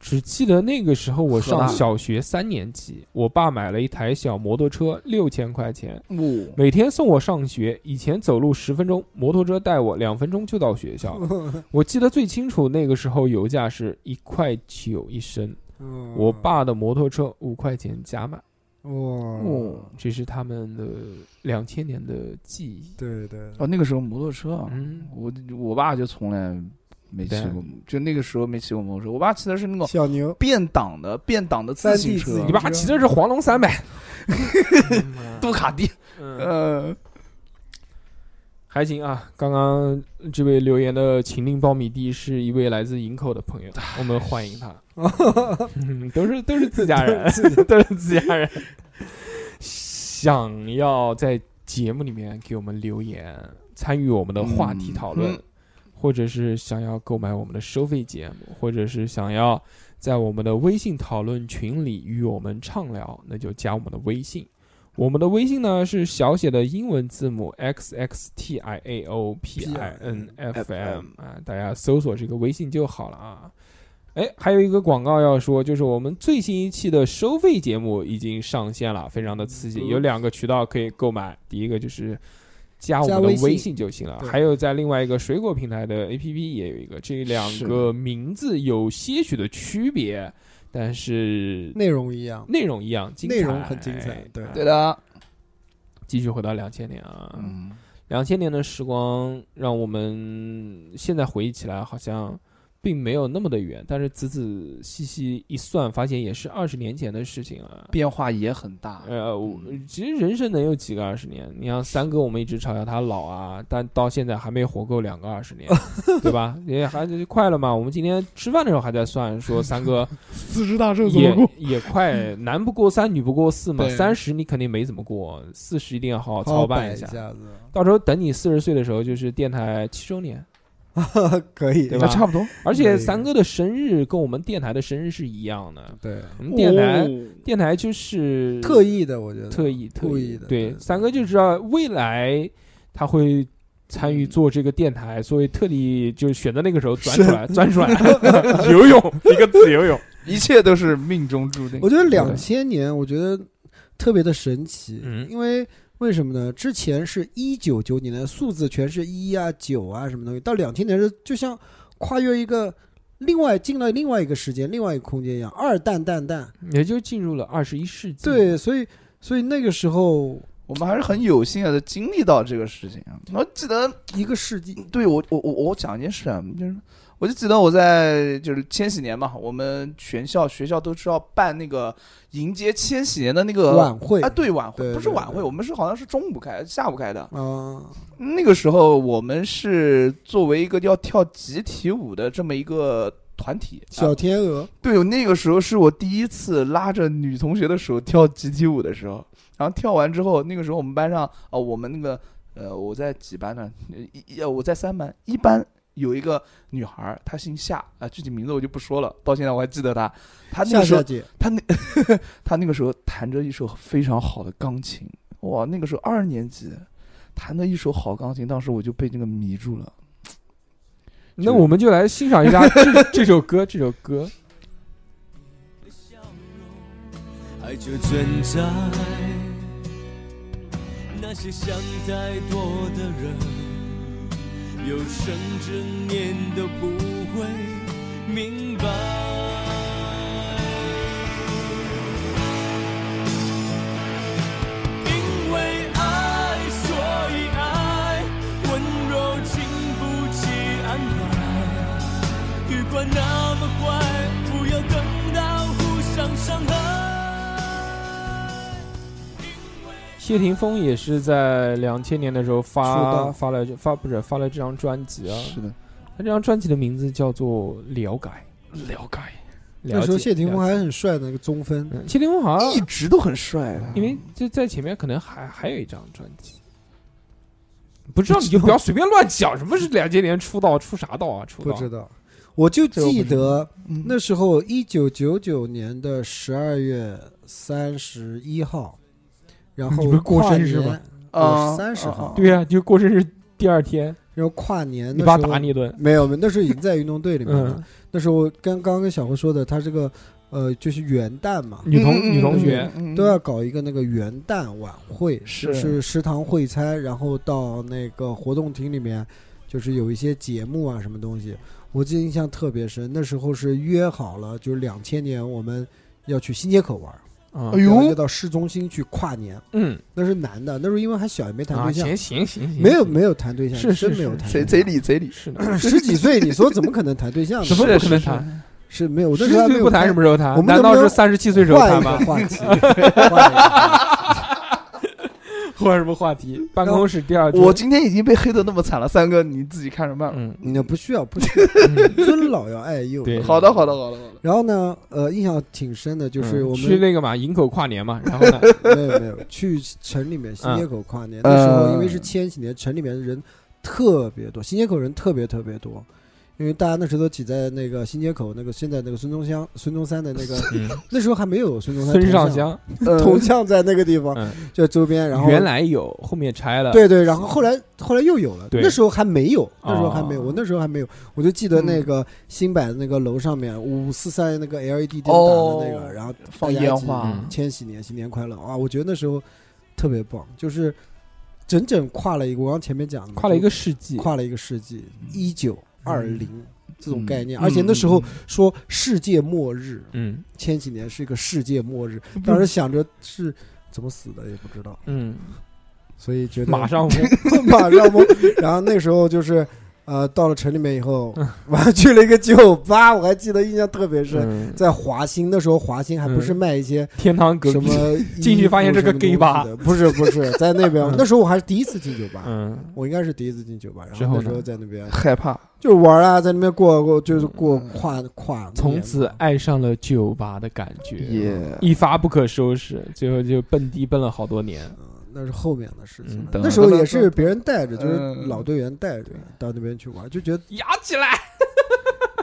A: 只记得那个时候我
C: 河
A: 上
C: 南
A: 小学三年级，我爸买了一台小摩托车，六千块钱，
C: 我
A: 每天送我上学。以前走路十分钟，摩托车带我两分钟就到学 校。 我记得最清楚，那个时候油价是一块九一升，
B: 嗯
A: 我爸的摩托车五块钱加满。”
B: 哇，
C: 哦
A: 这是他们的两千年的记忆。
B: 对对，
C: 哦，那个时候摩托车啊，
A: 嗯，
C: 我我爸就从来没骑过，就那个时候没骑过摩托车。我爸骑的是那种
B: 小牛
C: 变档的变档的自行车
B: 山地自，
A: 嗯你
B: 行车
A: 爸骑的是黄龙三百，
C: 杜卡迪。
A: 嗯，
C: 呃，
A: 还行啊。刚刚这位留言的秦令苞米地是一位来自营口的朋友，我们欢迎他。嗯 都是都是自家人， 都是自家人。想要在节目里面给我们留言，参与我们的话题讨论，
C: 嗯
A: 或者是想要购买我们的收费节目，或者是想要在我们的微信讨论群里与我们畅聊，那就加我们的微信。我们的微信呢是小写的英文字母 x x t i a o p i n f m 啊，大家搜索这个微信就好了啊。哎，还有一个广告要说，就是我们最新一期的收费节目已经上线了，非常的刺激，
B: 嗯
A: 有两个渠道可以购买，第一个就是加我
B: 加
A: 们的
B: 微信
A: 微信就行了，
B: 对
A: 还有在另外一个水果平台的 APP 也有一个，这两
C: 是
A: 个名字有些许的区别，但是
B: 内容一样，
A: 内容一样，精彩
B: 内容很精彩对
C: 对的，
A: 继续回到两千年啊，
C: 嗯，
A: 两千年的时光让我们现在回忆起来好像并没有那么的远，但是仔仔细细一算，发现也是二十年前的事情啊。
C: 变化也很大。
A: 呃，我其实人生能有几个二十年？你像三哥，我们一直嘲笑他老啊，但到现在还没活够两个二十年，对吧？也还就快了嘛。我们今天吃饭的时候还在算，说三哥
C: 四十大寿
A: 也？也快，男不过三，女不过四嘛。
C: 对
A: 三十你肯定没怎么过，四十一定要好好
B: 好好
A: 操
B: 摆
A: 办
B: 一
A: 一
B: 下子，
A: 到时候等你四十岁的时候，就是电台七周年，
B: 可以
A: 对吧
C: 差不多。
A: 而
B: 可
A: 且
B: 以
A: 三哥的生日跟我们电台的生日是一样的。
B: 对，
A: 我们电台、
C: 哦
A: 电台就是
B: 哦特意的我觉得
A: 特意
B: 故意的
A: 对，
B: 对
A: 三哥就知道未来他会参与做这个电台，所以特地就选择那个时候钻出来，钻出来游泳一个字游泳，
C: 一切都是命中注定
B: 我。觉得两千年，我觉得特别的神奇，
A: 嗯
B: 因为为什么呢？之前是一九九几年，数字全是一啊、九啊什么东西，到两千年是就像跨越一个另外进到另外一个时间、另外一个空间一样，二蛋蛋蛋。
A: 也就进入了二十一世纪。
B: 对，所以所以那个时候
C: 我们还是很有幸的经历到这个事情啊。我记得
B: 一个世纪，
C: 对我我我我讲一件事啊，就是我就记得我在就是千禧年嘛，我们全校学校都是要办那个迎接千禧年的那个
B: 晚会
C: 啊，对晚会
B: 对
C: 不是
B: 对
C: 晚
B: 对
C: 会，我们是好像是中午开，下午开的。
B: 啊，
C: 那个时候我们是作为一个要跳集体舞的这么一个团体，
B: 小
C: 啊、
B: 天鹅，
C: 对，那个时候是我第一次拉着女同学的手跳集体舞的时候，然后跳完之后，那个时候我们班上哦，我们那个呃，我在几班呢？呃一一呃我在三班，一班有一个女孩儿，她姓夏啊，具体名字我就不说了，到现在我还记得她。她啊那
B: 夏
C: 个时
B: 小
C: 候，
B: 姐，
C: 她那她那个时候弹着一首非常好的钢琴，哇，那个时候二年级，弹的一首好钢琴，当时我就被那个迷住了。
A: 那我们就来欣赏一下这这首歌，这首歌。
I: 爱就存在。那些想太多的人，有生之年都不会
E: 明白。因为爱，所以爱，温柔经不起安排。雨管那么快，不要等到互相伤害。
A: 谢霆锋也是在两千年的时候
B: 出
A: 发
B: 道
A: 发了发不是发了这张专辑啊，
H: 是的，
A: 他这张专辑的名字叫做《了解》，
H: 了解，
B: 那时候谢霆锋
A: 了
B: 还很帅呢，一个中分
A: 解，嗯谢霆 锋
B: 啊
A: 好
H: 一
A: 像
H: 直都很帅啊。
A: 因为就在前面可能还还有一张专辑，不知道你就不要随便乱讲，什么是两千年出道出啥道啊？出
B: 不
A: 道
B: 知道。我就
H: 这个我不
B: 记
H: 知
B: 得
H: 嗯
B: 那时候一九九九年的十二月三十一号，然后
A: 你不是过
B: 跨
A: 生日
B: 年
A: 吗
B: 我
H: 啊
B: 是30号
A: 对呀、就过生日第二天，
B: 然后跨年
A: 你
B: 的
A: 爸
B: 时候
A: 打你一顿，
B: 没有，那时候已经在运动队里面了。
A: 嗯，
B: 那时候跟刚刚跟小辉说的，他这个呃就是元旦嘛，
A: 女同女同学，，
H: 嗯嗯嗯嗯嗯嗯
B: 都要搞一个那个元旦晚会，
H: 是
B: 就是食堂会餐，然后到那个活动厅里面，就是有一些节目啊什么东西。我记得印象特别深，那时候是约好了，就是两千年我们要去新街口玩，
A: 啊
H: 哎，
B: 然后要
H: 呦，
B: 到市中心去跨年。
A: 嗯
B: 那是男的，那时候因为还小，也没谈
A: 啊，
B: 对象，
A: 行行行行，
B: 没有
A: 行
B: 没有谈对象，
A: 是是
B: 真没有
A: 是
B: 谈
H: 贼
B: 对
H: 贼
B: 象。
H: 理贼理，
A: 是的，
B: 十几岁，你说怎么可能谈对 象呢？
A: 怎么
H: 是
A: 不可能
H: 是
A: 谈？
B: 是没有？我那
A: 十
B: 时候还没
A: 岁
B: 有
A: 不谈什么时候
B: 我
A: 谈？
B: 们
A: 难
B: 能
A: 道
B: 不
A: 是
B: 能
A: 三十七岁时候
B: 换
A: 谈
B: 一
A: 吗
B: 个？话题，换一个
A: 换什么 话题？办公室第二天，
H: 我今天已经被黑的那么惨了，三哥你自己看着办吧。
A: 嗯，
B: 你不需要，不需要，尊老要爱幼。
A: 对
H: 好的，好的，好的，好的。
B: 然后呢，呃，印象挺深的，就是
A: 嗯
B: 我
A: 去
B: 们、
A: 那个嘛，营口跨 年嘛，然后呢，
B: 没有没有去城里面新街口跨年，
H: 嗯
B: 那时候因为是千禧年，城里面的人特别多，新街口人特别特别多。因为大家那时候都挤在那个新街口，那个现在那个孙中山、孙中山的那 个，
A: 嗯
B: 那时候还没有孙中山
A: 孙尚
B: 尚
A: 香
H: 呃
B: 铜像在那个地方
A: 嗯，
B: 就周边。然后
A: 原来有，后面拆了，，
B: 对对，然后后来后来又有了，
A: 呃对
B: 那时候还没有，那时候还没有，
H: 哦
B: 我那时候还没有，我就记得那个新版那个楼上面五四三那个 E LED 灯打
H: 哦
B: 的那个，然后
H: 放
B: 大家
H: 烟
B: 一起
H: 花
A: 嗯
B: 千禧年新年快乐啊！哇我觉得那时候特别棒，就是整整跨了一个，我刚前面讲的嘛，
A: 跨了一
B: 就
A: 个世纪，
B: 跨了一个世纪，一九二零这种概
H: 嗯
B: 念，而且那时候说世界末日，
A: 嗯
B: 千禧年是一个世界末日，当时想着是怎么死的也不知道，
A: 嗯，
B: 所以觉得
A: 马上疯
B: 马上懵。然后那时候就是，呃，到了城里面以后，
A: 嗯
B: 晚上去了一个酒吧，我还记得印象特别深，
A: 嗯
B: 在华兴。那时候华兴还不是卖一些
A: 天堂阁
B: 什么
A: 进去发现是个 gay 吧
B: 吧？不是不是，在那边
A: 嗯
B: 那时候我还是第一次进酒吧。
A: 嗯，
B: 我应该是第一次进酒吧，
A: 之
B: 然
A: 后
B: 后
A: 呢
B: 那时候在那边
H: 害怕，
B: 就是玩啊，在那边过过就是过跨跨，
A: 从此爱上了酒吧的感觉，
B: 嗯
H: 也
A: 一发不可收拾，最后就蹦迪蹦了好多 年，
B: 嗯那是后面的事情
A: 嗯
B: 了。
A: 等
B: 那时候也是别人带着，就是
H: 嗯
B: 老队员带着到那边去玩，就觉得
A: 摇起来，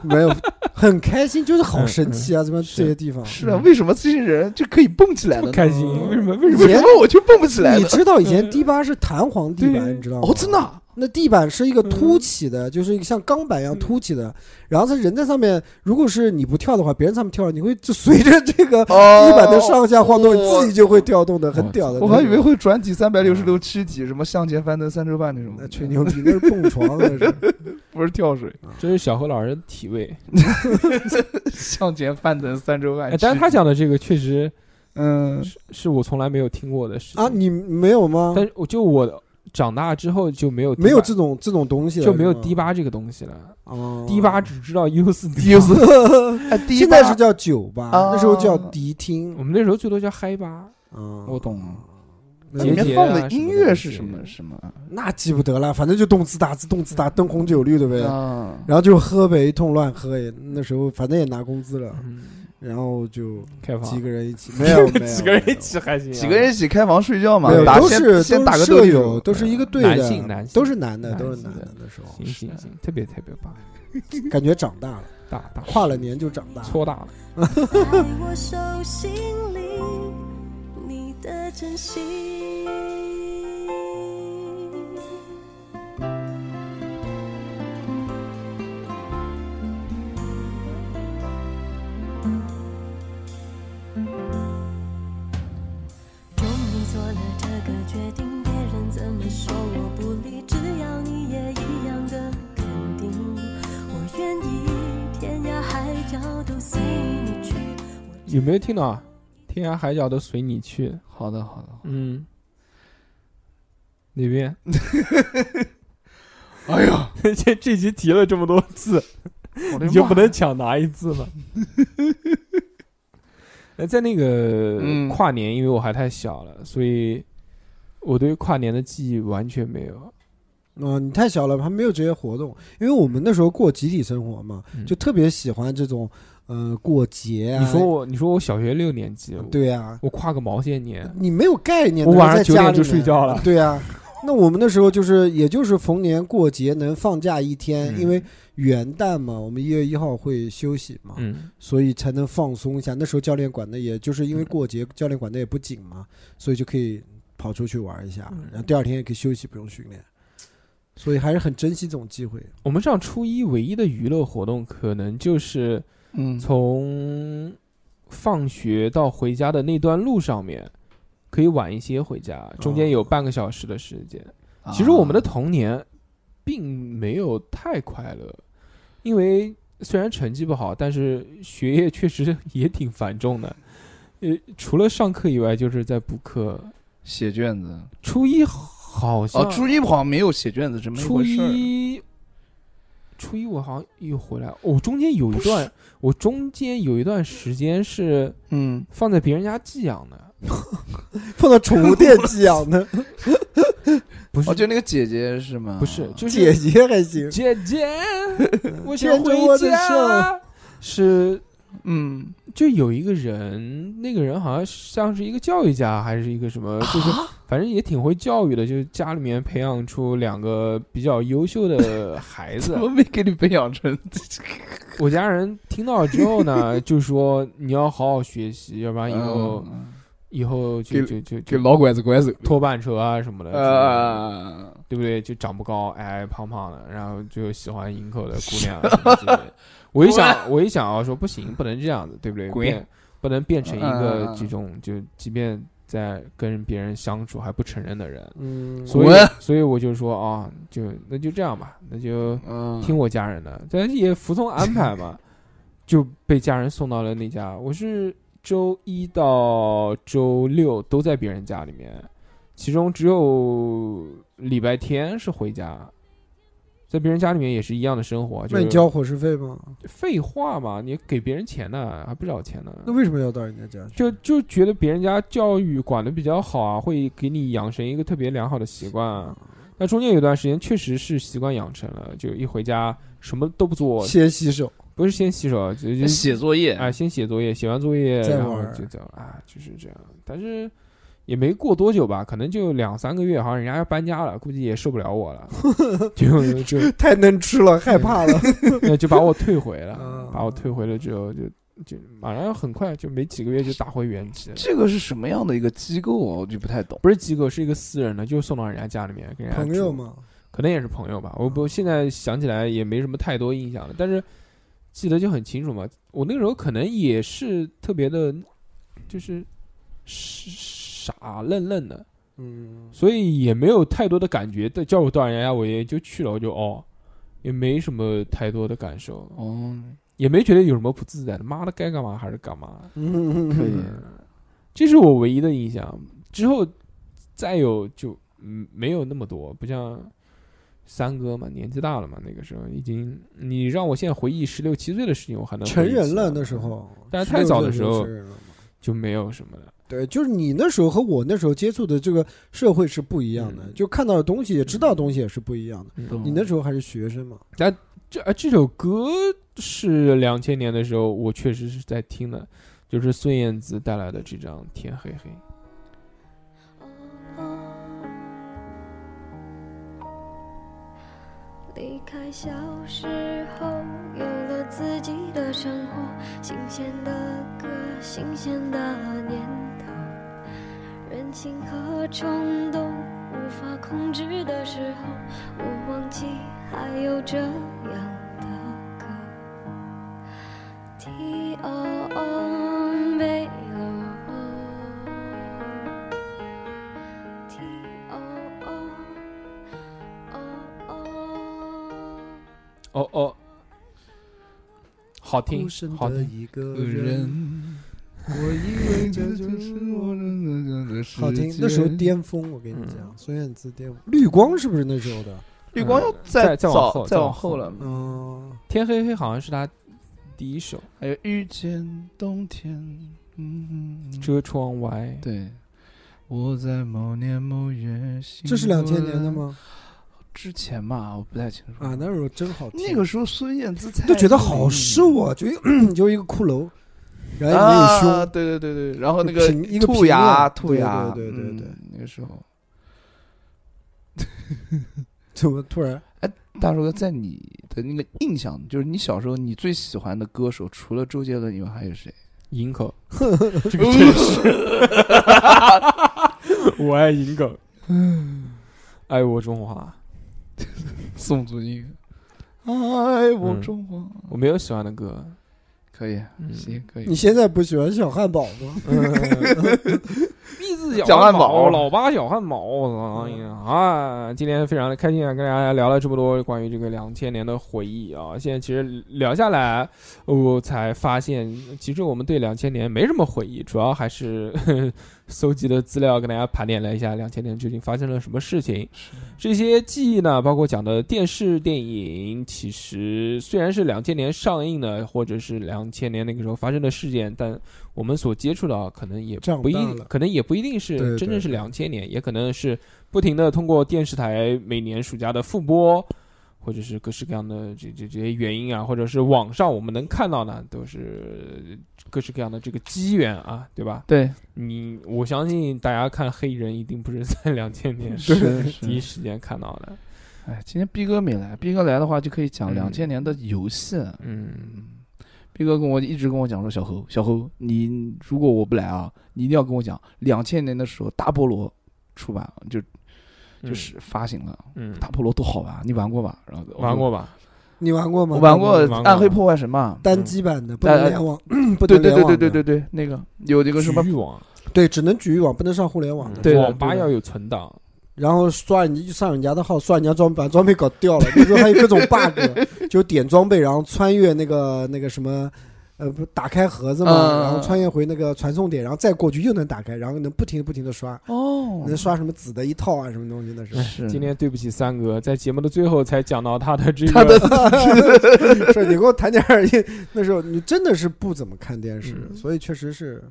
B: 没有很开心，就是好神奇啊！这边这些地方，
H: 嗯是啊，为什么这些人就可以蹦起来了
A: 不
H: 呢？
A: 开心，
B: 嗯
A: 为什么？为什么？
H: 为什么我就蹦不起来
B: 你
H: 了？
B: 知道以前
A: 嗯
B: 迪吧是弹簧地
A: 对
B: 板，你知道吗？
H: 哦，真的啊，
B: 那地板是一个凸起的，就是一个像钢板一样
A: 嗯
B: 凸起的。然后他人在上面，如果是你不跳的话，别人上面跳，你会就随着这个
H: 哦，
B: 地板的上下晃动，你
H: 哦
B: 自己就会调动的，很屌的。
H: 我还以为会转体三百六十度屈体，什么向前翻腾三周半那种
B: 那，吹牛逼，那是蹦床，啊那是
H: 不是跳水，
A: 这是小何老师的体味，
H: 向前翻腾三周半
A: 哎。但是他，讲的这个确实
H: 嗯，
A: 是我从来没有听过的事情
B: 啊，你没有吗？
A: 但是我就我长大之后就没有
B: 没有
A: 迪
B: 这种这种东西
A: 吧
B: 了，
A: 就没有
B: 是吗
A: 迪吧这个东西了，
B: 哦
A: 迪吧只知道 U 四 D，
H: 第四，哎，第一
B: 现在是叫酒吧，
H: 啊
B: 那时候叫迪厅
A: 我。们那时候最多叫嗨吧，
B: 嗯，
A: 哦我懂
B: 那
H: 里
A: 节
H: 面
A: 节
H: 放
A: 啊
H: 的
A: 什么
H: 音
A: 的
H: 乐
A: 东
H: 是
A: 西
H: 什么什么啊？
B: 那记不得了，反正就动次打次，动次打灯红酒绿的呗。
H: 啊，
B: 然后就喝呗，一通乱喝也，那时候反正也拿工资了，
A: 嗯，
B: 然后就
H: 嗯
A: 开
B: 几
A: 房
B: 个人一起，没有没有
A: 几个人一起还行啊，
H: 哎几个人一起开房睡觉嘛
B: 没有，，
H: 打
B: 都
H: 先
B: 是
H: 先
B: 都
H: 打
B: 是
H: 个斗
B: 舍
H: 地
B: 友，
H: 主，
B: 都是一个队的，
A: 男性男性
B: 都是男的，
A: 男性
B: 都是男的。那时候
A: 行行行，特别特别棒，
B: 感觉长大了，
A: 大大
B: 跨了年就长大了。
A: 搓大了，
F: 在我手心里，你的真心。终于做了这个决定，别人怎么说我不理，只要你也一样的肯定，我愿意天涯海
A: 有没有听到啊？天涯海角都随你去。
H: 好的，好的。
A: 嗯，哪边？
H: 哎呀，
A: 这这集提了这么多次，
H: 我的
A: 你就
H: 妈
A: 不能抢答一次 吗？那哎在那个
H: 嗯
A: 跨年，因为我还太小了，所以我对跨年的记忆完全没有。
B: 啊、你太小了，还没有这些活动。因为我们那时候过集体生活嘛，
A: 嗯
B: 就特别喜欢这种，呃，过节啊。
A: 你说我，你说我小学六年级，我
B: 对啊，
A: 我跨个毛线年，
B: 你没有概念。
A: 我晚上
B: 在
A: 九
B: 家
A: 点
B: 里
A: 就
B: 面
A: 睡觉了。
B: 对啊，那我们那时候就是，也就是逢年过节能放假一天，
A: 嗯
B: 因为元旦嘛，我们一月一号会休息嘛，
A: 嗯，
B: 所以才能放松一下。那时候教练管的也就是因为过节，教练管的也不紧嘛，所以就可以跑出去玩一下，
A: 嗯
B: 然后第二天也可以休息，不用训练。所以还是很珍惜这种机 会。
A: 我们上初一唯一的娱乐活动，可能就是
H: 嗯，
A: 从放学到回家的那段路上面，可以晚一些回家，中
H: 哦
A: 间有半个小时的时间。
H: 啊
A: 其实我们的童年并没有太快乐，因为虽然成绩不好，但是学业确实也挺繁重的。呃，除了上课以外，就是在补课。
H: 写卷子
A: 初一好像
H: 哦，初一好像没有写卷子这么一
A: 初
H: 回事儿。
A: 一，初一我好像又回来。我、中间有一段，我中间有一段时间是
H: 嗯，
A: 放在别人家寄养的，
H: 啊
B: 放到宠物店寄养的
A: 不是、
H: 哦，就那个姐姐是吗？
A: 不是，就是
B: 姐姐还 行，
A: 姐姐，我想
B: 牵着我
A: 回
B: 的
A: 家。是，
H: 嗯，
A: 就有一个人，那个人好像像是一个教育家，还是一个什么，
H: 啊
A: 就是反正也挺会教育的，就是家里面培养出两个比较优秀的孩 子
H: 怎。么没给你培养成？
A: 我家人听到了之后呢，就说你要好好学习，要不然以后、
H: 嗯
A: 以后就就就
H: 给
A: 就
H: 老拐子拐走。
A: 拖板车啊什么的，
H: 呃，
A: 对不对？就长不高，矮矮胖胖的，然后就喜欢营口的姑 娘啊什么之类的。我一想，我一想啊，说不行，不能这样子，对不对？
H: 滚
A: 变不能变成一
H: 嗯嗯
A: 个
H: 嗯
A: 这种，就即便在跟别人相处还不承认的人。
B: 嗯，
A: 所以
H: 滚，
A: 所以我就说啊，就那就这样吧，那就
C: 呃
H: 嗯，
A: 听我家人的，但也服从安排嘛，就被家人送到了那家。我是周一到周六都在别人家里面，其中只有礼拜天是回家，在别人家里面也是一样的生活。就
B: 那
A: 是
B: 你交伙食费吗？
A: 废话嘛，你给别人钱呢，还不找钱呢。
B: 那为什么要到人家家去？
A: 就就觉得别人家教育管的比较好啊，会给你养成一个特别良好的习惯、啊。那中间有段时间确实是习惯养成了，就一回家什么都不做，
B: 先洗手，
A: 不是先洗手，就
B: 哎
A: 就
H: 写作业
A: 啊，先写作业，写完作业
B: 再
A: 然后
B: 玩儿
A: 就走啊，就是这样。但是也没过多久吧，可能就两三个月，好像人家要搬家了，估计也受不了我 了，就就
B: 太能吃了，害怕了。
A: 那就把我退回
B: 啊
A: 了，把我退回了之后就就马上很快就没几个月就打回原籍了。
H: 这个是什么样的一个机构啊？我就不太懂。
A: 不是机构，是一个私人的，就送到人家家里面给人
B: 嗯
A: 家
B: 朋友
A: 住，
B: 嘛，
A: 可能也是朋友吧。我不现在想起来也没什么太多印象了，但是记得就很清楚嘛。我那个时候可能也是特别的，就是傻愣愣的，
B: 嗯，
A: 所以也没有太多的感觉。但叫我到人家家，我也就去了，我就哦，也没什么太多的感受，
H: 哦，
A: 也没觉得有什么不自在的。妈的，该干嘛还是干嘛。
B: 嗯，
H: 可以
A: 嗯，这是我唯一的印象。之后再有就嗯没有那么多，不像三哥嘛，年纪大了嘛，那个时候已经你让我现在回忆十六七岁的事情，我还 能
B: 成
A: 回忆起
B: 人了
A: 来
B: 那时候，
A: 但是太早的
B: 16
A: 时候
B: 成人了嘛
A: 就没有什么了。
B: 对，就是你那时候和我那时候接触的这个社会是不一样的，
A: 嗯
B: 就看到的东西也知道的东西也是不一样的。
A: 嗯
B: 你那时候还是学生嘛，
A: 这啊这首歌是两千年的时候，我确实是在听的，就是孙燕姿带来的这张《天黑黑》。
F: 离开小时候，有了自己的生活，新鲜的歌，新鲜的念头，任性和冲动无法控制的时候，我忘记还有这样的歌。T O O 贝鲁，T O O O O。
A: 哦哦，好听
B: 孤身，
A: 好
B: 的
A: 听。
B: 一个
H: 人
B: 我以为这就是我的。好听，那时候巅峰，我跟你讲，孙燕姿巅峰，绿光是不是那时候的？
J: 绿光要
A: 嗯再
J: 再
A: 再往
J: 早
A: 后
J: 再
A: 再往
J: 往后
A: 后
J: 了。
B: 嗯，
A: 天黑黑好像是他第一首
C: 还有遇见冬天，嗯，
A: 《遮窗外
C: 对，我在某年某月，
B: 这是两千年的？吗？
A: 嗯
C: 之前嘛，我不太清楚
B: 啊，那时候真好听，
C: 那个时候孙燕姿才
B: 都觉得好瘦啊，就一就一个骷髅，然后也没有
C: 啊，
B: 胸，
C: 对对对对，然后那
B: 就
C: 个
B: 平一个
C: 兔
B: 平
C: 牙
B: 面
C: 兔
B: 对
C: 牙，
B: 对对对对
C: 嗯，那个时候，
B: 怎么突然？
C: 大叔哥在你的那个印象，就是你小时候你最喜欢的歌手，除了周杰伦以外还有谁？》，
A: 营口，
C: 这个真是
A: 我爱营口，爱我中华。
C: 宋祖英，爱我
A: 嗯
C: 中华，
A: 我没有喜欢的歌，
C: 可以，
A: 嗯
C: 行可以
B: 你。现在不喜欢小汉堡吗？
A: 栗子
C: 小汉堡嗯
A: 老八小汉堡，我操！哎呀啊，今天非常的开心啊，跟大家聊了这么多关于这个两千年的回忆啊。现在其实聊下来，我才发现，其实我们对两千年没什么回忆，主要还是 呵呵搜集的资料，跟大家盘点了一下两千年究竟发生了什么事情。这些记忆呢，包括讲的电视、电影，其实虽然是两千年上映的，或者是两千年那个时候发生的事件，但我们所接触到可能也
B: 长
A: 不一
B: 大
A: 定
B: 了，
A: 可能也不一定是
B: 对
A: 真
B: 对
A: 正是
B: 对
A: 两千年，也可能是不停的通过电视台每年暑假的复播，或者是各式各样的这这这些原因啊，或者是网上我们能看到呢，都是各式各样的这个机缘啊，对吧？
C: 对，
A: 你我相信大家看黑人一定不是 在两千年
C: 是
A: 第一
C: 是。
A: 时间看到的，
C: 哎，今天逼哥没来，逼哥来的话就可以讲
A: 嗯
C: 两千年的游戏了。
A: 嗯。
C: 逼哥跟我一直跟我讲说，小侯，小侯，你如果我不来啊，你一定要跟我讲，两千年的时候大菠萝出版了就就是发行了，
A: 嗯，
C: 大菠萝多好玩，你玩过吧？然后
A: 玩过，吧？
B: 你玩过吗？
C: 我玩过
A: 玩过
C: 《暗黑破坏神》嘛。
B: 单机版的，不能
C: 呃
B: 联网，不
C: 对
B: 能
C: 对
B: 联
C: 对
B: 网
C: 对
B: 的
C: 对对对，那个有这个什么
A: 局域网，
B: 对，只能局域网，不能上互联网的。
A: 嗯
C: 对的
A: 网吧
C: 对的
A: 要有存档，
B: 然后刷人上人家的号，刷人家装把装备搞掉了，那时候还有各种 bug，就点装备，然后穿越那个那个什么。呃，不打开盒子嘛，
C: 嗯
B: 然后穿越回那个传送点，然后再过去又能打开，然后能不停地不停的刷，
C: 哦
B: 能刷什么紫的一套啊，什么东西那是
C: 是
A: 哎今天对不起三哥，在节目的最后才讲到他的这个，
C: 他的
B: 是你给我谈点儿，那时候你真的是不怎么看电视，
A: 嗯
B: 所以确实是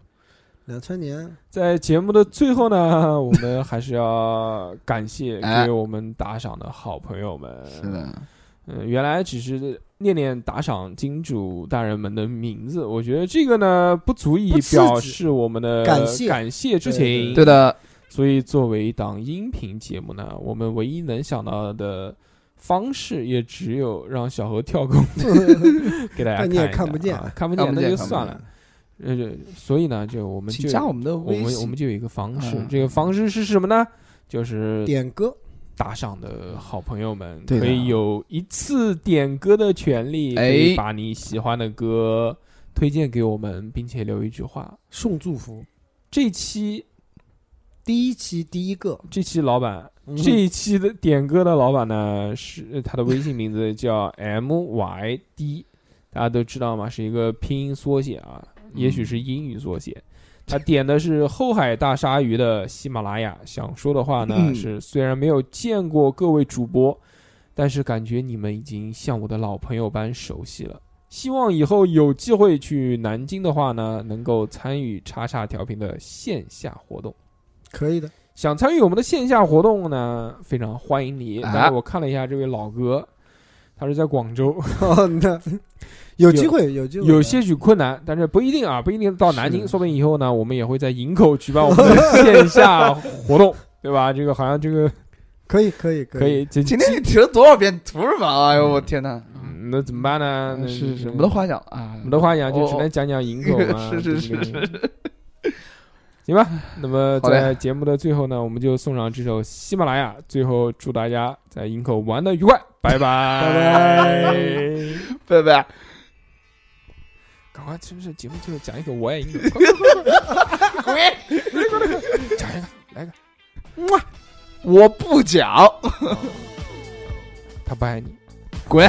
B: 两千年
A: 在节目的最后呢， 我们还是要感谢给我们打赏的好朋友们。
C: 哎是的，
A: 嗯，原来只是念念打赏金主大人们的名字，我觉得这个呢不足以
B: 不刺激
A: 表示我们的
B: 感谢
A: 感谢之情。
C: 对的，
A: 所以作为一档音频节目呢，我们唯一能想到的方式，也只有让小何跳过 给大
B: 但
A: 家看
B: 你也
A: 一下
B: 看不见
A: 啊看不
C: 看
A: 见
C: 不
A: 那
C: 见
A: 就
C: 看不
A: 算了。呃，所以呢，就我们
C: 请
A: 就
C: 加我们的
A: 我
C: 微
A: 们我
C: 信
A: 们，就有一个方式，
C: 嗯
A: 这个方式是什么呢？就是
B: 嗯点歌，
A: 打赏的好朋友们
C: 对的
A: 可以有一次点歌的权利，可以
C: 哎
A: 把你喜欢的歌推荐给我们，并且留一句话。
B: 送祝福。
A: 这期
B: 第一期第一个，
A: 这期老板
B: 嗯
A: 这一期的点歌的老板呢，是呃他的微信名字叫 M Y D，大家都知道吗？是一个拼音缩写啊，也许是英语缩写。他点的是后海大鲨鱼的喜马拉雅，想说的话呢
C: 嗯
A: 是，虽然没有见过各位主播，但是感觉你们已经像我的老朋友般熟悉了。希望以后有机会去南京的话呢，能够参与叉叉调频的线下活动。
B: 可以的，
A: 想参与我们的线下活动呢，非常欢迎你。
C: 啊
A: 但是我看了一下这位老哥，他是在广州，
B: 哦，那 有机会有机会
A: 有些许困难，但是不一定啊，不一定到南京，
C: 是
A: 说不定以后呢，我们也会在营口举办我们的线下活动， 对吧？这个好像这个
B: 可以可以
A: 可
B: 以，
A: 以，这
C: 今天你提了多少遍图什么？哎呦，我天哪！
A: 嗯那怎么办呢？那嗯
C: 是是，
A: 我
C: 没
A: 们
C: 得
A: 的
C: 话讲啊，
A: 我们的话讲就
C: 哦
A: 只能讲讲营口 嘛，
C: 是是
A: 对不对。行吧，那么
C: 好
A: 在
C: 嘞
A: 节目的最后呢，我们就送上这首喜马拉雅。最后祝大家在营口玩的愉快，拜拜拜
C: 拜
A: 拜。
C: 拜。
A: 赶快，真是节目最后讲一个我 爱 英语，快快快快快快 讲一个，来个，
C: 我不讲，
A: 他不爱你，
C: 滚！